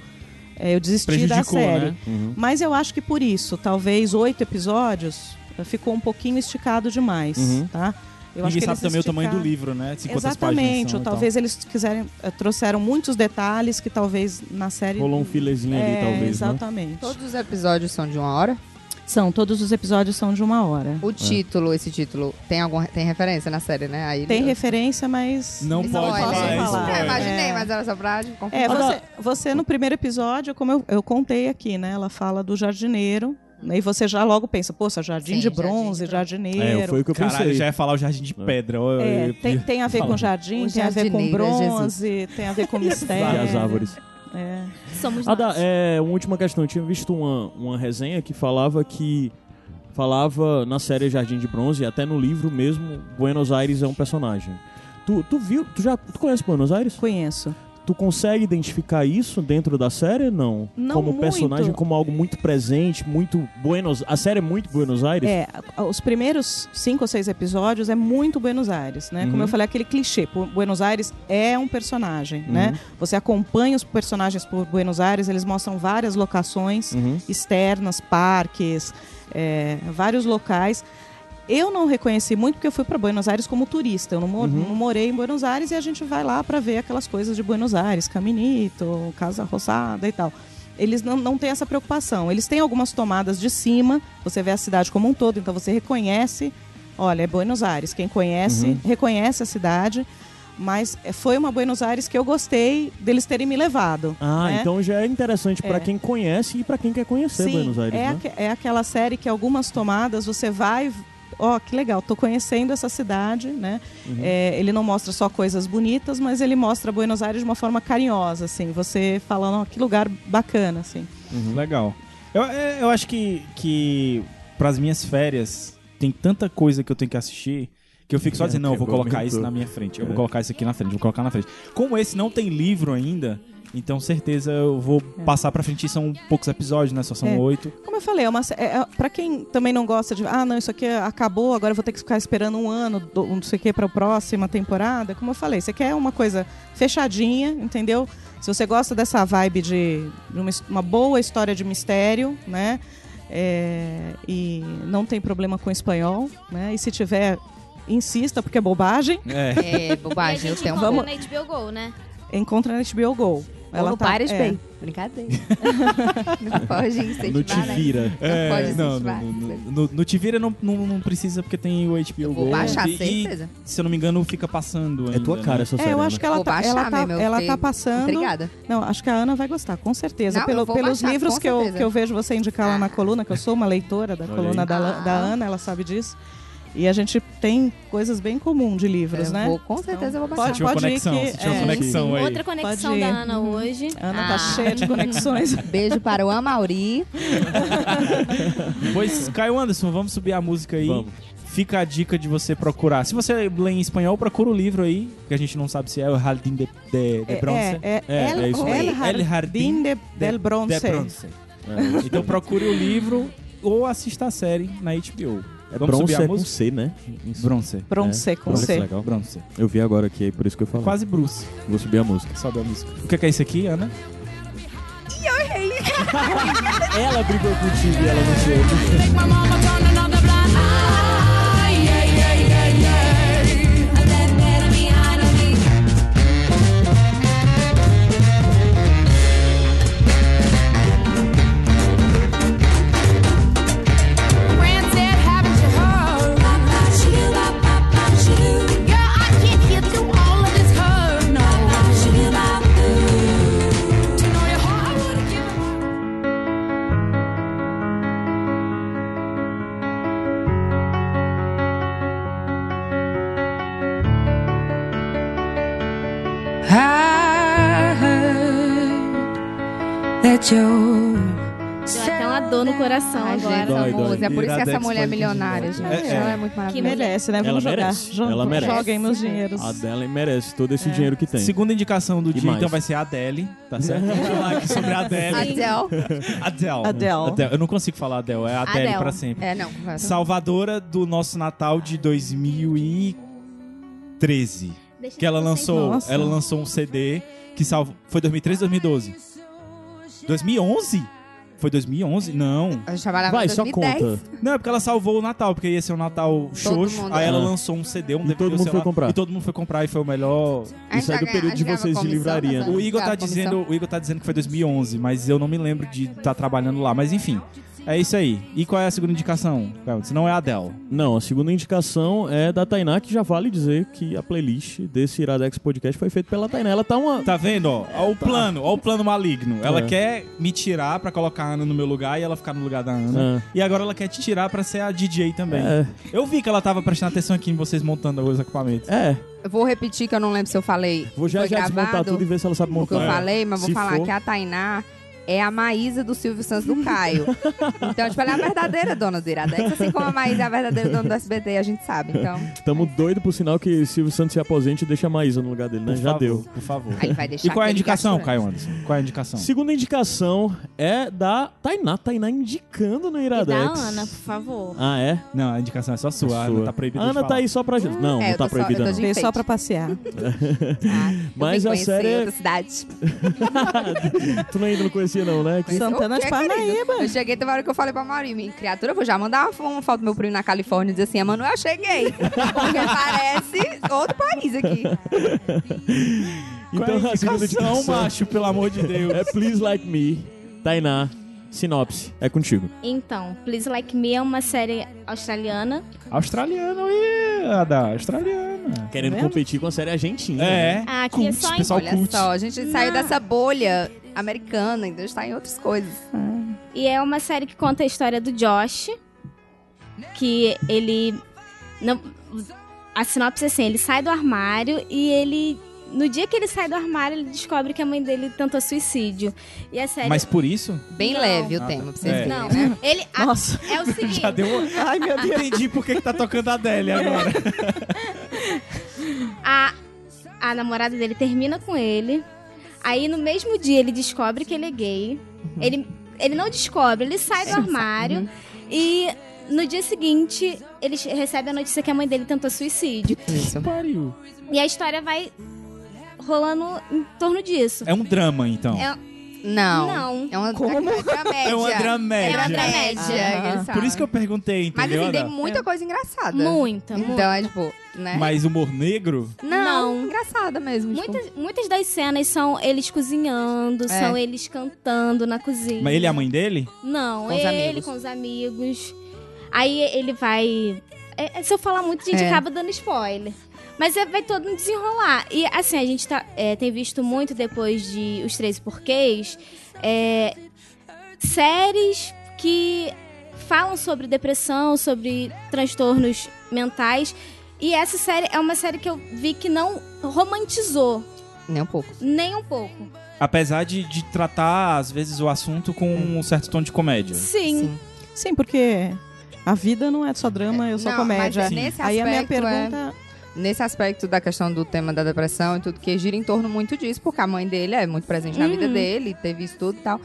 Speaker 5: eh, eu desisti da
Speaker 2: Prejudicou,
Speaker 5: série.
Speaker 2: né?
Speaker 3: Uhum.
Speaker 5: Mas eu acho que por isso, talvez oito episódios eh, ficou um pouquinho esticado demais,
Speaker 3: Uhum.
Speaker 5: tá? Eu
Speaker 2: Ninguém sabe
Speaker 5: eles
Speaker 2: também o tamanho do
Speaker 5: esticaram-
Speaker 2: livro, né? 50 páginas
Speaker 5: Exatamente,
Speaker 2: são,
Speaker 5: ou
Speaker 2: então.
Speaker 5: talvez eles quiserem, eh, trouxeram muitos detalhes que talvez na série.
Speaker 3: Rolou um filezinho ali,
Speaker 5: é,
Speaker 3: talvez. Né?
Speaker 5: Exatamente.
Speaker 4: Todos os episódios são de uma hora.
Speaker 5: São, todos os episódios são de uma hora.
Speaker 4: O título, esse título, tem algum, tem referência na série, né? Aí
Speaker 5: Tem referência, mas.
Speaker 2: Não
Speaker 4: Spoiler.
Speaker 2: pode
Speaker 5: posso
Speaker 2: falar, é
Speaker 5: falar.
Speaker 4: É,
Speaker 3: né?
Speaker 2: spoiler.
Speaker 4: imaginei,
Speaker 5: É.
Speaker 4: mas era só pra confirmar.
Speaker 5: É, você, você no primeiro episódio, como eu, eu contei aqui, né? Ela fala do jardineiro. né, E você já logo pensa, poxa, jardim
Speaker 4: Hum. Sim,
Speaker 5: de
Speaker 4: jardim de
Speaker 5: bronze,
Speaker 4: bronze.
Speaker 5: jardineiro.
Speaker 3: É, foi o que eu
Speaker 2: Caralho,
Speaker 3: pensei.
Speaker 2: já ia falar o Jardim de Pedra. ó,
Speaker 5: É,
Speaker 2: eu-
Speaker 5: tem, tem a ver com jardim,
Speaker 4: O
Speaker 5: tem a ver com
Speaker 4: jardineiro é
Speaker 5: bronze, tem a ver com
Speaker 3: Várias
Speaker 5: mistério.
Speaker 3: árvores.
Speaker 5: É.
Speaker 6: Somos
Speaker 3: Ah, dá,
Speaker 6: nós.
Speaker 3: é, uma última questão. Eu tinha visto uma, uma resenha que falava que. Falava na série Jardim de Bronze, e até no livro mesmo, Buenos Aires é um personagem. Tu, tu viu? Tu já tu conhece Buenos Aires?
Speaker 5: Conheço.
Speaker 3: Tu Tu consegue identificar isso dentro da série? Não.
Speaker 5: Não
Speaker 3: como
Speaker 5: muito.
Speaker 3: personagem, como algo muito presente, muito Buenos A série é muito Buenos Aires?
Speaker 5: É, a- os primeiros cinco ou seis episódios é muito Buenos Aires, né?
Speaker 3: Uhum.
Speaker 5: Como eu falei, aquele clichê. Pu- Buenos Aires é um personagem,
Speaker 3: Uhum.
Speaker 5: né? Você acompanha os personagens por Buenos Aires, eles mostram várias locações externas, parques, é, vários locais. Eu não reconheci muito porque eu fui para Buenos Aires como turista. Eu não, mo- não morei em Buenos Aires e a gente vai lá para ver aquelas coisas de Buenos Aires, Caminito, Casa Rosada e tal. Eles não, não têm essa preocupação. Eles têm algumas tomadas de cima, você vê a cidade como um todo, então você reconhece. Olha, é Buenos Aires. Quem conhece, reconhece a cidade. Mas eh, foi uma Buenos Aires que eu gostei deles terem me levado.
Speaker 3: Ah,
Speaker 5: né?
Speaker 3: então já é interessante pra
Speaker 5: É.
Speaker 3: quem conhece e pra quem quer conhecer
Speaker 5: Sim,
Speaker 3: Buenos Aires,
Speaker 5: é,
Speaker 3: né?
Speaker 5: aque- é aquela série que algumas tomadas você vai. Ó, que legal, tô conhecendo essa cidade, né?
Speaker 3: Uhum.
Speaker 5: É, ele não mostra só coisas bonitas, mas ele mostra Buenos Aires de uma forma carinhosa, assim. Você fala, ó, que lugar bacana, assim.
Speaker 2: Legal. Eu, é, eu acho que, que pras minhas férias tem tanta coisa que eu tenho que assistir que eu fico só dizendo, não, eu vou colocar isso na minha frente, eu vou colocar isso aqui na frente, vou colocar na frente. Como esse não tem livro ainda, então certeza eu vou passar pra frente. E são poucos episódios, né? Só
Speaker 5: É.
Speaker 2: são oito.
Speaker 5: Como eu falei, é uma, sé- é, é- pra quem também não gosta de. Ah, não, isso aqui acabou, agora eu vou ter que ficar esperando um ano, do- não sei o que, pra próxima temporada. Como eu falei, você quer uma coisa fechadinha, entendeu? Se você gosta dessa vibe de de uma, his- uma boa história de mistério, né? É, e não tem problema com espanhol, né? E se tiver, insista, porque é bobagem.
Speaker 2: É.
Speaker 4: É,
Speaker 6: E a
Speaker 4: bobagem. Eu
Speaker 6: gente
Speaker 4: tenho
Speaker 6: encontra
Speaker 4: um
Speaker 6: na HBO Go, né?
Speaker 5: Encontra na HBO Go.
Speaker 4: Ou no
Speaker 5: tá-
Speaker 4: Pirate
Speaker 5: é.
Speaker 4: Bay. Brincadeira. não pode
Speaker 3: No Te
Speaker 4: incentivar, né?
Speaker 3: Vira.
Speaker 4: Não pode
Speaker 2: É, não,
Speaker 4: incentivar.
Speaker 2: no, no, no- no Te Vira não, não, não precisa porque tem o HBO
Speaker 4: Eu vou
Speaker 2: Go.
Speaker 4: baixar,
Speaker 2: e, e,
Speaker 4: certeza.
Speaker 2: se eu não me engano, fica passando ainda.
Speaker 3: É tua cara
Speaker 2: né?
Speaker 3: essa série.
Speaker 5: É, eu acho
Speaker 3: né?
Speaker 5: que ela
Speaker 4: Vou
Speaker 5: tá,
Speaker 4: baixar
Speaker 5: ela tá,
Speaker 4: mesmo, eu
Speaker 5: ela
Speaker 4: fiquei
Speaker 5: tá passando.
Speaker 4: Intrigada.
Speaker 5: Não, acho que a Ana vai gostar, com certeza.
Speaker 4: Não,
Speaker 5: Pelo-
Speaker 4: eu vou
Speaker 5: pelos
Speaker 4: baixar,
Speaker 5: livros
Speaker 4: com
Speaker 5: que eu,
Speaker 4: certeza.
Speaker 5: que eu vejo você indicar lá na coluna, que eu sou uma leitora da
Speaker 3: Olha
Speaker 5: coluna
Speaker 3: aí.
Speaker 5: da, La- da
Speaker 4: Ah.
Speaker 5: Ana, ela sabe disso. E a gente tem coisas bem comum de livros,
Speaker 4: Eu
Speaker 5: né?
Speaker 4: vou, com certeza eu vou
Speaker 5: pode-
Speaker 4: baixar.
Speaker 2: Sentiu uma
Speaker 5: ir
Speaker 2: conexão,
Speaker 5: que-
Speaker 2: sentiu uma
Speaker 5: é.
Speaker 2: conexão aí.
Speaker 6: Outra conexão
Speaker 5: Pode ir.
Speaker 6: da Ana hoje.
Speaker 5: A Ana tá
Speaker 4: Ah.
Speaker 5: cheia de conexões.
Speaker 4: Beijo para o Amauri.
Speaker 2: Pois, Caio Anderson, vamos subir a música
Speaker 5: é.
Speaker 2: aí.
Speaker 3: Vamos.
Speaker 2: Fica a dica de você procurar. Se você lê em espanhol, procura o livro aí, que a gente não sabe se é o Jardim de, de, de Bronze.
Speaker 5: É, é,
Speaker 3: É,
Speaker 5: El,
Speaker 3: é isso aí.
Speaker 5: El
Speaker 2: El
Speaker 5: Jardín
Speaker 2: Jardín
Speaker 5: de, del Bronce.
Speaker 2: De Bronce.
Speaker 3: É.
Speaker 2: Então procure o livro ou assista a série na HBO.
Speaker 3: É
Speaker 2: Vamos
Speaker 3: bronze
Speaker 2: subir a
Speaker 3: é com
Speaker 2: música?
Speaker 3: C, né? Isso.
Speaker 2: Bronze.
Speaker 5: Bronce,
Speaker 3: É,
Speaker 5: com
Speaker 3: olha que
Speaker 5: C.
Speaker 3: legal.
Speaker 2: Bronze.
Speaker 3: Eu vi agora aqui, é por isso que eu falo.
Speaker 2: Quase Bruce.
Speaker 3: Vou subir a música.
Speaker 2: Sobe a música. O que é, que é isso aqui, Ana?
Speaker 3: Ela brigou contigo e ela não sei.
Speaker 1: I heard that you're
Speaker 6: Deu até uma dor no coração
Speaker 4: Ai, gente,
Speaker 6: agora.
Speaker 4: essa
Speaker 3: Dói, dói.
Speaker 4: música. É por isso que essa
Speaker 2: Iradex
Speaker 4: mulher é
Speaker 2: faz
Speaker 4: milionária, gente.
Speaker 2: dinheiro. É,
Speaker 4: Ela
Speaker 2: é.
Speaker 4: é muito maravilhosa.
Speaker 5: Merece, né? Vamos
Speaker 3: Ela
Speaker 5: jogar.
Speaker 3: merece,
Speaker 5: Joga-
Speaker 3: ela merece.
Speaker 5: Joguem meus dinheiros.
Speaker 3: A dela merece todo
Speaker 5: É.
Speaker 3: esse dinheiro que tem.
Speaker 2: Segunda indicação do dia,
Speaker 3: Demais.
Speaker 2: então, vai ser a Adele, tá certo? Vamos falar aqui sobre a Adele.
Speaker 4: Adele.
Speaker 2: Adele.
Speaker 5: Adele.
Speaker 2: Eu não consigo falar Adele, é Adele,
Speaker 6: Adele.
Speaker 2: pra sempre.
Speaker 4: É, não. vai.
Speaker 2: Salvadora do nosso Natal de 2013.
Speaker 6: Deixa
Speaker 2: Que ela
Speaker 6: eu
Speaker 2: lançou,
Speaker 5: Nossa.
Speaker 2: ela lançou um CD que salvou. Foi 2013, 2012? 2011? Foi 2011? Não.
Speaker 4: A gente trabalhava
Speaker 3: Vai,
Speaker 4: em
Speaker 3: só
Speaker 4: 2010.
Speaker 3: conta.
Speaker 2: Não, é porque ela salvou o Natal, porque ia ser um Natal xoxo.
Speaker 4: mundo.
Speaker 2: Aí ela
Speaker 3: Ah.
Speaker 2: lançou um CD, um
Speaker 3: E
Speaker 2: DVD,
Speaker 3: todo
Speaker 2: sei
Speaker 3: mundo foi
Speaker 2: lá,
Speaker 3: comprar.
Speaker 2: E todo mundo foi comprar e foi o melhor.
Speaker 4: A gente
Speaker 3: Isso é do
Speaker 4: ganha-
Speaker 3: período
Speaker 4: a
Speaker 3: de
Speaker 4: gente ganhava
Speaker 3: vocês de
Speaker 4: comissão,
Speaker 3: livraria,
Speaker 4: nós
Speaker 3: né?
Speaker 2: O Igor tá
Speaker 4: ganhava comissão.
Speaker 2: dizendo, o Igor tá dizendo que foi 2011, mas eu não me lembro de estar trabalhando lá, mas enfim. É isso aí. E qual é a segunda indicação? Gabriel? Se não é a Adele.
Speaker 3: Não, a segunda indicação é da Tainá, que já vale dizer que a playlist desse Iradex Podcast foi feita pela Tainá. Ela tá uma.
Speaker 2: Tá vendo, ó? Ó o plano, ó o plano maligno. Ela
Speaker 3: É.
Speaker 2: quer me tirar pra colocar a Ana no meu lugar e ela ficar no lugar da
Speaker 4: né?
Speaker 2: Ana.
Speaker 3: Ah,
Speaker 2: E agora ela quer te tirar pra ser a DJ também.
Speaker 3: é,
Speaker 2: Eu vi que ela tava prestando atenção aqui em vocês montando os equipamentos.
Speaker 3: é.
Speaker 4: Eu vou repetir que eu não lembro se eu falei.
Speaker 3: Vou já,
Speaker 4: Foi
Speaker 3: já desmontar
Speaker 4: gravado
Speaker 3: tudo e ver se ela sabe
Speaker 4: o que eu
Speaker 3: montar.
Speaker 4: falei, mas vou
Speaker 3: Se
Speaker 4: falar
Speaker 3: for-
Speaker 4: que a Tainá é a Maísa do Silvio Santos do Caio. Então, tipo, ela é a verdadeira dona do Iradex, assim como a Maísa é a verdadeira dona do SBT, a gente sabe. Então,
Speaker 3: Tamo doido por sinal que Silvio Santos se aposente e deixa a Maísa no lugar dele, né?
Speaker 2: Por
Speaker 3: Já
Speaker 2: favor,
Speaker 3: deu.
Speaker 2: Por favor.
Speaker 4: aí vai deixar
Speaker 2: E qual é a
Speaker 4: aquele
Speaker 2: indicação,
Speaker 4: gasto-
Speaker 2: Caio Anderson? Qual é a indicação?
Speaker 3: Segunda indicação é da Tainá. Tainá indicando no
Speaker 6: E da
Speaker 3: Iradex.
Speaker 6: Ana, por favor.
Speaker 3: Ah, é?
Speaker 2: Não, a indicação é só sua. A Ana
Speaker 3: Sua.
Speaker 2: tá proibida
Speaker 3: A
Speaker 2: de
Speaker 3: Ana tá
Speaker 2: falar.
Speaker 3: aí só pra gente. Não, não
Speaker 4: É, eu
Speaker 3: tá
Speaker 4: tô só-
Speaker 3: proibida,
Speaker 4: eu tô
Speaker 3: não.
Speaker 4: de-
Speaker 5: Veio só pra passear.
Speaker 4: Ah,
Speaker 3: Mas
Speaker 4: eu
Speaker 3: a
Speaker 4: vim conhecer
Speaker 3: série é-
Speaker 4: outra cidade.
Speaker 3: tu ainda não conhecia, não, né? Que-
Speaker 4: Conhecer
Speaker 5: Santana
Speaker 4: o
Speaker 5: de
Speaker 4: quê, querido?
Speaker 5: Parnaíba.
Speaker 4: Eu cheguei, teve uma hora que eu falei pra Maurinho, minha criatura, eu vou já mandar uma, fo- uma foto do meu primo na Califórnia e dizer assim, Emanuel, eu cheguei. Porque parece outro país aqui.
Speaker 2: Qual é a
Speaker 3: Então, a segunda
Speaker 2: indicação,
Speaker 3: indicação
Speaker 2: macho, pelo amor de Deus.
Speaker 3: é Please Like Me, Tainá. Sinopse, é contigo.
Speaker 6: Então, Please Like Me é uma série australiana.
Speaker 2: Australiano e a da
Speaker 6: tá
Speaker 2: australiana.
Speaker 3: Querendo
Speaker 5: vendo?
Speaker 3: competir com a série argentina.
Speaker 2: É.
Speaker 6: Ah, aqui é
Speaker 2: Cult,
Speaker 6: só em
Speaker 2: pessoal
Speaker 4: Olha
Speaker 2: cult.
Speaker 4: só, a gente saiu dessa bolha americana, então a gente tá em outras coisas.
Speaker 6: E é uma série que conta a história do Josh, que ele não a sinopse é assim, ele sai do armário e ele no dia que ele sai do armário, ele descobre que a mãe dele tentou suicídio. E a
Speaker 5: É.
Speaker 6: série
Speaker 2: Mas por isso,
Speaker 4: Bem
Speaker 6: Não.
Speaker 4: leve o
Speaker 2: Ah,
Speaker 4: tema,
Speaker 2: tá.
Speaker 4: pra vocês
Speaker 2: É.
Speaker 4: verem,
Speaker 6: não,
Speaker 4: né?
Speaker 6: ele a-
Speaker 5: Nossa.
Speaker 6: é o seguinte,
Speaker 2: já deu uma...
Speaker 5: Ai, meu Deus.
Speaker 2: Entendi por que, que tá tocando a Adélia agora.
Speaker 6: a a namorada dele termina com ele. Aí no mesmo dia ele descobre que ele é gay.
Speaker 4: Uhum.
Speaker 6: Ele ele não descobre, ele sai do armário e no dia seguinte ele recebe a notícia que a mãe dele tentou suicídio.
Speaker 4: Isso.
Speaker 3: Pariu.
Speaker 6: E a história vai rolando em torno disso.
Speaker 2: É um drama, então.
Speaker 6: É-
Speaker 4: Não.
Speaker 6: Não.
Speaker 4: É uma dramédia.
Speaker 2: É uma
Speaker 4: É uma
Speaker 2: dramédia.
Speaker 4: dramédia.
Speaker 5: Ah.
Speaker 4: que eles
Speaker 2: Por
Speaker 4: falam.
Speaker 2: isso que eu perguntei,
Speaker 4: Mas
Speaker 2: entendeu?
Speaker 4: assim, tem
Speaker 2: Ana?
Speaker 4: muita coisa engraçada.
Speaker 6: Muita, muita.
Speaker 4: Então é tipo, né?
Speaker 2: Mas humor negro?
Speaker 4: Não,
Speaker 6: Não.
Speaker 4: engraçada mesmo. tipo.
Speaker 6: Muitas, muitas das cenas são eles
Speaker 4: É.
Speaker 6: cozinhando, são eles cantando na cozinha.
Speaker 2: Mas ele é a mãe dele?
Speaker 6: Não,
Speaker 4: Com os
Speaker 6: ele
Speaker 4: amigos.
Speaker 6: com os amigos. Aí ele vai. é, é, se eu falar muito, a gente
Speaker 4: É.
Speaker 6: acaba dando spoiler. Mas é, vai todo um desenrolar. E assim, a gente tá, é, tem visto muito depois de Os Três Porquês é, séries que falam sobre depressão, sobre transtornos mentais. E essa série é uma série que eu vi que não romantizou
Speaker 4: Nem um pouco.
Speaker 6: nem um pouco.
Speaker 2: Apesar de, de tratar, às vezes, o assunto com um certo tom de comédia.
Speaker 6: Sim.
Speaker 4: Sim.
Speaker 5: Sim, porque a vida não é só drama, eu sou
Speaker 4: Não,
Speaker 5: comédia.
Speaker 4: Mas nesse
Speaker 5: Aí a minha
Speaker 4: aspecto é-
Speaker 5: pergunta
Speaker 4: Nesse aspecto da questão do tema da depressão e tudo, que gira em torno muito disso, porque a mãe dele é muito presente na
Speaker 6: Uhum.
Speaker 4: vida dele, teve isso tudo e tal.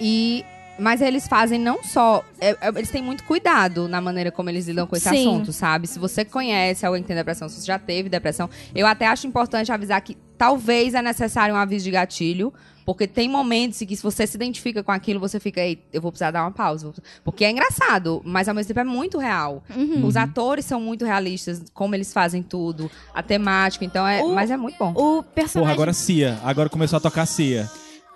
Speaker 4: E. Mas eles fazem não só. é- é- eles têm muito cuidado na maneira como eles lidam com esse
Speaker 6: Sim.
Speaker 4: assunto, sabe? Se você conhece alguém que tem depressão, se você já teve depressão, eu até acho importante avisar que talvez é necessário um aviso de gatilho. Porque tem momentos em que se você se identifica com aquilo, você fica, ei, eu vou precisar dar uma pausa. vou precisar-" Porque é engraçado, mas ao mesmo tempo é muito real.
Speaker 6: Uhum.
Speaker 4: Os atores são muito realistas, como eles fazem tudo, a temática, então é.
Speaker 6: O-
Speaker 4: Mas é muito bom.
Speaker 6: O
Speaker 2: Porra,
Speaker 6: personagem
Speaker 2: agora Cia. Agora começou a tocar Cia.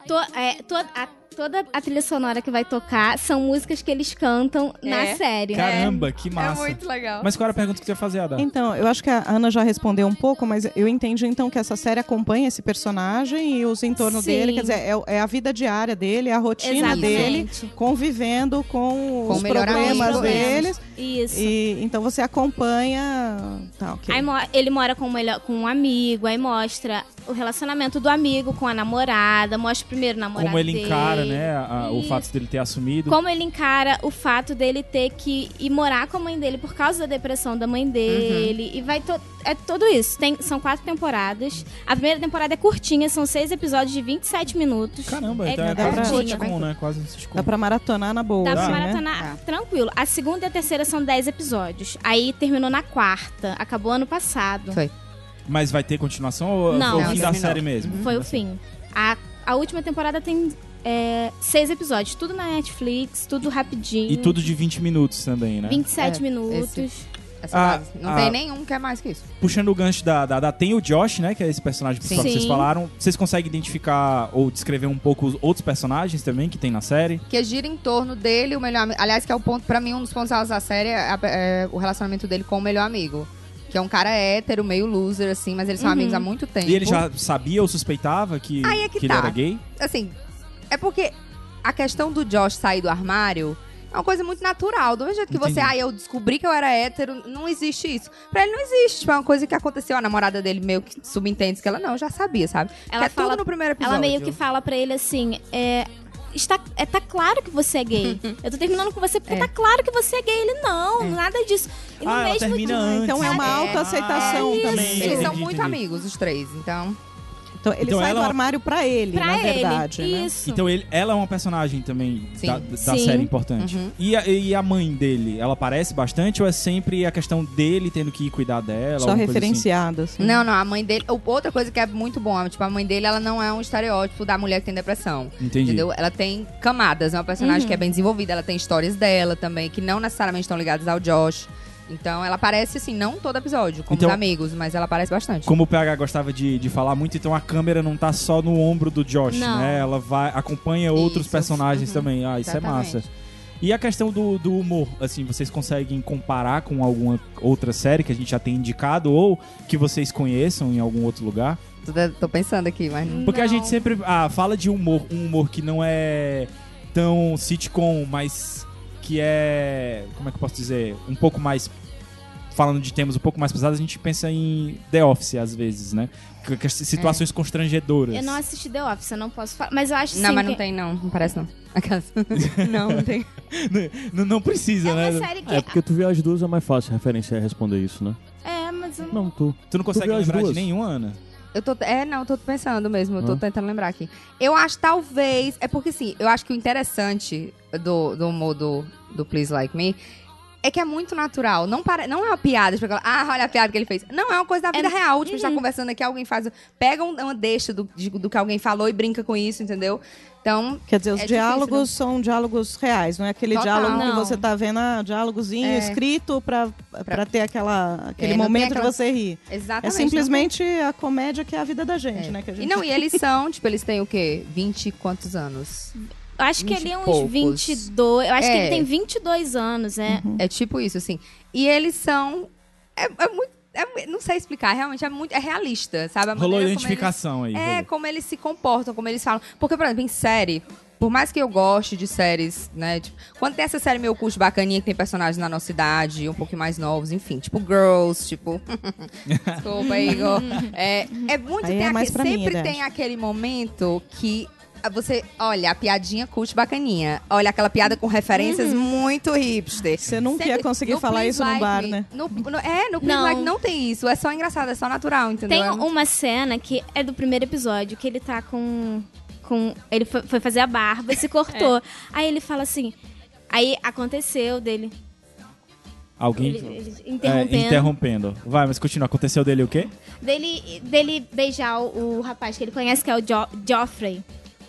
Speaker 6: To- é, to- a- toda a trilha sonora que vai tocar são músicas que eles cantam na
Speaker 4: É.
Speaker 6: série.
Speaker 2: Caramba, que massa.
Speaker 6: é
Speaker 4: legal.
Speaker 2: Mas qual era a pergunta que você ia fazer, Ada?
Speaker 5: Então, eu acho que a Ana já respondeu um pouco, mas eu entendi então que essa série acompanha esse personagem e os entornos
Speaker 6: Sim.
Speaker 5: dele, quer dizer, é, o- é a vida diária dele, é a rotina dele,
Speaker 6: Exatamente.
Speaker 5: convivendo com,
Speaker 4: Com
Speaker 5: os
Speaker 4: melhoramentos.
Speaker 5: problemas
Speaker 4: Os
Speaker 5: deles.
Speaker 6: problemas. Isso.
Speaker 5: E então você acompanha, tá, ok.
Speaker 6: Aí mo- ele mora com, um melhor- com um amigo, aí mostra o relacionamento do amigo com a namorada, mostra o primeiro namorado
Speaker 2: Como ele
Speaker 6: dele.
Speaker 2: encara, né, a- o
Speaker 6: Isso.
Speaker 2: fato dele ter assumido.
Speaker 6: Como ele encara o fato dele ter que ir morar com a mãe dele por causa da depressão da mãe
Speaker 2: Uhum.
Speaker 6: dele. E vai. to- é tudo isso. Tem, são quatro temporadas. A primeira temporada é curtinha, são seis episódios de 27 minutos.
Speaker 2: Caramba,
Speaker 6: é
Speaker 2: então é
Speaker 5: dá
Speaker 2: quase
Speaker 5: pra-
Speaker 2: um sitcom, né? Quase um sitcom.
Speaker 5: Dá É pra maratonar na boa,
Speaker 6: Dá pra
Speaker 5: assim, né?
Speaker 6: maratonar tranquilo. A segunda e a terceira são 10 episódios. Aí terminou na quarta. Acabou ano passado.
Speaker 4: Foi.
Speaker 2: Mas vai ter continuação ou
Speaker 6: Não,
Speaker 2: ou o
Speaker 6: não,
Speaker 2: fim da
Speaker 4: terminou.
Speaker 2: série mesmo?
Speaker 6: Foi o fim. A, a última temporada tem é, seis episódios. Tudo na Netflix, tudo rapidinho.
Speaker 2: E tudo de 20 minutos também, né?
Speaker 6: 27
Speaker 4: É,
Speaker 6: minutos.
Speaker 4: Essa
Speaker 2: Ah,
Speaker 4: fase. Não
Speaker 2: ah.
Speaker 4: tem nenhum que é mais que isso.
Speaker 2: Puxando o gancho da, da, da- Tem o Josh, né? Que é esse personagem principal
Speaker 6: Sim.
Speaker 2: que vocês
Speaker 6: Sim.
Speaker 2: falaram. Vocês conseguem identificar ou descrever um pouco os outros personagens também que tem na série?
Speaker 4: Que gira em torno dele, o melhor amigo. Aliás, que é o ponto, pra mim, um dos pontos altos da série é, a- é o relacionamento dele com o melhor amigo. Que é um cara hétero, meio loser, assim, mas eles são
Speaker 6: Uhum.
Speaker 4: amigos há muito tempo.
Speaker 2: E ele já sabia ou suspeitava que,
Speaker 4: Aí é que
Speaker 2: ele
Speaker 4: tá.
Speaker 2: era gay?
Speaker 4: assim, é porque a questão do Josh sair do armário é uma coisa muito natural. Do mesmo jeito que você,
Speaker 2: Entendi.
Speaker 4: ah, eu descobri que eu era hétero, não existe isso. Pra ele não existe. Tipo, é uma coisa que aconteceu. A namorada dele meio que subentende que ela não, já sabia, sabe?
Speaker 6: Ela
Speaker 4: que é
Speaker 6: fala-
Speaker 4: tudo no primeiro episódio.
Speaker 6: Ela meio que fala pra ele assim: é, está, é, tá claro que você é gay. Eu tô terminando com você porque tá claro que você é gay. Ele, não, nada disso. E no
Speaker 2: Ah, ela
Speaker 6: mesmo
Speaker 2: termina
Speaker 6: dia-
Speaker 2: antes.
Speaker 5: Então é uma
Speaker 4: É.
Speaker 5: autoaceitação
Speaker 6: É isso.
Speaker 5: também.
Speaker 4: Eles são
Speaker 2: Entendi, entendi.
Speaker 4: muito amigos, os três, então.
Speaker 5: Então, ele
Speaker 2: Então
Speaker 5: sai
Speaker 2: ela é
Speaker 5: do
Speaker 2: uma-
Speaker 5: armário pra ele,
Speaker 6: Pra
Speaker 5: na
Speaker 6: ele.
Speaker 5: verdade. né?
Speaker 6: Isso.
Speaker 2: Então ele, ela é uma personagem também
Speaker 4: Sim.
Speaker 2: da,
Speaker 4: Uhum.
Speaker 2: da
Speaker 6: Sim.
Speaker 2: série importante. E, a, e a mãe dele, ela aparece bastante ou é sempre a questão dele tendo que ir cuidar dela?
Speaker 5: Só
Speaker 2: alguma é coisa
Speaker 5: referenciado, assim.
Speaker 4: Não, não, a mãe dele. ou- Outra coisa que é muito bom, tipo, a mãe dele, ela não é um estereótipo da mulher que tem depressão.
Speaker 2: Assim? Entendi.
Speaker 4: Entendeu? Ela tem camadas, é uma personagem
Speaker 6: Uhum.
Speaker 4: que é bem desenvolvida, ela tem histórias dela também, que não necessariamente estão ligadas ao Josh. Então ela aparece assim, não todo episódio, como
Speaker 2: Então-
Speaker 4: os amigos, mas ela aparece bastante.
Speaker 2: Como o PH gostava de, de falar muito, então a câmera não tá só no ombro do Josh,
Speaker 6: Não.
Speaker 2: né? Ela vai acompanha outros
Speaker 4: Isso,
Speaker 2: personagens
Speaker 4: uhum.
Speaker 2: também. Ah, isso
Speaker 4: Exatamente.
Speaker 2: é massa. E a questão do, do humor, assim, vocês conseguem comparar com alguma outra série que a gente já tem indicado ou que vocês conheçam em algum outro lugar?
Speaker 4: Tô, tô pensando aqui, mas. não.
Speaker 2: Então, Porque a
Speaker 6: Não.
Speaker 2: gente sempre ah, fala de humor, um humor que não é tão sitcom, mas que é. Como é que eu posso dizer? Um pouco mais. Falando de temas um pouco mais pesados, a gente pensa em The Office às vezes, né? Que- que- Situações constrangedoras.
Speaker 6: É. Eu não assisti The Office, eu não posso falar. Mas eu acho
Speaker 4: Não,
Speaker 6: sim
Speaker 4: mas não
Speaker 6: que-
Speaker 4: tem, não. Não parece, não. Aquelas. não, não tem.
Speaker 2: não, não precisa,
Speaker 6: É
Speaker 2: né?
Speaker 6: uma série que.
Speaker 3: É porque tu viu as duas, é mais fácil referenciar e responder isso, né?
Speaker 6: É, mas eu não.
Speaker 3: Não, tu.
Speaker 2: Tu não consegue
Speaker 3: Tu viu as
Speaker 2: lembrar de
Speaker 3: duas?
Speaker 2: nenhuma, Ana?
Speaker 4: Eu tô, é, não, eu tô pensando mesmo, eu tô
Speaker 3: Ah.
Speaker 4: tentando lembrar aqui. Eu acho talvez. É porque assim, eu acho que o interessante do, do humor do, do Please Like Me é que é muito natural. Não, para, não é uma piada, tipo, aquela, ah, olha a piada que ele fez. Não, é uma coisa da vida real. Tipo, a gente
Speaker 5: uhum.
Speaker 4: tá conversando aqui, alguém faz. Pega um- uma deixa do, de- do que alguém falou e brinca com isso, entendeu? Então,
Speaker 5: Quer dizer, os
Speaker 4: É difícil,
Speaker 5: diálogos são diálogos reais, não é aquele
Speaker 4: Total.
Speaker 5: diálogo que
Speaker 6: Não.
Speaker 5: você tá vendo, ah, diálogozinho
Speaker 4: É.
Speaker 5: escrito pra, pra ter aquela, aquele
Speaker 4: É, não tem
Speaker 5: momento
Speaker 4: aquela-
Speaker 5: de você rir. É
Speaker 4: exatamente.
Speaker 5: simplesmente a comédia que é a vida da gente, né? Que a
Speaker 4: não-
Speaker 5: gente...
Speaker 4: E não, e eles são, tipo, eles têm o quê? 20 e quantos anos?
Speaker 6: Eu acho que
Speaker 4: Vinte
Speaker 6: ele é
Speaker 4: e
Speaker 6: uns
Speaker 4: poucos.
Speaker 6: 22. Eu acho que
Speaker 4: É.
Speaker 6: ele tem 22 anos, é.
Speaker 4: É tipo isso, assim. E eles são. É, é muito. é mu- não sei explicar, realmente é muito. É realista, sabe? A
Speaker 2: Rolou
Speaker 4: maneira como
Speaker 2: identificação
Speaker 4: eles-
Speaker 2: aí.
Speaker 4: é,
Speaker 2: rolou.
Speaker 4: como eles se comportam, como eles falam. Porque, por exemplo, em série. Por mais que eu goste de séries, né? tipo, quando tem essa série meu curso bacaninha, que tem personagens na nossa idade, um pouquinho mais novos, enfim, tipo Girls, tipo. Desculpa aí, Igor. É, é muito.
Speaker 5: Aí
Speaker 4: tem
Speaker 5: é mais
Speaker 4: aque-
Speaker 5: pra mim,
Speaker 4: sempre
Speaker 5: né?
Speaker 4: tem aquele momento que você. Olha, a piadinha curte bacaninha. Olha, aquela piada com referências
Speaker 5: Uhum.
Speaker 4: muito hipster.
Speaker 5: Você nunca ia
Speaker 4: Sempre-
Speaker 5: conseguir
Speaker 4: no
Speaker 5: falar
Speaker 4: Please
Speaker 5: isso num
Speaker 4: Like
Speaker 5: bar,
Speaker 4: Me-
Speaker 5: né?
Speaker 4: no- no- é, no Please
Speaker 6: Não.
Speaker 4: Like não tem isso. É só engraçado, é só natural, entendeu?
Speaker 6: Tem
Speaker 4: É muito-
Speaker 6: uma cena que é do primeiro episódio, que ele tá com. com ele foi, foi fazer a barba e se
Speaker 4: É.
Speaker 6: cortou. Aí ele fala assim. Aí aconteceu dele.
Speaker 2: Alguém
Speaker 6: Ele, ele
Speaker 2: é,
Speaker 6: interrompendo.
Speaker 2: interrompendo. Vai, mas continua. Aconteceu dele o quê?
Speaker 6: Dele, dele beijar o, o rapaz que ele conhece, que é o jo Joffrey.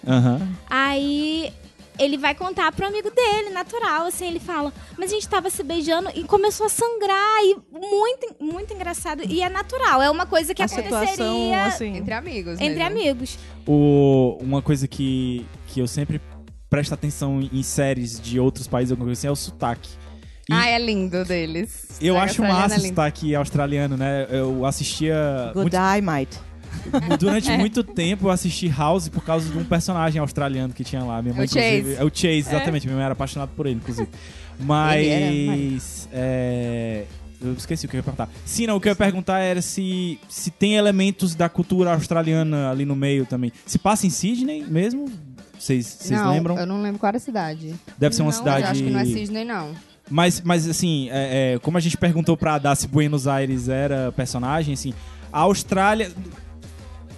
Speaker 2: Aham.
Speaker 6: Aí ele vai contar pro amigo dele, natural, assim, ele fala, mas a gente tava se beijando e começou a sangrar, e muito, muito engraçado, e é natural, é uma coisa que
Speaker 5: a
Speaker 6: aconteceria
Speaker 5: situação, assim...
Speaker 4: Entre amigos.
Speaker 6: entre
Speaker 4: mesmo.
Speaker 6: amigos.
Speaker 2: O, uma coisa que, que eu sempre presto atenção em séries de outros países alguma coisa assim, é o sotaque. E
Speaker 4: Ah, é lindo deles.
Speaker 2: eu
Speaker 4: Saga
Speaker 2: acho
Speaker 4: australiana
Speaker 2: massa
Speaker 4: é
Speaker 2: o
Speaker 4: lindo.
Speaker 2: sotaque australiano, né? Eu assistia.
Speaker 5: Good eye, mate.
Speaker 2: muito- durante
Speaker 4: É.
Speaker 2: muito tempo eu assisti House por causa de um personagem australiano que tinha lá. Minha mãe,
Speaker 4: É o Chase.
Speaker 2: inclusive- É o Chase, exatamente. Minha mãe era apaixonada por ele, inclusive.
Speaker 4: Ele
Speaker 2: Mas. é, Eu esqueci o que eu ia perguntar. Sim, não, o que eu ia perguntar era se, se tem elementos da cultura australiana ali no meio também. Se passa em Sydney mesmo? Vocês vocês
Speaker 4: Não,
Speaker 2: lembram?
Speaker 4: Eu não lembro qual era a cidade.
Speaker 2: Deve ser uma
Speaker 4: Não,
Speaker 2: cidade.
Speaker 4: Eu acho que não é Sydney, não.
Speaker 2: Mas, mas assim, é, é, como a gente perguntou pra Ada se Buenos Aires era personagem, assim, a Austrália.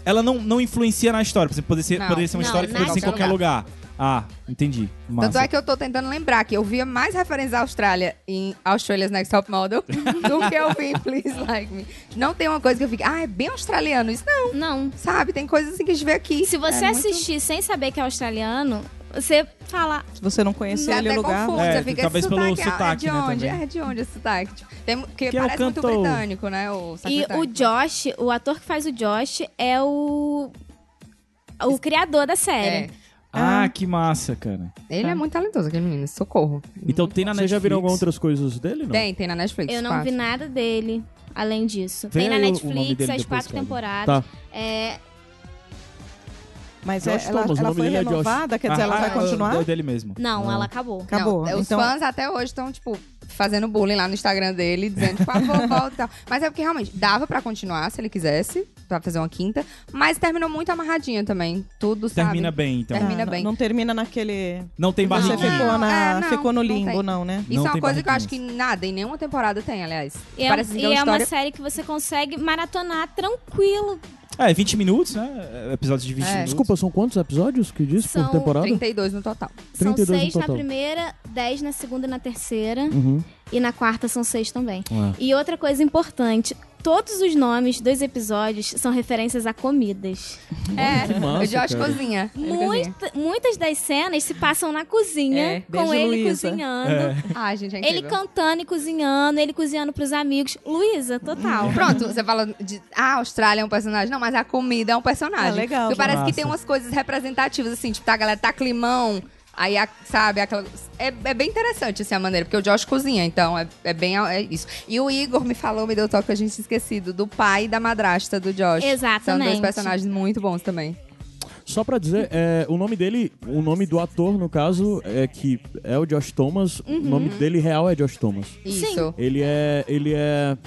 Speaker 2: Ela não, não influencia na história. Por exemplo, poderia ser,
Speaker 4: Não.
Speaker 2: poderia ser uma
Speaker 6: Não,
Speaker 2: história que
Speaker 6: nada.
Speaker 2: fosse em qualquer lugar. Ah, entendi.
Speaker 4: Tanto
Speaker 2: Massa.
Speaker 4: é que eu tô tentando lembrar que eu via mais referências à Austrália em Australia's Next Top Model do que eu vi em Please Like Me. Não tem uma coisa que eu fique, ah, é bem australiano. Isso não,
Speaker 6: Não.
Speaker 4: sabe? Tem coisas assim que a gente vê aqui.
Speaker 6: E se você
Speaker 4: É muito-
Speaker 6: assistir sem saber que é australiano, você fala,
Speaker 5: Se você não conhecer
Speaker 4: Você
Speaker 5: ele,
Speaker 4: até
Speaker 5: o lugar...
Speaker 4: confunde,
Speaker 2: É,
Speaker 4: você fica,
Speaker 2: talvez
Speaker 4: esse
Speaker 2: pelo
Speaker 4: sotaque,
Speaker 2: sotaque,
Speaker 4: é de
Speaker 2: né,
Speaker 4: onde?
Speaker 2: também.
Speaker 4: É de onde esse sotaque? Tipo, tem, porque
Speaker 2: Que é o
Speaker 4: parece muito
Speaker 2: cantor.
Speaker 4: britânico, né? O sotaque
Speaker 6: e o
Speaker 4: britânico.
Speaker 6: Josh, o ator que faz o Josh é o... O criador da
Speaker 4: É.
Speaker 6: série.
Speaker 2: Ah, que massa, cara.
Speaker 4: Ele é muito talentoso, aquele menino. Socorro.
Speaker 2: Então tem na
Speaker 3: Vocês
Speaker 2: Netflix.
Speaker 3: já viram algumas outras coisas dele, não?
Speaker 4: Tem, tem na Netflix.
Speaker 6: Eu não
Speaker 4: quatro.
Speaker 6: vi nada dele, além disso.
Speaker 2: Vê
Speaker 6: Tem na
Speaker 2: aí o- o nome
Speaker 6: Netflix
Speaker 2: dele
Speaker 6: as
Speaker 2: depois,
Speaker 6: quatro
Speaker 2: cara.
Speaker 6: temporadas.
Speaker 3: Tá.
Speaker 6: É,
Speaker 5: Mas
Speaker 3: Josh
Speaker 5: é- ela,
Speaker 3: Thomas, o
Speaker 5: ela
Speaker 3: nome
Speaker 5: foi
Speaker 3: dele é Josh.
Speaker 5: renovada? Quer dizer, ela
Speaker 2: Ah,
Speaker 5: vai
Speaker 2: é o-
Speaker 5: continuar?
Speaker 2: É dele mesmo.
Speaker 6: não, ela acabou.
Speaker 4: Não,
Speaker 5: Acabou.
Speaker 4: Os
Speaker 5: então,
Speaker 4: fãs até hoje estão, tipo, fazendo bullying lá no Instagram dele, dizendo, por favor, volta e tal. Mas é porque realmente dava pra continuar se ele quisesse, pra fazer uma quinta, mas terminou muito amarradinha também. Tudo sabe.
Speaker 2: Termina bem, então.
Speaker 4: Termina
Speaker 5: Ah, não-
Speaker 4: bem.
Speaker 5: Não termina naquele.
Speaker 2: Não tem
Speaker 5: Você
Speaker 2: barriguinha.
Speaker 5: ficou, na,
Speaker 4: é, não,
Speaker 5: ficou
Speaker 4: não
Speaker 5: no limbo,
Speaker 4: tem.
Speaker 5: não, né?
Speaker 4: Isso
Speaker 2: Não
Speaker 4: é uma
Speaker 2: tem
Speaker 4: coisa que eu acho que
Speaker 2: barriguinhas.
Speaker 4: nada, em nenhuma temporada tem, aliás.
Speaker 6: E é,
Speaker 4: Parece que
Speaker 6: e
Speaker 4: é uma
Speaker 6: é uma
Speaker 4: história
Speaker 6: série que você consegue maratonar tranquilo.
Speaker 2: É, 20 minutos, né? Episódios de 20
Speaker 4: É.
Speaker 2: minutos.
Speaker 3: Desculpa, são quantos episódios que diz
Speaker 6: São
Speaker 3: por temporada?
Speaker 4: 32 no total.
Speaker 6: São
Speaker 3: 32 no
Speaker 6: seis na
Speaker 3: total.
Speaker 6: primeira, dez na segunda e na terceira.
Speaker 3: Uhum. É.
Speaker 6: E na quarta são seis também.
Speaker 2: Ué.
Speaker 6: E outra coisa importante: todos os nomes dos episódios são referências a comidas.
Speaker 4: É,
Speaker 3: massa,
Speaker 4: o Josh
Speaker 3: cara.
Speaker 4: cozinha. Ele cozinha.
Speaker 6: Muita- muitas das cenas se passam na cozinha,
Speaker 5: É,
Speaker 6: com
Speaker 5: beijo,
Speaker 6: ele
Speaker 5: Luísa.
Speaker 6: cozinhando,
Speaker 4: Ah, gente, é
Speaker 6: ele
Speaker 4: incrível.
Speaker 6: cantando e cozinhando, ele cozinhando pros amigos. Luísa, total.
Speaker 3: Uhum.
Speaker 4: Pronto, você fala de. Ah, a Austrália é um personagem. Não, mas a comida é um personagem.
Speaker 5: Ah, legal.
Speaker 4: Porque
Speaker 5: Que
Speaker 4: parece que
Speaker 2: massa.
Speaker 4: tem umas coisas representativas, assim, tipo, tá, galera, tá climão. Aí, a- sabe, aquela. É, é bem interessante, assim, a maneira, porque o Josh cozinha, então é, é bem é isso. E o Igor me falou, me deu toque que a gente tinha esquecido, do pai e da madrasta do Josh. São dois
Speaker 6: Exatamente.
Speaker 4: personagens muito bons também.
Speaker 3: Só pra dizer, é, o nome dele, o nome do ator, no caso, é que é o Josh Thomas.
Speaker 6: Uhum.
Speaker 3: O nome dele real é Josh Thomas.
Speaker 4: Isso.
Speaker 3: Ele é. Ele é.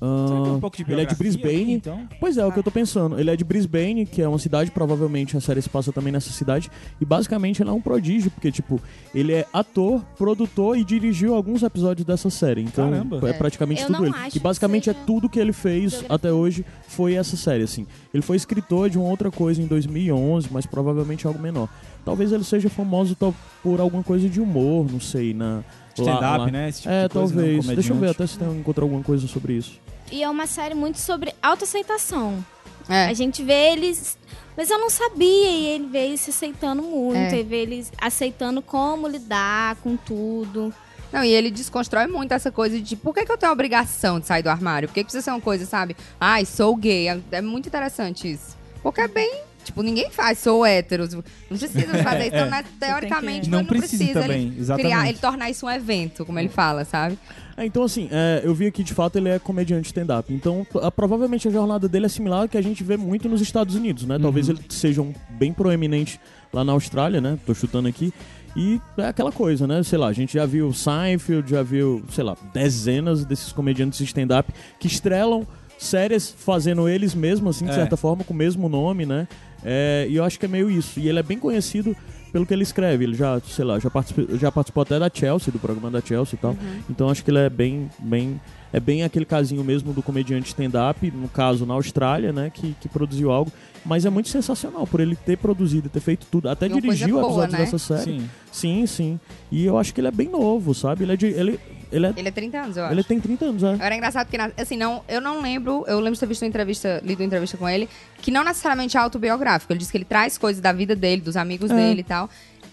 Speaker 3: ah,
Speaker 2: Será que é um pouco de
Speaker 3: ele é de
Speaker 2: biografia aqui,
Speaker 3: Brisbane.
Speaker 2: então?
Speaker 3: Pois é, é o que eu tô
Speaker 6: Tá.
Speaker 3: pensando. Ele é de Brisbane, que é uma cidade, provavelmente a série se passa também nessa cidade. E basicamente ele é um prodígio, porque, tipo, ele é ator, produtor e dirigiu alguns episódios dessa série. Então
Speaker 2: Caramba.
Speaker 3: é praticamente
Speaker 6: Eu
Speaker 3: tudo
Speaker 6: não
Speaker 3: ele.
Speaker 6: acho
Speaker 3: E basicamente
Speaker 6: que
Speaker 3: é
Speaker 6: seja
Speaker 3: tudo que ele fez
Speaker 6: biografia.
Speaker 3: até hoje foi essa série, assim. Ele foi escritor de uma outra coisa em 2011, mas provavelmente algo menor. Talvez ele seja famoso tal- por alguma coisa de humor, não sei, na. lá- lá-
Speaker 2: Stand-up, né? Esse tipo
Speaker 3: é,
Speaker 2: de coisa, né? Um
Speaker 3: talvez. Deixa eu ver
Speaker 2: comediante.
Speaker 3: até se eu encontrar alguma coisa sobre isso.
Speaker 6: E é uma série muito sobre autoaceitação. A
Speaker 4: É.
Speaker 6: gente vê eles. Mas eu não sabia, e ele vê eles se aceitando muito,
Speaker 4: É.
Speaker 6: e vê eles aceitando como lidar com tudo.
Speaker 4: Não, e ele desconstrói muito essa coisa de por que, que eu tenho a obrigação de sair do armário? Por que, que precisa ser uma coisa, sabe? Ai, sou gay. É, é muito interessante isso. Porque é bem. Tipo, ninguém faz, sou hétero. Não precisa fazer isso. Então, né, teoricamente,
Speaker 5: que-
Speaker 4: ele
Speaker 2: Não
Speaker 4: não
Speaker 2: precisa também,
Speaker 4: ele
Speaker 2: exatamente.
Speaker 4: criar, ele tornar isso um evento, como ele fala, sabe?
Speaker 3: É, então, assim, é, eu vi aqui de fato ele é comediante stand-up. Então, p- a- provavelmente a jornada dele é similar ao que a gente vê muito nos Estados Unidos, né? Talvez ele seja um bem proeminente lá na Austrália, né? Tô chutando aqui. E é aquela coisa, né? Sei lá, a gente já viu Seinfeld, já viu, sei lá, dezenas desses comediantes de stand-up que estrelam séries fazendo eles mesmos, assim, de
Speaker 2: É.
Speaker 3: certa forma, com o mesmo nome, né? É, e eu acho que é meio isso. E ele é bem conhecido pelo que ele escreve. Ele já, sei lá, já participou, já participou até da Chelsea, do programa da Chelsea e tal.
Speaker 4: Uhum.
Speaker 3: Então acho que ele é bem, bem. É bem aquele casinho mesmo do comediante stand-up, no caso na Austrália, né? Que, que produziu algo. Mas é muito sensacional por ele ter produzido, ter feito tudo. Até
Speaker 4: E É uma coisa
Speaker 3: dirigiu
Speaker 4: boa,
Speaker 3: episódios
Speaker 4: né?
Speaker 3: dessa série.
Speaker 2: Sim.
Speaker 3: Sim, sim. E eu acho que ele é bem novo, sabe? Ele é de. Ele, ele, é,
Speaker 4: Ele é 30 anos, eu acho.
Speaker 3: ele tem 30 anos, é.
Speaker 4: Era engraçado porque, na- assim, não, eu não lembro, eu lembro de ter visto uma entrevista, lido uma entrevista com ele, que não necessariamente é autobiográfico. Ele diz que ele traz coisas da vida dele, dos
Speaker 3: É.
Speaker 4: amigos dele e tal.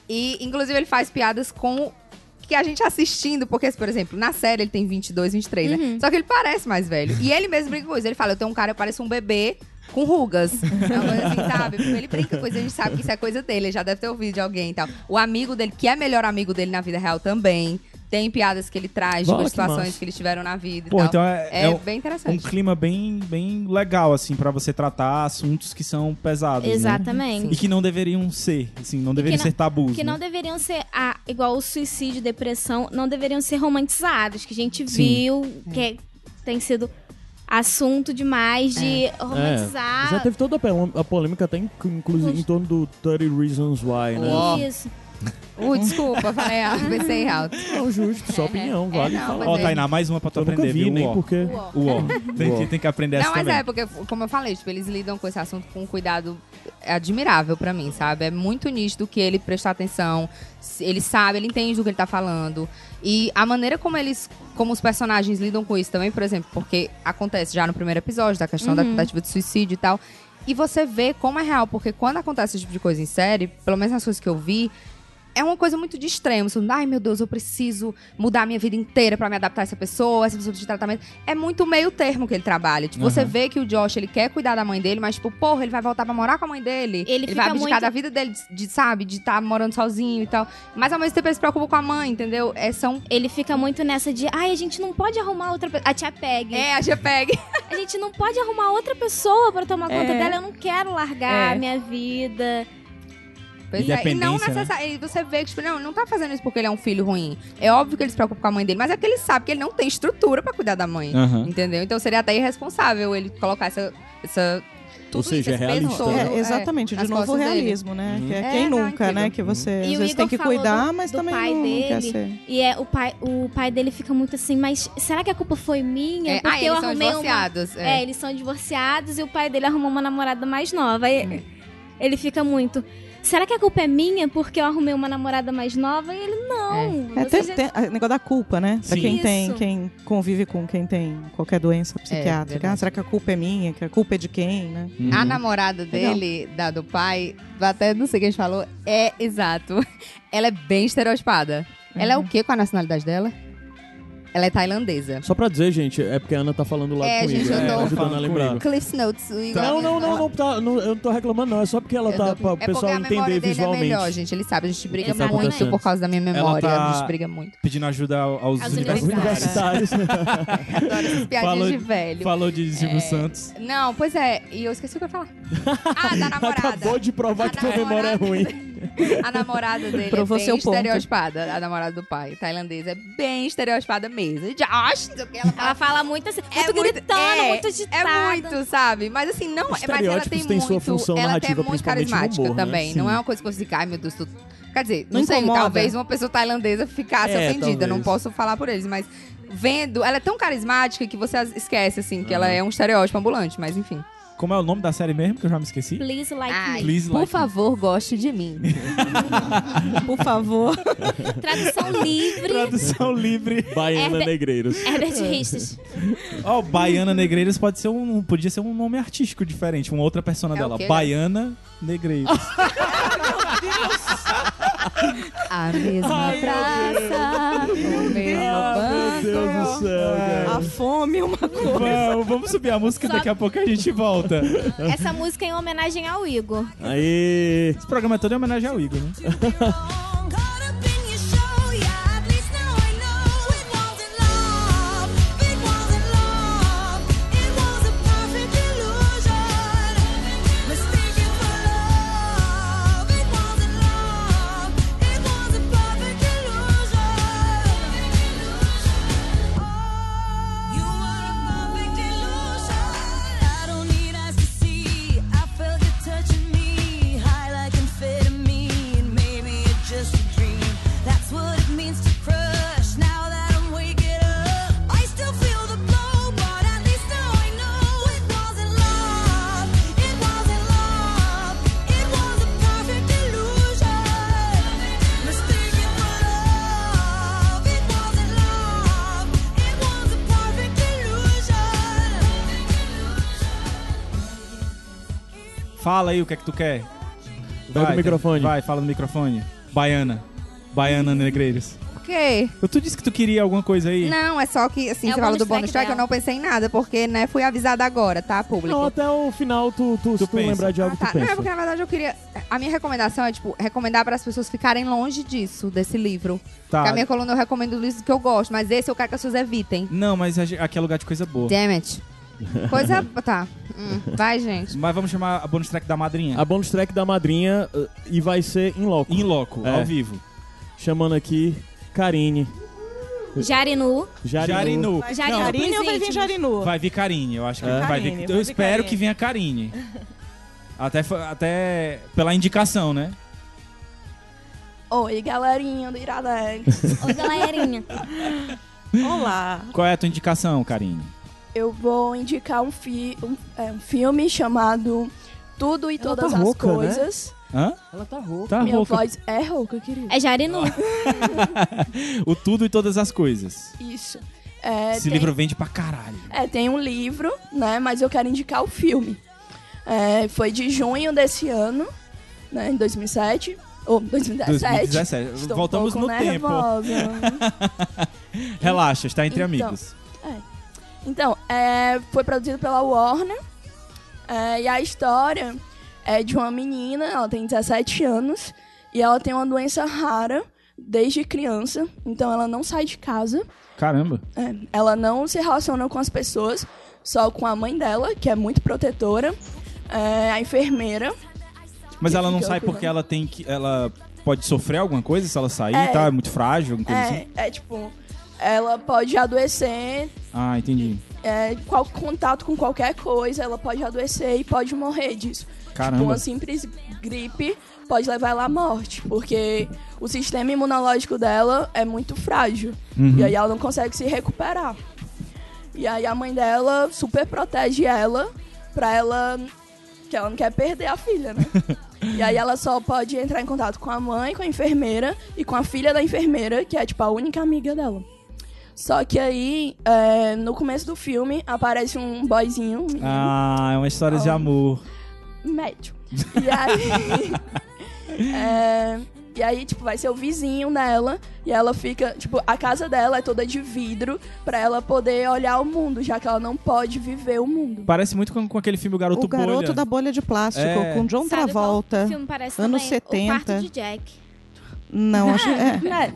Speaker 4: E, inclusive, ele faz piadas com o que a gente assistindo, porque, por exemplo, na série ele tem 22, 23,
Speaker 3: Uhum.
Speaker 4: né? Só que ele parece mais velho. E ele mesmo brinca com isso. Ele fala, eu tenho um cara, eu pareço um bebê com rugas. É uma coisa assim, sabe? Porque ele brinca com isso, a gente sabe que isso é coisa dele. Ele já deve ter ouvido de alguém e tal. O amigo dele, que é melhor amigo dele na vida real também, tem piadas que ele traz,
Speaker 3: Olha
Speaker 4: de
Speaker 3: que
Speaker 4: situações
Speaker 3: massa.
Speaker 4: que eles tiveram na vida
Speaker 2: Pô,
Speaker 4: e tal.
Speaker 2: então é,
Speaker 4: É,
Speaker 2: é um,
Speaker 4: bem
Speaker 2: um
Speaker 4: interessante.
Speaker 2: clima bem, bem legal, assim, pra você tratar assuntos que são pesados, né?
Speaker 6: Exatamente.
Speaker 2: E que não deveriam ser, assim, não deveriam
Speaker 6: não-
Speaker 2: ser tabus,
Speaker 6: Que
Speaker 2: né?
Speaker 6: não deveriam ser, ah, igual o suicídio, depressão, não deveriam ser romantizados, que a gente
Speaker 2: Sim.
Speaker 6: viu, que é- tem sido assunto demais de romantizar.
Speaker 3: Ah. Já teve toda a pelo- a polêmica até inclu- inclusive em torno do 30 Reasons Why, né?
Speaker 4: Ó.
Speaker 6: Isso.
Speaker 2: um
Speaker 4: Ui, Uh, desculpa, falei alto, pensei alto.
Speaker 3: Não, justo, sua opinião,
Speaker 4: É,
Speaker 3: vale
Speaker 4: não,
Speaker 3: falar. tá,
Speaker 4: mas
Speaker 2: Ó,
Speaker 4: é-
Speaker 2: Tainá, mais uma pra tu
Speaker 3: Eu nunca
Speaker 2: aprender,
Speaker 3: vi,
Speaker 2: viu?
Speaker 3: nem
Speaker 2: Uó.
Speaker 3: porque...
Speaker 2: Uó. Tem, que- tem que aprender essa
Speaker 4: Não, mas
Speaker 2: também.
Speaker 4: é, porque, como eu falei, tipo, eles lidam com esse assunto com um cuidado admirável pra mim, sabe? É muito nítido que ele prestar atenção, se- ele sabe, ele entende do que ele tá falando. E a maneira como eles, como os personagens lidam com isso também, por exemplo, porque acontece já no primeiro episódio da questão da tentativa de suicídio e tal. E você vê como é real, porque quando acontece esse tipo de coisa em série, pelo menos nas coisas que eu vi, é uma coisa muito de extremo. Você não, Ai, meu Deus, eu preciso mudar a minha vida inteira pra me adaptar a essa pessoa, essa pessoa de tratamento. É muito meio termo que ele trabalha. Tipo, você vê que o Josh, ele quer cuidar da mãe dele, mas tipo, porra, ele vai voltar pra morar com a mãe dele.
Speaker 6: Ele fica
Speaker 4: vai abdicar
Speaker 6: muito-
Speaker 4: da vida dele, de, de, sabe, de estar morando sozinho e tal. Mas ao mesmo tempo ele se preocupa com a mãe, entendeu? É, são...
Speaker 6: Ele fica muito nessa de, ai, a gente não pode arrumar outra pessoa. A tia Peg.
Speaker 4: É, a JPEG.
Speaker 6: A gente não pode arrumar outra pessoa pra tomar conta
Speaker 5: É.
Speaker 6: dela. Eu não quero largar
Speaker 4: É.
Speaker 6: a minha vida.
Speaker 4: Pois é. E não
Speaker 2: Independência, né?
Speaker 4: necessari- e Você vê que, tipo, não, ele não tá fazendo isso porque ele é um filho ruim. É óbvio que ele se preocupa com a mãe dele, mas é que ele sabe que ele não tem estrutura pra cuidar da mãe.
Speaker 3: Uhum.
Speaker 2: Aham.
Speaker 4: Entendeu? Então seria até irresponsável ele colocar essa. essa tudo
Speaker 3: Ou seja,
Speaker 4: isso,
Speaker 3: é
Speaker 4: esse peso
Speaker 3: realista,
Speaker 4: todo,
Speaker 3: né?
Speaker 4: é,
Speaker 10: É, exatamente,
Speaker 4: nas
Speaker 10: de novo o
Speaker 4: costas dele.
Speaker 10: realismo, né? Que é,
Speaker 4: É,
Speaker 10: quem
Speaker 4: não,
Speaker 10: nunca,
Speaker 4: incrível.
Speaker 10: né? Que você às
Speaker 6: E o
Speaker 10: vezes tem
Speaker 6: Igor
Speaker 10: que
Speaker 6: falou
Speaker 10: cuidar,
Speaker 6: do-
Speaker 10: mas
Speaker 6: do
Speaker 10: também
Speaker 6: pai
Speaker 10: não quer
Speaker 6: dele.
Speaker 10: ser.
Speaker 6: E é, o, pai, o pai dele fica muito assim, mas será que a culpa foi minha?
Speaker 4: É,
Speaker 6: Porque
Speaker 4: ah,
Speaker 6: eu
Speaker 4: eles são
Speaker 6: arrumei uma
Speaker 4: divorciados.
Speaker 6: É,
Speaker 4: É.
Speaker 6: eles são divorciados e o pai dele arrumou uma namorada mais nova. E
Speaker 4: Hum.
Speaker 6: Ele fica muito. Será que a culpa é minha porque eu arrumei uma namorada mais nova? E ele, não.
Speaker 10: É,
Speaker 6: você
Speaker 10: tem,
Speaker 6: já-
Speaker 10: tem- ah, negócio da culpa, né? Pra
Speaker 2: Sim.
Speaker 10: quem tem,
Speaker 6: Isso.
Speaker 10: quem convive com quem tem qualquer doença psiquiátrica.
Speaker 4: verdade.
Speaker 10: Ah, será que a culpa é minha? Que a culpa é de quem, né?
Speaker 3: Uhum.
Speaker 4: A namorada dele, da do pai, até não sei quem falou, é exato. Ela é bem estereotipada. Ela é o que com a nacionalidade dela? Ela é tailandesa.
Speaker 3: Só pra dizer, gente, é porque a Ana tá falando lá
Speaker 4: É,
Speaker 3: comigo.
Speaker 4: gente, eu
Speaker 3: né?
Speaker 4: tô-
Speaker 3: Tá ajudando a
Speaker 2: Falando
Speaker 3: lembrar.
Speaker 2: comigo.
Speaker 4: Cliff Notes. o Igor-
Speaker 3: Não, não, não, não, tá, não, eu não tô reclamando, não. É só porque ela
Speaker 4: Eu
Speaker 3: tá
Speaker 4: tô-
Speaker 3: pra o
Speaker 4: é
Speaker 3: pessoal
Speaker 4: porque a memória
Speaker 3: entender
Speaker 4: dele
Speaker 3: visualmente. é
Speaker 4: É melhor, gente. Ele sabe, a gente briga
Speaker 6: tá
Speaker 4: muito
Speaker 3: acontecendo?
Speaker 4: por causa da minha memória.
Speaker 2: tá-
Speaker 4: A gente briga muito.
Speaker 2: Pedindo ajuda ao- aos
Speaker 6: Aos
Speaker 3: Os
Speaker 2: universitários.
Speaker 3: universitários.
Speaker 4: Adoro essas piadinhas
Speaker 2: Falou-
Speaker 4: de velho.
Speaker 2: Falou de
Speaker 4: É.
Speaker 2: Silvio Santos.
Speaker 4: Não, pois é. E eu esqueci o que eu ia falar. Ah, da namorada.
Speaker 3: Acabou de provar
Speaker 4: A
Speaker 3: que tua memória é
Speaker 4: namorada
Speaker 3: ruim.
Speaker 4: dele- A namorada dele
Speaker 10: Provou
Speaker 4: é bem
Speaker 10: seu ponto.
Speaker 4: estereotipada. A namorada do pai tailandesa é bem estereotipada mesmo. Josh, não sei o que ela fala.
Speaker 6: Ela fala muito assim,
Speaker 4: É
Speaker 6: muito
Speaker 4: muito-
Speaker 6: gritando,
Speaker 4: é,
Speaker 6: muito agitada.
Speaker 4: É muito, sabe? Mas assim, não é. Mas ela tem
Speaker 3: Estereótipos têm
Speaker 4: muito.
Speaker 3: sua função
Speaker 4: ela é
Speaker 3: narrativa,
Speaker 4: muito
Speaker 3: principalmente no
Speaker 4: carismática
Speaker 3: humor, né?
Speaker 4: também.
Speaker 3: Sim.
Speaker 4: Não é uma coisa que você fica, ai meu Deus, tu. Quer dizer, não,
Speaker 10: Não
Speaker 4: sei,
Speaker 10: incomoda.
Speaker 4: talvez uma pessoa tailandesa ficasse
Speaker 3: É,
Speaker 4: ofendida. Não
Speaker 3: talvez.
Speaker 4: posso falar por eles, mas vendo. Ela é tão carismática que você as- esquece, assim, que ela é um estereótipo ambulante, mas enfim.
Speaker 2: Como é o nome da série mesmo que eu já me esqueci?
Speaker 6: Please like
Speaker 4: Ai,
Speaker 6: me.
Speaker 2: Please
Speaker 4: por
Speaker 2: Like Me.
Speaker 4: favor, goste de mim.
Speaker 10: Por favor.
Speaker 6: Tradução livre.
Speaker 2: Tradução livre.
Speaker 3: Baiana
Speaker 6: É,
Speaker 3: Negreiros.
Speaker 6: Herbert Richards.
Speaker 2: Ó, Baiana Negreiros pode ser um, podia ser um nome artístico diferente, uma outra persona
Speaker 4: É o
Speaker 2: dela.
Speaker 4: quê?
Speaker 2: Baiana Negreiros.
Speaker 4: A mesma praça, o
Speaker 3: Meu
Speaker 4: mesmo
Speaker 3: Deus
Speaker 4: banco.
Speaker 3: do céu, cara.
Speaker 10: A fome é uma coisa.
Speaker 2: vamos, vamos subir a música, daqui a pouco a gente volta.
Speaker 6: Essa música é em homenagem ao Igor.
Speaker 3: Aí.
Speaker 2: Esse programa é todo em homenagem ao Igor, né?
Speaker 5: Just a dream. That's what it means to crush. Now that I'm waking up, I still feel the blow, Oh, but at least now I know it wasn't love. It wasn't love. It was a perfect illusion. Mistaken for love. It wasn't love. It was a perfect illusion.
Speaker 2: Fala aí o que é que tu quer.
Speaker 3: Pega o microfone.
Speaker 2: Vai, fala no microfone. Baiana. Baiana Negreiros.
Speaker 4: O quê?
Speaker 2: Tu disse que tu queria alguma coisa aí?
Speaker 4: Não, é só que, assim,
Speaker 6: É o
Speaker 4: você fala do
Speaker 6: bonus
Speaker 4: bonus
Speaker 6: track
Speaker 4: track, eu
Speaker 6: dela.
Speaker 4: não pensei em nada, porque, né, fui avisada agora, tá, público?
Speaker 3: Não, até o final tu, tu, se tu
Speaker 2: pensa.
Speaker 3: lembrar de algo,
Speaker 4: Ah, tá.
Speaker 3: tu
Speaker 4: Não, é
Speaker 3: pensa.
Speaker 4: porque na verdade eu queria. A minha recomendação é, tipo, recomendar para as pessoas ficarem longe disso, desse livro. Porque
Speaker 2: Tá.
Speaker 4: a minha coluna eu recomendo livros que eu gosto, mas esse eu quero que as pessoas evitem.
Speaker 2: Não, mas a ge- aqui é lugar de coisa boa.
Speaker 4: Damn it. Coisa. tá. Hum, vai, gente.
Speaker 2: Mas vamos chamar a bonus track da madrinha.
Speaker 3: A bonus track da madrinha uh, e vai ser em loco.
Speaker 2: Em loco,
Speaker 3: É.
Speaker 2: ao vivo.
Speaker 3: Chamando aqui Karine.
Speaker 6: Jarinu.
Speaker 3: Jarinu.
Speaker 2: Jarinu.
Speaker 6: Jarinu.
Speaker 2: Não,
Speaker 10: Carine ou vai vir
Speaker 6: íntimos.
Speaker 10: Jarinu?
Speaker 2: vai vir Karine, eu acho que
Speaker 3: É.
Speaker 2: vai
Speaker 10: Karine,
Speaker 2: vir.
Speaker 10: vai
Speaker 2: Eu
Speaker 10: vir
Speaker 2: espero
Speaker 10: Karine.
Speaker 2: que venha Karine. Até, fa- até pela indicação, né?
Speaker 1: Oi, galerinha do Iradex.
Speaker 6: Ô, galerinha.
Speaker 10: Olá.
Speaker 2: Qual é a tua indicação, Karine?
Speaker 1: Eu vou indicar um, fi um, é, um filme chamado Tudo e
Speaker 3: Ela
Speaker 1: Todas
Speaker 3: tá rouca, né?
Speaker 1: as Coisas.
Speaker 2: Hã?
Speaker 3: Ela tá rouca.
Speaker 2: Tá
Speaker 1: Minha
Speaker 2: rouca.
Speaker 1: voz é rouca, querido.
Speaker 6: É Jarinu.
Speaker 2: O tudo e todas as coisas.
Speaker 1: Isso. É,
Speaker 2: Esse
Speaker 1: tem,
Speaker 2: livro vende pra caralho.
Speaker 1: é, tem um livro, né? Mas eu quero indicar o filme. É, foi de junho desse ano, né? Em 2007. Ou 2017.
Speaker 2: 2017.
Speaker 1: Estou um
Speaker 2: Voltamos
Speaker 1: pouco
Speaker 2: no tempo.
Speaker 1: nervosa.
Speaker 2: Relaxa, está entre
Speaker 1: Então.
Speaker 2: amigos.
Speaker 1: Então, é, foi produzido pela Warner. é, e a história é de uma menina, ela tem 17 anos, e ela tem uma doença rara desde criança. Então ela não sai de casa,
Speaker 2: Caramba.
Speaker 1: é, ela não se relaciona com as pessoas, só com a mãe dela, que é muito protetora, é, a enfermeira.
Speaker 2: Mas Mas ela não
Speaker 5: fica
Speaker 2: sai porque
Speaker 5: ocultando.
Speaker 2: ela tem que. Ela pode sofrer alguma coisa se ela sair,
Speaker 5: É.
Speaker 2: tá? É muito frágil, alguma coisa assim.
Speaker 5: É, é tipo, ela pode adoecer,
Speaker 2: Ah, entendi.
Speaker 5: é, qual, contato com qualquer coisa, ela pode adoecer e pode morrer disso.
Speaker 2: Caramba.
Speaker 5: Tipo, uma simples gripe pode levar ela à morte, porque o sistema imunológico dela é muito frágil. E aí ela não consegue se recuperar. E aí a mãe dela super protege ela pra ela. que ela não quer perder a filha, né? e aí ela só pode entrar em contato com a mãe, com a enfermeira e com a filha da enfermeira, que é tipo a única amiga dela. Só que aí, é, no começo do filme, aparece um boyzinho,
Speaker 1: Uhum.
Speaker 5: um menino
Speaker 2: Ah, é uma história de
Speaker 5: Ah.
Speaker 2: amor.
Speaker 5: médio. E aí. é, e aí, tipo, vai ser o vizinho dela. E ela fica. Tipo, a casa dela é toda de vidro pra ela poder olhar o mundo, já que ela não pode viver o mundo.
Speaker 2: Parece muito com, com aquele filme O Garoto,
Speaker 11: o garoto
Speaker 2: Bolha.
Speaker 11: da bolha de plástico
Speaker 2: É.
Speaker 11: com John
Speaker 6: Sabe qual
Speaker 11: Travolta.
Speaker 6: filme parece
Speaker 11: anos
Speaker 6: também?
Speaker 11: 70.
Speaker 6: O quarto de Jack.
Speaker 11: Não, acho é.
Speaker 5: Né?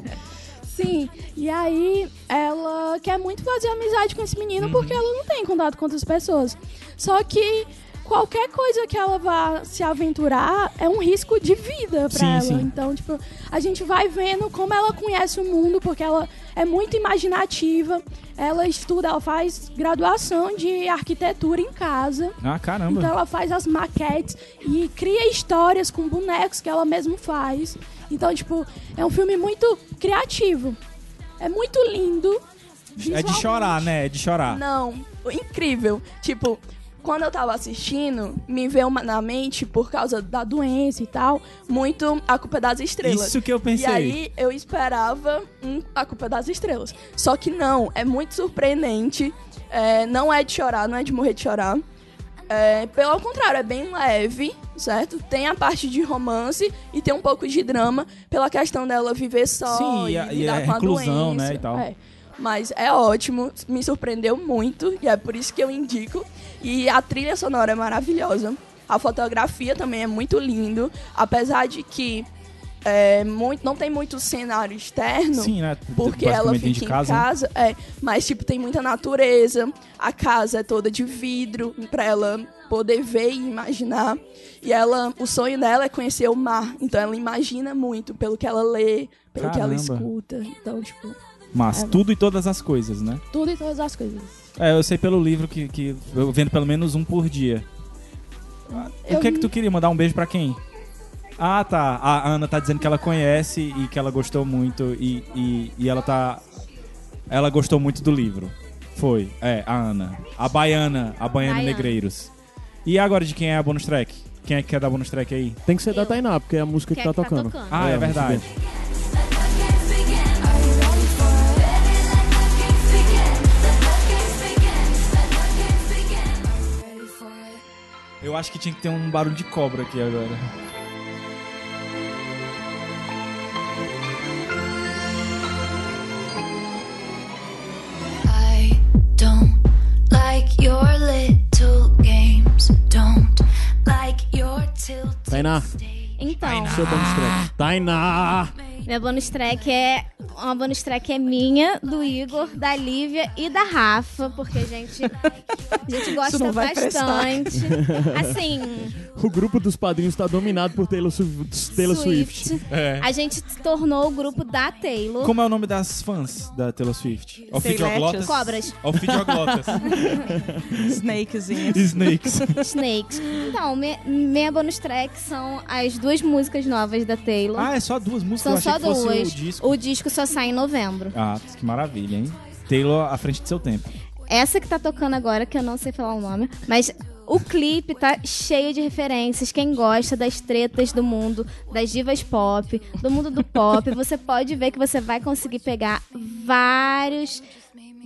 Speaker 5: Sim, e aí ela quer muito fazer amizade com esse menino porque ela não tem contato com outras pessoas. Só que qualquer coisa que ela vá se aventurar é um risco de vida pra
Speaker 2: Sim,
Speaker 5: ela.
Speaker 2: sim.
Speaker 5: Então, tipo, a gente vai vendo como ela conhece o mundo porque ela é muito imaginativa. Ela estuda, ela faz graduação de arquitetura em casa.
Speaker 2: Ah, caramba.
Speaker 5: Então ela faz as maquetes e cria histórias com bonecos que ela mesma faz. Então, tipo, é um filme muito criativo. É muito lindo.
Speaker 2: é de
Speaker 5: visualmente.
Speaker 2: chorar, né? É de chorar.
Speaker 5: Não, incrível. Tipo, quando eu tava assistindo, me veio uma- na mente, por causa da doença e tal, muito A Culpa é das Estrelas.
Speaker 2: Isso que eu
Speaker 5: E
Speaker 2: pensei.
Speaker 5: aí eu esperava um A Culpa é das Estrelas. Só que não, é muito surpreendente. É, não é de chorar, não é de morrer de chorar. É, pelo contrário, é bem leve, certo? Tem a parte de romance e tem um pouco de drama pela questão dela viver só
Speaker 2: Sim,
Speaker 5: e,
Speaker 2: e a- e
Speaker 5: lidar
Speaker 2: a
Speaker 5: com a
Speaker 2: reclusão,
Speaker 5: doença.
Speaker 2: né, e tal.
Speaker 5: É. Mas é ótimo, me surpreendeu muito e é por isso que eu indico. E a trilha sonora é maravilhosa. A fotografia também é muito lindo, apesar de que é, muito, não tem muito cenário externo.
Speaker 2: Sim, né?
Speaker 5: Porque ela
Speaker 2: Basicamente
Speaker 5: fica
Speaker 2: dentro de casa.
Speaker 5: em
Speaker 2: né?
Speaker 5: casa, é, mas tipo tem muita natureza, a casa é toda de vidro pra ela poder ver e imaginar. E ela, o sonho dela é conhecer o mar, então ela imagina muito pelo que ela lê, pelo que
Speaker 2: Caramba.
Speaker 5: ela escuta, então tipo
Speaker 2: Mas tudo e todas as coisas, né?
Speaker 5: tudo e todas as coisas.
Speaker 2: É, eu sei pelo livro que, que eu vendo pelo menos um por dia. Ah, O
Speaker 5: Eu
Speaker 2: que é que tu queria? Mandar um beijo pra quem? Ah, tá. A Ana tá dizendo que ela conhece e que ela gostou muito e, e, e ela tá... Ela gostou muito do livro. Foi. É, a Ana. A Baiana. A Baiana,
Speaker 6: Baiana.
Speaker 2: Negreiros. E agora de quem é a bonus track? Quem é que quer dar bonus track aí?
Speaker 3: Tem que ser da
Speaker 6: Eu.
Speaker 3: Tainá, porque é a música que,
Speaker 6: Que é
Speaker 3: tá,
Speaker 6: que tá
Speaker 3: tocando.
Speaker 6: tocando.
Speaker 2: Ah, é,
Speaker 3: muito
Speaker 2: verdade.
Speaker 3: bem.
Speaker 2: Eu acho que tinha que ter um barulho de cobra aqui agora.
Speaker 12: I don't like your little games. Don't like your tilt.
Speaker 3: Tainá,
Speaker 6: Então,
Speaker 3: seu bonus track. Tainá!
Speaker 6: minha bonus track é. Uma bonus track é minha, do Igor, da Lívia e da Rafa, porque a gente, a gente
Speaker 11: Isso
Speaker 6: gosta
Speaker 11: não vai
Speaker 6: bastante. Assim,
Speaker 3: O grupo dos padrinhos tá dominado por Taylor, Su- Taylor Swift. É.
Speaker 6: A gente se tornou o grupo da Taylor.
Speaker 2: Como é o nome das fãs da Taylor Swift? Ofidioglotas?
Speaker 6: Cobras,
Speaker 2: Ofidioglotas.
Speaker 11: Snakezinho.
Speaker 2: Snakes.
Speaker 6: Snakes. Então, me- minha bonus track são as duas músicas novas da Taylor.
Speaker 2: Ah, é só duas músicas?
Speaker 6: são
Speaker 2: Eu achei
Speaker 6: só
Speaker 2: que fosse
Speaker 6: duas.
Speaker 2: o disco.
Speaker 6: só sai em novembro.
Speaker 2: Ah, que maravilha, hein? Taylor à frente do seu tempo.
Speaker 6: Essa que tá tocando agora, que eu não sei falar o nome, mas o clipe tá cheio de referências. Quem gosta das tretas do mundo, das divas pop, do mundo do pop, você pode ver que você vai conseguir pegar vários.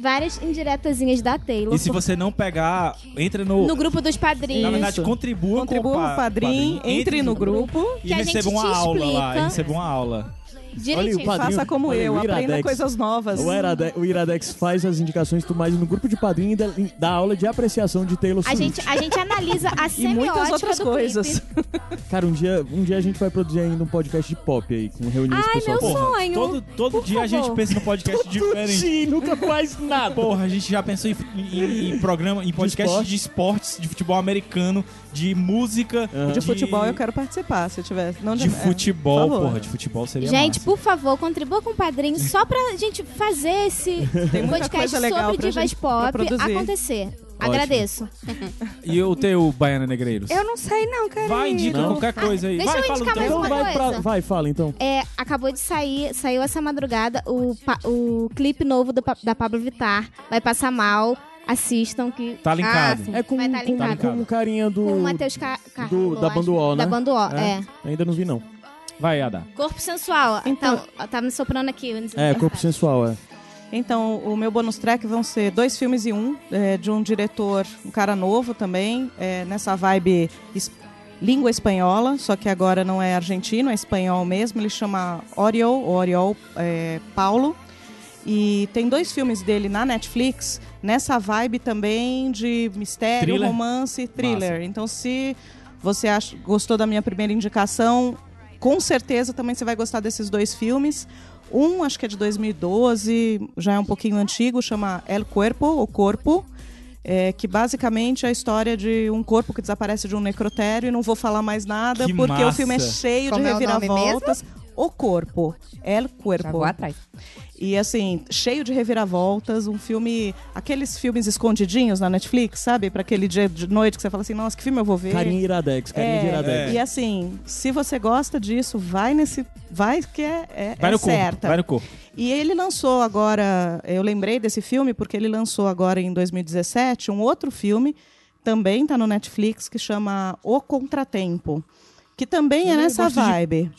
Speaker 6: Várias indiretazinhas da Taylor.
Speaker 2: E se você não pegar, entra no...
Speaker 6: No grupo dos padrinhos.
Speaker 2: na verdade, contribua,
Speaker 11: Contribua
Speaker 2: com
Speaker 11: com
Speaker 2: o pa-
Speaker 11: padrinho, entre no grupo.
Speaker 2: E
Speaker 6: Que a
Speaker 2: receba
Speaker 6: gente
Speaker 2: uma
Speaker 6: te
Speaker 2: aula lá.
Speaker 6: explica.
Speaker 2: E receba uma aula.
Speaker 3: Olha
Speaker 6: Direitinho.
Speaker 3: o padrinho.
Speaker 5: Faça como
Speaker 3: Olha,
Speaker 5: eu,
Speaker 3: o
Speaker 5: aprenda
Speaker 3: Iradex.
Speaker 5: coisas novas.
Speaker 3: O Iradex, o Iradex faz as indicações tu mais no grupo de padrinho e dá, dá aula de apreciação de Taylor
Speaker 6: A
Speaker 3: Swift.
Speaker 6: gente, a gente analisa
Speaker 5: E
Speaker 6: a
Speaker 5: muitas
Speaker 6: semiótica
Speaker 5: outras
Speaker 6: do clipe.
Speaker 5: coisas.
Speaker 3: Cara, um dia, um dia a gente vai produzir ainda um podcast de pop aí, com reunião de
Speaker 6: Ai,
Speaker 3: pessoal.
Speaker 6: meu sonho.
Speaker 2: Todo, todo dia a gente
Speaker 6: favor.
Speaker 2: pensa num podcast diferente.
Speaker 3: Sim, nunca faz nada.
Speaker 2: Porra, a gente já pensou em, em- em programa, em podcast
Speaker 3: esporte.
Speaker 2: de esportes, de futebol americano, de música,
Speaker 5: De futebol eu quero participar, se eu tiver. Não
Speaker 2: De
Speaker 5: é,
Speaker 2: futebol,
Speaker 5: por favor.
Speaker 2: porra, de futebol seria
Speaker 6: Gente,
Speaker 2: massa.
Speaker 6: por favor, contribua com o padrinho só pra gente fazer esse
Speaker 5: Tem muita
Speaker 6: podcast
Speaker 5: coisa legal
Speaker 6: sobre
Speaker 5: pra
Speaker 6: divas
Speaker 5: gente- pra
Speaker 6: pop
Speaker 5: produzir.
Speaker 6: acontecer. Agradeço.
Speaker 2: E o teu Baiana Negreiros?
Speaker 4: Eu não sei, não, cara.
Speaker 2: Vai, indica
Speaker 3: Não.
Speaker 2: qualquer coisa aí.
Speaker 6: Deixa
Speaker 2: vai,
Speaker 6: eu
Speaker 2: fala
Speaker 6: indicar
Speaker 2: do
Speaker 6: mais
Speaker 2: teu.
Speaker 3: Então
Speaker 6: uma
Speaker 3: vai pra.
Speaker 6: coisa.
Speaker 3: Vai, fala então.
Speaker 6: É, acabou de sair, saiu essa madrugada o, pa- o clipe novo do Pa- da Pablo Vittar. Vai passar mal, assistam que
Speaker 2: Tá linkado.
Speaker 4: Ah, sim.
Speaker 3: É com,
Speaker 6: Vai tá
Speaker 3: com,
Speaker 6: linkado.
Speaker 3: com um carinha do.
Speaker 6: com o Matheus Ca Carlo,
Speaker 3: do- da
Speaker 6: acho.
Speaker 3: Banduol, né?
Speaker 6: Da Banduol, é.
Speaker 3: Ainda não vi, não.
Speaker 2: Vai, Ada.
Speaker 6: Corpo sensual.
Speaker 5: Então-
Speaker 6: Então, tá, me soprando aqui. eu não sei
Speaker 3: É,
Speaker 6: se
Speaker 3: corpo
Speaker 6: sabe.
Speaker 3: sensual, é.
Speaker 5: Então, o meu bônus track vão ser dois filmes e um, é, de um diretor, um cara novo também, é, nessa vibe es- língua espanhola, só que agora não é argentino, é espanhol mesmo. Ele chama Oriol, ou Oriol é, Paulo. E tem dois filmes dele na Netflix, nessa vibe também de mistério,
Speaker 2: Thriller?
Speaker 5: romance, thriller. Então, se você acha, gostou da minha primeira indicação, com certeza também você vai gostar desses dois filmes. Um, acho que é de 2012, já é um pouquinho antigo, chama El Cuerpo, O Corpo, é, que basicamente é a história de um corpo que desaparece de um necrotério, e não vou falar mais nada,
Speaker 2: Que
Speaker 5: porque o filme é
Speaker 2: massa.
Speaker 5: cheio
Speaker 4: Como
Speaker 5: de
Speaker 4: é o nome
Speaker 5: reviravoltas. o Corpo, El
Speaker 4: Já
Speaker 5: Cuerpo.
Speaker 4: vou atrás.
Speaker 5: E assim, cheio de reviravoltas, um filme, aqueles filmes escondidinhos na Netflix, sabe? Para aquele dia de noite que você fala assim, nossa, que filme eu vou ver? É.
Speaker 3: Carinha Iradex, carinha
Speaker 6: É.
Speaker 3: de Iradex.
Speaker 5: E assim, se você gosta disso, vai nesse. Vai que é, é,
Speaker 2: Vai
Speaker 5: é
Speaker 2: no corpo.
Speaker 5: certa.
Speaker 2: Vai no corpo.
Speaker 5: E ele lançou agora, eu lembrei desse filme porque ele lançou agora em 2017 um outro filme, também tá no Netflix, que chama O Contratempo. Que também é
Speaker 2: Hum, Eu
Speaker 5: nessa
Speaker 2: gosto de-
Speaker 5: vibe.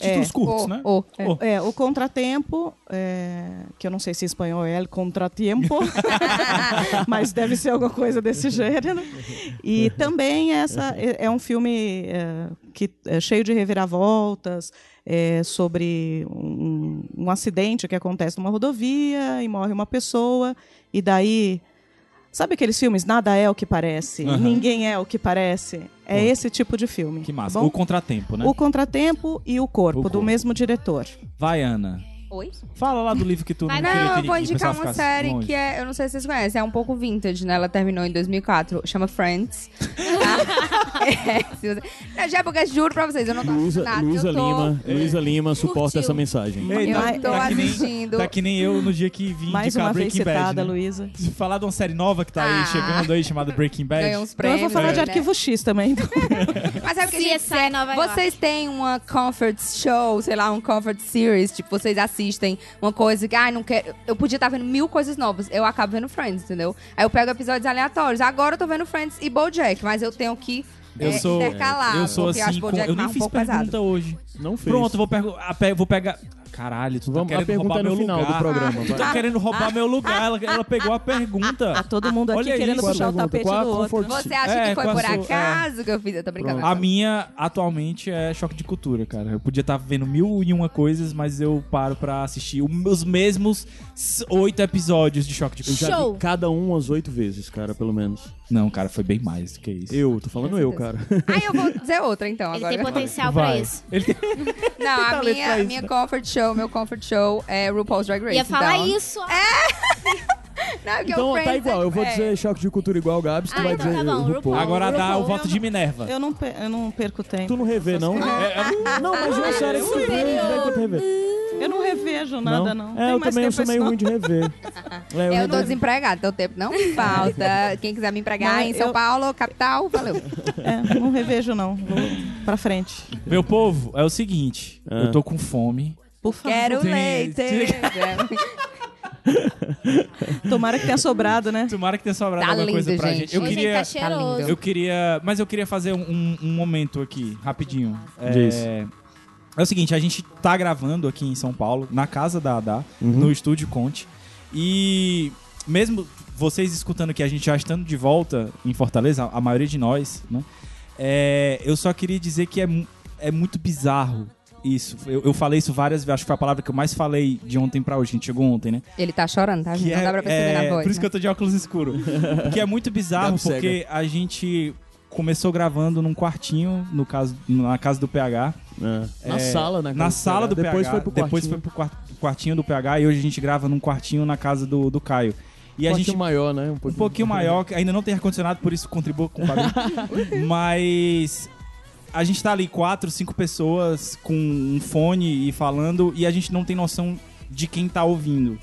Speaker 2: Títulos curtos,
Speaker 4: Ô,
Speaker 2: né?
Speaker 4: ô, é.
Speaker 2: Ô.
Speaker 5: É, o Contratempo, é, que eu não sei se em espanhol é El Contratempo, mas deve ser alguma coisa desse gênero. E também essa é é um filme é, que é cheio de reviravoltas, é, sobre um, um acidente que acontece numa rodovia e morre uma pessoa, e daí. Sabe aqueles filmes Nada é o que parece,
Speaker 2: Aham.
Speaker 5: ninguém é o que parece? É
Speaker 2: Pô.
Speaker 5: esse tipo de filme.
Speaker 2: Que
Speaker 5: tá
Speaker 2: massa.
Speaker 5: bom?
Speaker 2: O contratempo, né?
Speaker 5: O Contratempo e o Corpo,
Speaker 2: O
Speaker 5: do
Speaker 2: Corpo.
Speaker 5: mesmo diretor.
Speaker 2: Vai, Ana.
Speaker 4: Oi?
Speaker 2: Fala lá do livro que tu não,
Speaker 6: Vai,
Speaker 2: queria
Speaker 4: Não,
Speaker 2: que
Speaker 4: eu vou
Speaker 2: o pessoal
Speaker 4: indicar uma
Speaker 2: ficasse
Speaker 4: série
Speaker 2: longe.
Speaker 4: que é, eu não sei se vocês conhecem, é um pouco vintage, né? Ela terminou em 2004, chama Friends. é, se você- não, já é porque juro pra vocês, eu não tô assistindo
Speaker 3: Luísa,
Speaker 4: nada.
Speaker 3: Luísa
Speaker 4: eu tô,
Speaker 3: Lima, Luísa Lima suporta
Speaker 6: Curtiu.
Speaker 3: essa mensagem.
Speaker 2: Ei,
Speaker 4: Eu
Speaker 2: tá,
Speaker 4: tô
Speaker 2: tá que nem,
Speaker 4: assistindo.
Speaker 2: tá que nem eu no dia que vim
Speaker 5: Mais
Speaker 2: indicar
Speaker 5: uma vez
Speaker 2: Breaking
Speaker 5: citada,
Speaker 2: Bad, né?
Speaker 5: Luísa.
Speaker 2: Se falar de uma série nova que tá aí
Speaker 4: Ah.
Speaker 2: chegando aí, chamada Breaking Bad.
Speaker 4: Ganhou uns
Speaker 5: Então eu
Speaker 4: prêmios.
Speaker 5: vou falar de
Speaker 4: né?
Speaker 5: Arquivo X também. então.
Speaker 4: Mas sabe o que a gente
Speaker 6: CSI
Speaker 4: quer?
Speaker 6: Nova York.
Speaker 4: Vocês têm uma comfort show, sei lá, um comfort series, tipo, vocês assistem uma coisa que, ai, não quero. Eu podia estar vendo mil coisas novas. Eu acabo vendo Friends, entendeu? Aí eu pego episódios aleatórios. Agora eu tô vendo Friends e BoJack, mas eu tenho que
Speaker 2: Eu
Speaker 4: é,
Speaker 2: sou,
Speaker 4: intercalar.
Speaker 2: eu sou
Speaker 4: porque eu
Speaker 2: assim,
Speaker 4: acho
Speaker 2: com-
Speaker 4: BoJack
Speaker 2: eu nem
Speaker 4: Horseman um
Speaker 2: fiz
Speaker 4: pouco
Speaker 2: pergunta
Speaker 4: pesado.
Speaker 2: hoje.
Speaker 3: Não fez.
Speaker 2: Pronto, vou, pergu- a pe- vou pegar. Caralho, tu
Speaker 3: Vamos,
Speaker 2: tá
Speaker 3: a
Speaker 2: querendo
Speaker 3: pergunta
Speaker 2: roubar
Speaker 3: é no
Speaker 2: meu
Speaker 3: final
Speaker 2: lugar.
Speaker 3: do programa.
Speaker 2: Tu
Speaker 3: vai.
Speaker 2: tá querendo roubar meu lugar. Ela, ela pegou a pergunta.
Speaker 5: Tá todo mundo aqui
Speaker 2: Olha
Speaker 5: querendo
Speaker 2: isso,
Speaker 5: puxar o
Speaker 3: pergunta.
Speaker 5: tapete
Speaker 3: Qual a
Speaker 5: do outro.
Speaker 3: comfort-
Speaker 4: Você acha
Speaker 2: É,
Speaker 4: que foi
Speaker 2: com a
Speaker 4: por
Speaker 2: sua-
Speaker 4: acaso que eu fiz? Eu tô brincando.
Speaker 2: A minha atualmente é choque de cultura, cara. Eu podia estar vendo mil e uma coisas, mas eu paro pra assistir o- os mesmos s- oito episódios de choque de
Speaker 3: Eu
Speaker 2: cultura.
Speaker 3: já
Speaker 6: Show.
Speaker 3: vi cada um umas oito vezes, cara, pelo menos.
Speaker 2: Não, cara, foi bem mais do que isso.
Speaker 3: Eu, tô falando eu, cara.
Speaker 4: Aí eu vou dizer outra, então,
Speaker 6: Ele
Speaker 4: agora.
Speaker 6: tem potencial
Speaker 2: Vai.
Speaker 6: pra isso.
Speaker 4: Não, a
Speaker 2: talento pra
Speaker 4: minha,
Speaker 2: isso,
Speaker 4: minha
Speaker 2: né?
Speaker 4: comfort show, meu comfort show é RuPaul's Drag Race.
Speaker 6: Ia falar
Speaker 4: então.
Speaker 6: isso.
Speaker 4: Não, porque o
Speaker 3: Então tá
Speaker 4: Friends
Speaker 3: igual,
Speaker 4: é-
Speaker 3: eu vou
Speaker 4: é.
Speaker 3: dizer choque de cultura igual o Gabs, tu
Speaker 6: Ah,
Speaker 3: vai
Speaker 6: então
Speaker 3: dizer
Speaker 6: tá bom,
Speaker 3: RuPaul.
Speaker 6: RuPaul.
Speaker 2: Agora dá o
Speaker 6: RuPaul.
Speaker 2: voto de Minerva.
Speaker 5: Eu não, pe- eu não perco tempo.
Speaker 3: Tu não revê, não? É, Não, mas é sério, que tu vê, tu vai quando rever.
Speaker 5: Eu não revejo nada, não.
Speaker 3: É,
Speaker 5: Tem
Speaker 3: eu
Speaker 5: mais
Speaker 3: também eu
Speaker 5: tempo
Speaker 3: sou
Speaker 5: esse
Speaker 3: meio
Speaker 5: não.
Speaker 3: ruim de rever. É,
Speaker 4: Eu
Speaker 3: revejo.
Speaker 4: tô desempregada, teu tempo não falta. Quem quiser me empregar
Speaker 5: Não,
Speaker 4: em São
Speaker 5: eu-
Speaker 4: Paulo, capital, valeu.
Speaker 5: É, não revejo, não. Vou pra frente.
Speaker 2: Meu povo, é o seguinte.
Speaker 3: Ah.
Speaker 2: Eu tô com fome.
Speaker 5: Por favor.
Speaker 4: Quero
Speaker 2: Tem-
Speaker 4: leite.
Speaker 5: Tomara que tenha sobrado, né?
Speaker 2: Tomara que tenha sobrado
Speaker 4: Tá
Speaker 2: alguma
Speaker 4: lindo,
Speaker 2: coisa pra gente.
Speaker 4: gente.
Speaker 2: Eu
Speaker 6: Hoje ele
Speaker 2: queria...
Speaker 6: tá cheiroso.
Speaker 2: Eu queria. Mas eu queria fazer um- um, um momento aqui, rapidinho.
Speaker 3: Diz.
Speaker 2: É, é o seguinte, a gente tá gravando aqui em São Paulo, na casa da Adá, no estúdio Conte. E mesmo vocês escutando que a gente já estando de volta em Fortaleza, a maioria de nós, né? é, eu só queria dizer que é, mu- é muito bizarro Isso, eu, eu falei isso várias vezes, acho que foi a palavra que eu mais falei de ontem pra hoje, a gente chegou ontem, né?
Speaker 4: Ele tá chorando, tá? gente? Não dá pra perceber na voz.
Speaker 2: é, Por isso que
Speaker 4: né?
Speaker 2: eu tô de óculos escuro. que é muito bizarro,
Speaker 3: Dá pro
Speaker 2: porque a gente começou gravando num quartinho, no caso, na casa do PH.
Speaker 3: Na
Speaker 2: É,
Speaker 3: sala, né?
Speaker 2: Na sala do
Speaker 3: Depois
Speaker 2: PH.
Speaker 3: foi pro
Speaker 2: Depois foi
Speaker 3: quartinho.
Speaker 2: pro quar- quartinho do PH e hoje a gente grava num quartinho na casa do, do Caio. E a
Speaker 3: Quartinho
Speaker 2: gente
Speaker 3: maior, né?
Speaker 2: um pouquinho maior, que ainda não tem ar-condicionado, por isso contribua com o pagamento. Mas a gente tá ali, quatro, cinco pessoas com um fone e falando, e a gente não tem noção de quem tá ouvindo.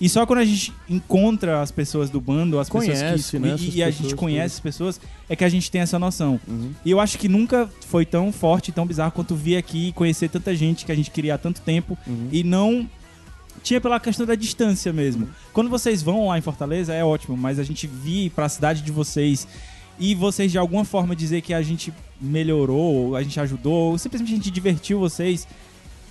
Speaker 2: E só quando a gente encontra as pessoas do bando, as pessoas
Speaker 3: Conhece,
Speaker 2: que.
Speaker 3: né,
Speaker 2: e-
Speaker 3: essas
Speaker 2: e, a
Speaker 3: pessoas
Speaker 2: gente
Speaker 3: todas. Uhum.
Speaker 2: conhece as pessoas, é que a gente tem essa noção. E eu acho que nunca foi tão forte, tão bizarro quanto vir aqui e conhecer tanta gente que a gente queria há tanto tempo
Speaker 3: Uhum.
Speaker 2: e não. Tinha pela questão da distância mesmo. Quando vocês vão lá em Fortaleza, é ótimo, mas a gente vir pra cidade de vocês e vocês de alguma forma dizer que a gente melhorou, ou a gente ajudou, ou simplesmente a gente divertiu vocês,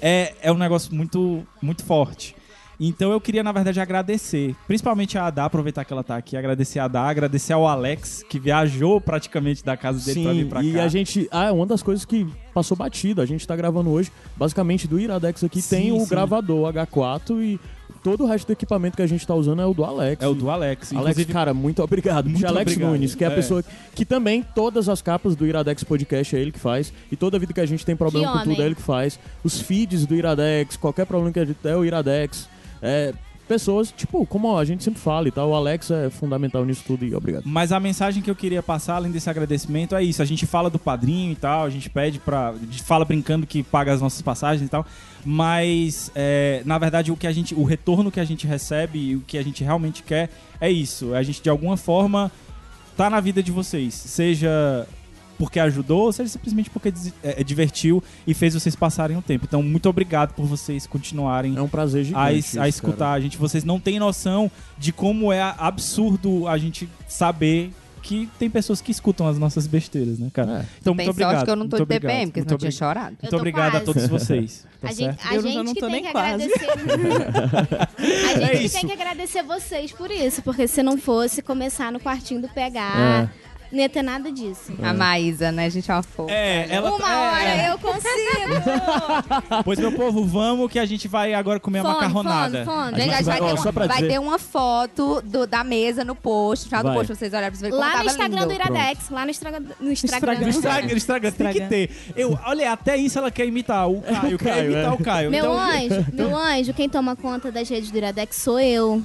Speaker 2: é, é um negócio muito, muito forte. Então eu queria, na verdade, agradecer, principalmente a Adá, aproveitar que ela tá aqui, agradecer a Adá, agradecer ao Alex, que viajou praticamente da casa dele pra vir
Speaker 3: Sim,
Speaker 2: pra
Speaker 3: e
Speaker 2: cá.
Speaker 3: a gente. Ah, é uma das coisas que passou batido. A gente tá gravando hoje. Basicamente, do Iradex aqui
Speaker 2: Sim,
Speaker 3: tem o
Speaker 2: sim.
Speaker 3: gravador H4 e todo o resto do equipamento que a gente tá usando é o do Alex.
Speaker 2: É o do Alex.
Speaker 3: Alex,
Speaker 2: Inclusive,
Speaker 3: cara, muito obrigado.
Speaker 2: Muito
Speaker 3: Muito Alex
Speaker 2: obrigado.
Speaker 3: Nunes, que é a
Speaker 2: É.
Speaker 3: pessoa que também todas as capas do Iradex Podcast é ele que faz. E toda vida que a gente tem problema
Speaker 6: Que
Speaker 3: com tudo
Speaker 6: homem.
Speaker 3: é ele que faz. Os feeds do Iradex, qualquer problema que a gente tem é o Iradex. É, pessoas, tipo, como a gente sempre fala e tal, o Alex é fundamental nisso tudo e obrigado.
Speaker 2: Mas a mensagem que eu queria passar, além desse agradecimento, é isso. A gente fala do padrinho e tal, a gente pede pra. A gente fala brincando que paga as nossas passagens e tal. Mas, é, na verdade, o que a gente. O retorno que a gente recebe e o que a gente realmente quer é isso. A gente, de alguma forma, tá na vida de vocês. Seja porque ajudou, seja simplesmente porque des- é, é, divertiu e fez vocês passarem o tempo. Então, muito obrigado por vocês continuarem
Speaker 3: É um prazer gigante.
Speaker 2: a,
Speaker 3: isso,
Speaker 2: es- a
Speaker 3: cara.
Speaker 2: escutar a gente. Vocês não têm noção de como é absurdo a gente saber que tem pessoas que escutam as nossas besteiras, né, cara?
Speaker 3: É.
Speaker 2: Então,
Speaker 4: Tem
Speaker 2: muito obrigado.
Speaker 4: sorte que eu não tô
Speaker 2: muito
Speaker 4: de TPM,
Speaker 2: obrigado,
Speaker 4: porque
Speaker 2: muito
Speaker 4: senão eu tinha
Speaker 2: obrigado.
Speaker 4: chorado.
Speaker 6: Eu
Speaker 2: Muito
Speaker 6: tô
Speaker 2: obrigado a
Speaker 6: quase.
Speaker 2: todos vocês. Tá
Speaker 6: a
Speaker 2: certo?
Speaker 6: gente, a
Speaker 5: Eu já
Speaker 6: gente
Speaker 5: não
Speaker 6: que
Speaker 5: tô
Speaker 6: tem
Speaker 5: nem
Speaker 6: que
Speaker 5: quase.
Speaker 6: agradecer. a gente
Speaker 2: É
Speaker 6: que
Speaker 2: isso.
Speaker 6: tem que agradecer vocês por isso, porque se não fosse começar no quartinho do PH,
Speaker 3: É.
Speaker 6: não ia ter nada disso.
Speaker 4: A Maísa, né? A gente é uma fofa.
Speaker 2: É, ela
Speaker 6: tá Uma hora
Speaker 2: é,
Speaker 6: eu consigo!
Speaker 2: Pois, meu povo, vamos que a gente vai agora comer a
Speaker 6: Fone,
Speaker 2: macarronada.
Speaker 6: fone, fone.
Speaker 2: A gente
Speaker 4: Gente,
Speaker 2: vai-
Speaker 4: vai, ter,
Speaker 3: ó,
Speaker 4: uma-
Speaker 3: só pra
Speaker 4: vai
Speaker 3: dizer-
Speaker 4: ter uma foto do- da mesa no post, no final do
Speaker 3: Vai.
Speaker 4: post, pra vocês olharem pra vocês verem como
Speaker 6: Lá
Speaker 4: tava
Speaker 6: no Instagram
Speaker 4: lindo.
Speaker 6: do Iradex, lá no, estraga, no
Speaker 2: No
Speaker 6: Instagram.
Speaker 2: Instagram, Instagram, tem que
Speaker 5: Instagram.
Speaker 2: ter. Eu, olha, até isso ela quer imitar o Caio. quer
Speaker 3: Caio,
Speaker 2: imitar
Speaker 3: é.
Speaker 2: o Caio.
Speaker 6: Meu
Speaker 2: então,
Speaker 6: anjo, meu anjo, quem toma conta das redes do Iradex sou eu.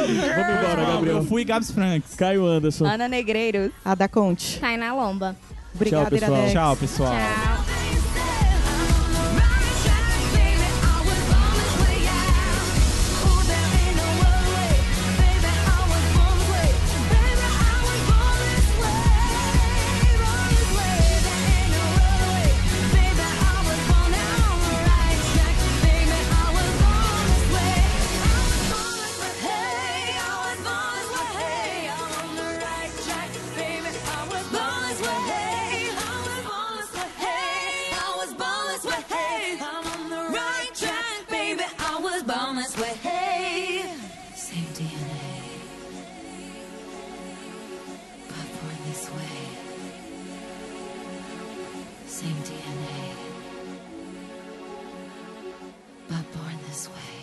Speaker 3: Vamos embora,
Speaker 2: eu
Speaker 3: Gabriel.
Speaker 2: fui Gabs Franks.
Speaker 3: Caio Anderson.
Speaker 4: Ana Negreiros.
Speaker 5: A da Conte.
Speaker 6: Cai na lomba.
Speaker 5: Obrigada,
Speaker 3: pessoal.
Speaker 5: Iradex.
Speaker 2: Tchau, pessoal.
Speaker 6: Tchau.
Speaker 1: Hey, I'm on the right track, baby. I was born this way. Hey, same DNA, but born this way. Same DNA, but born this way.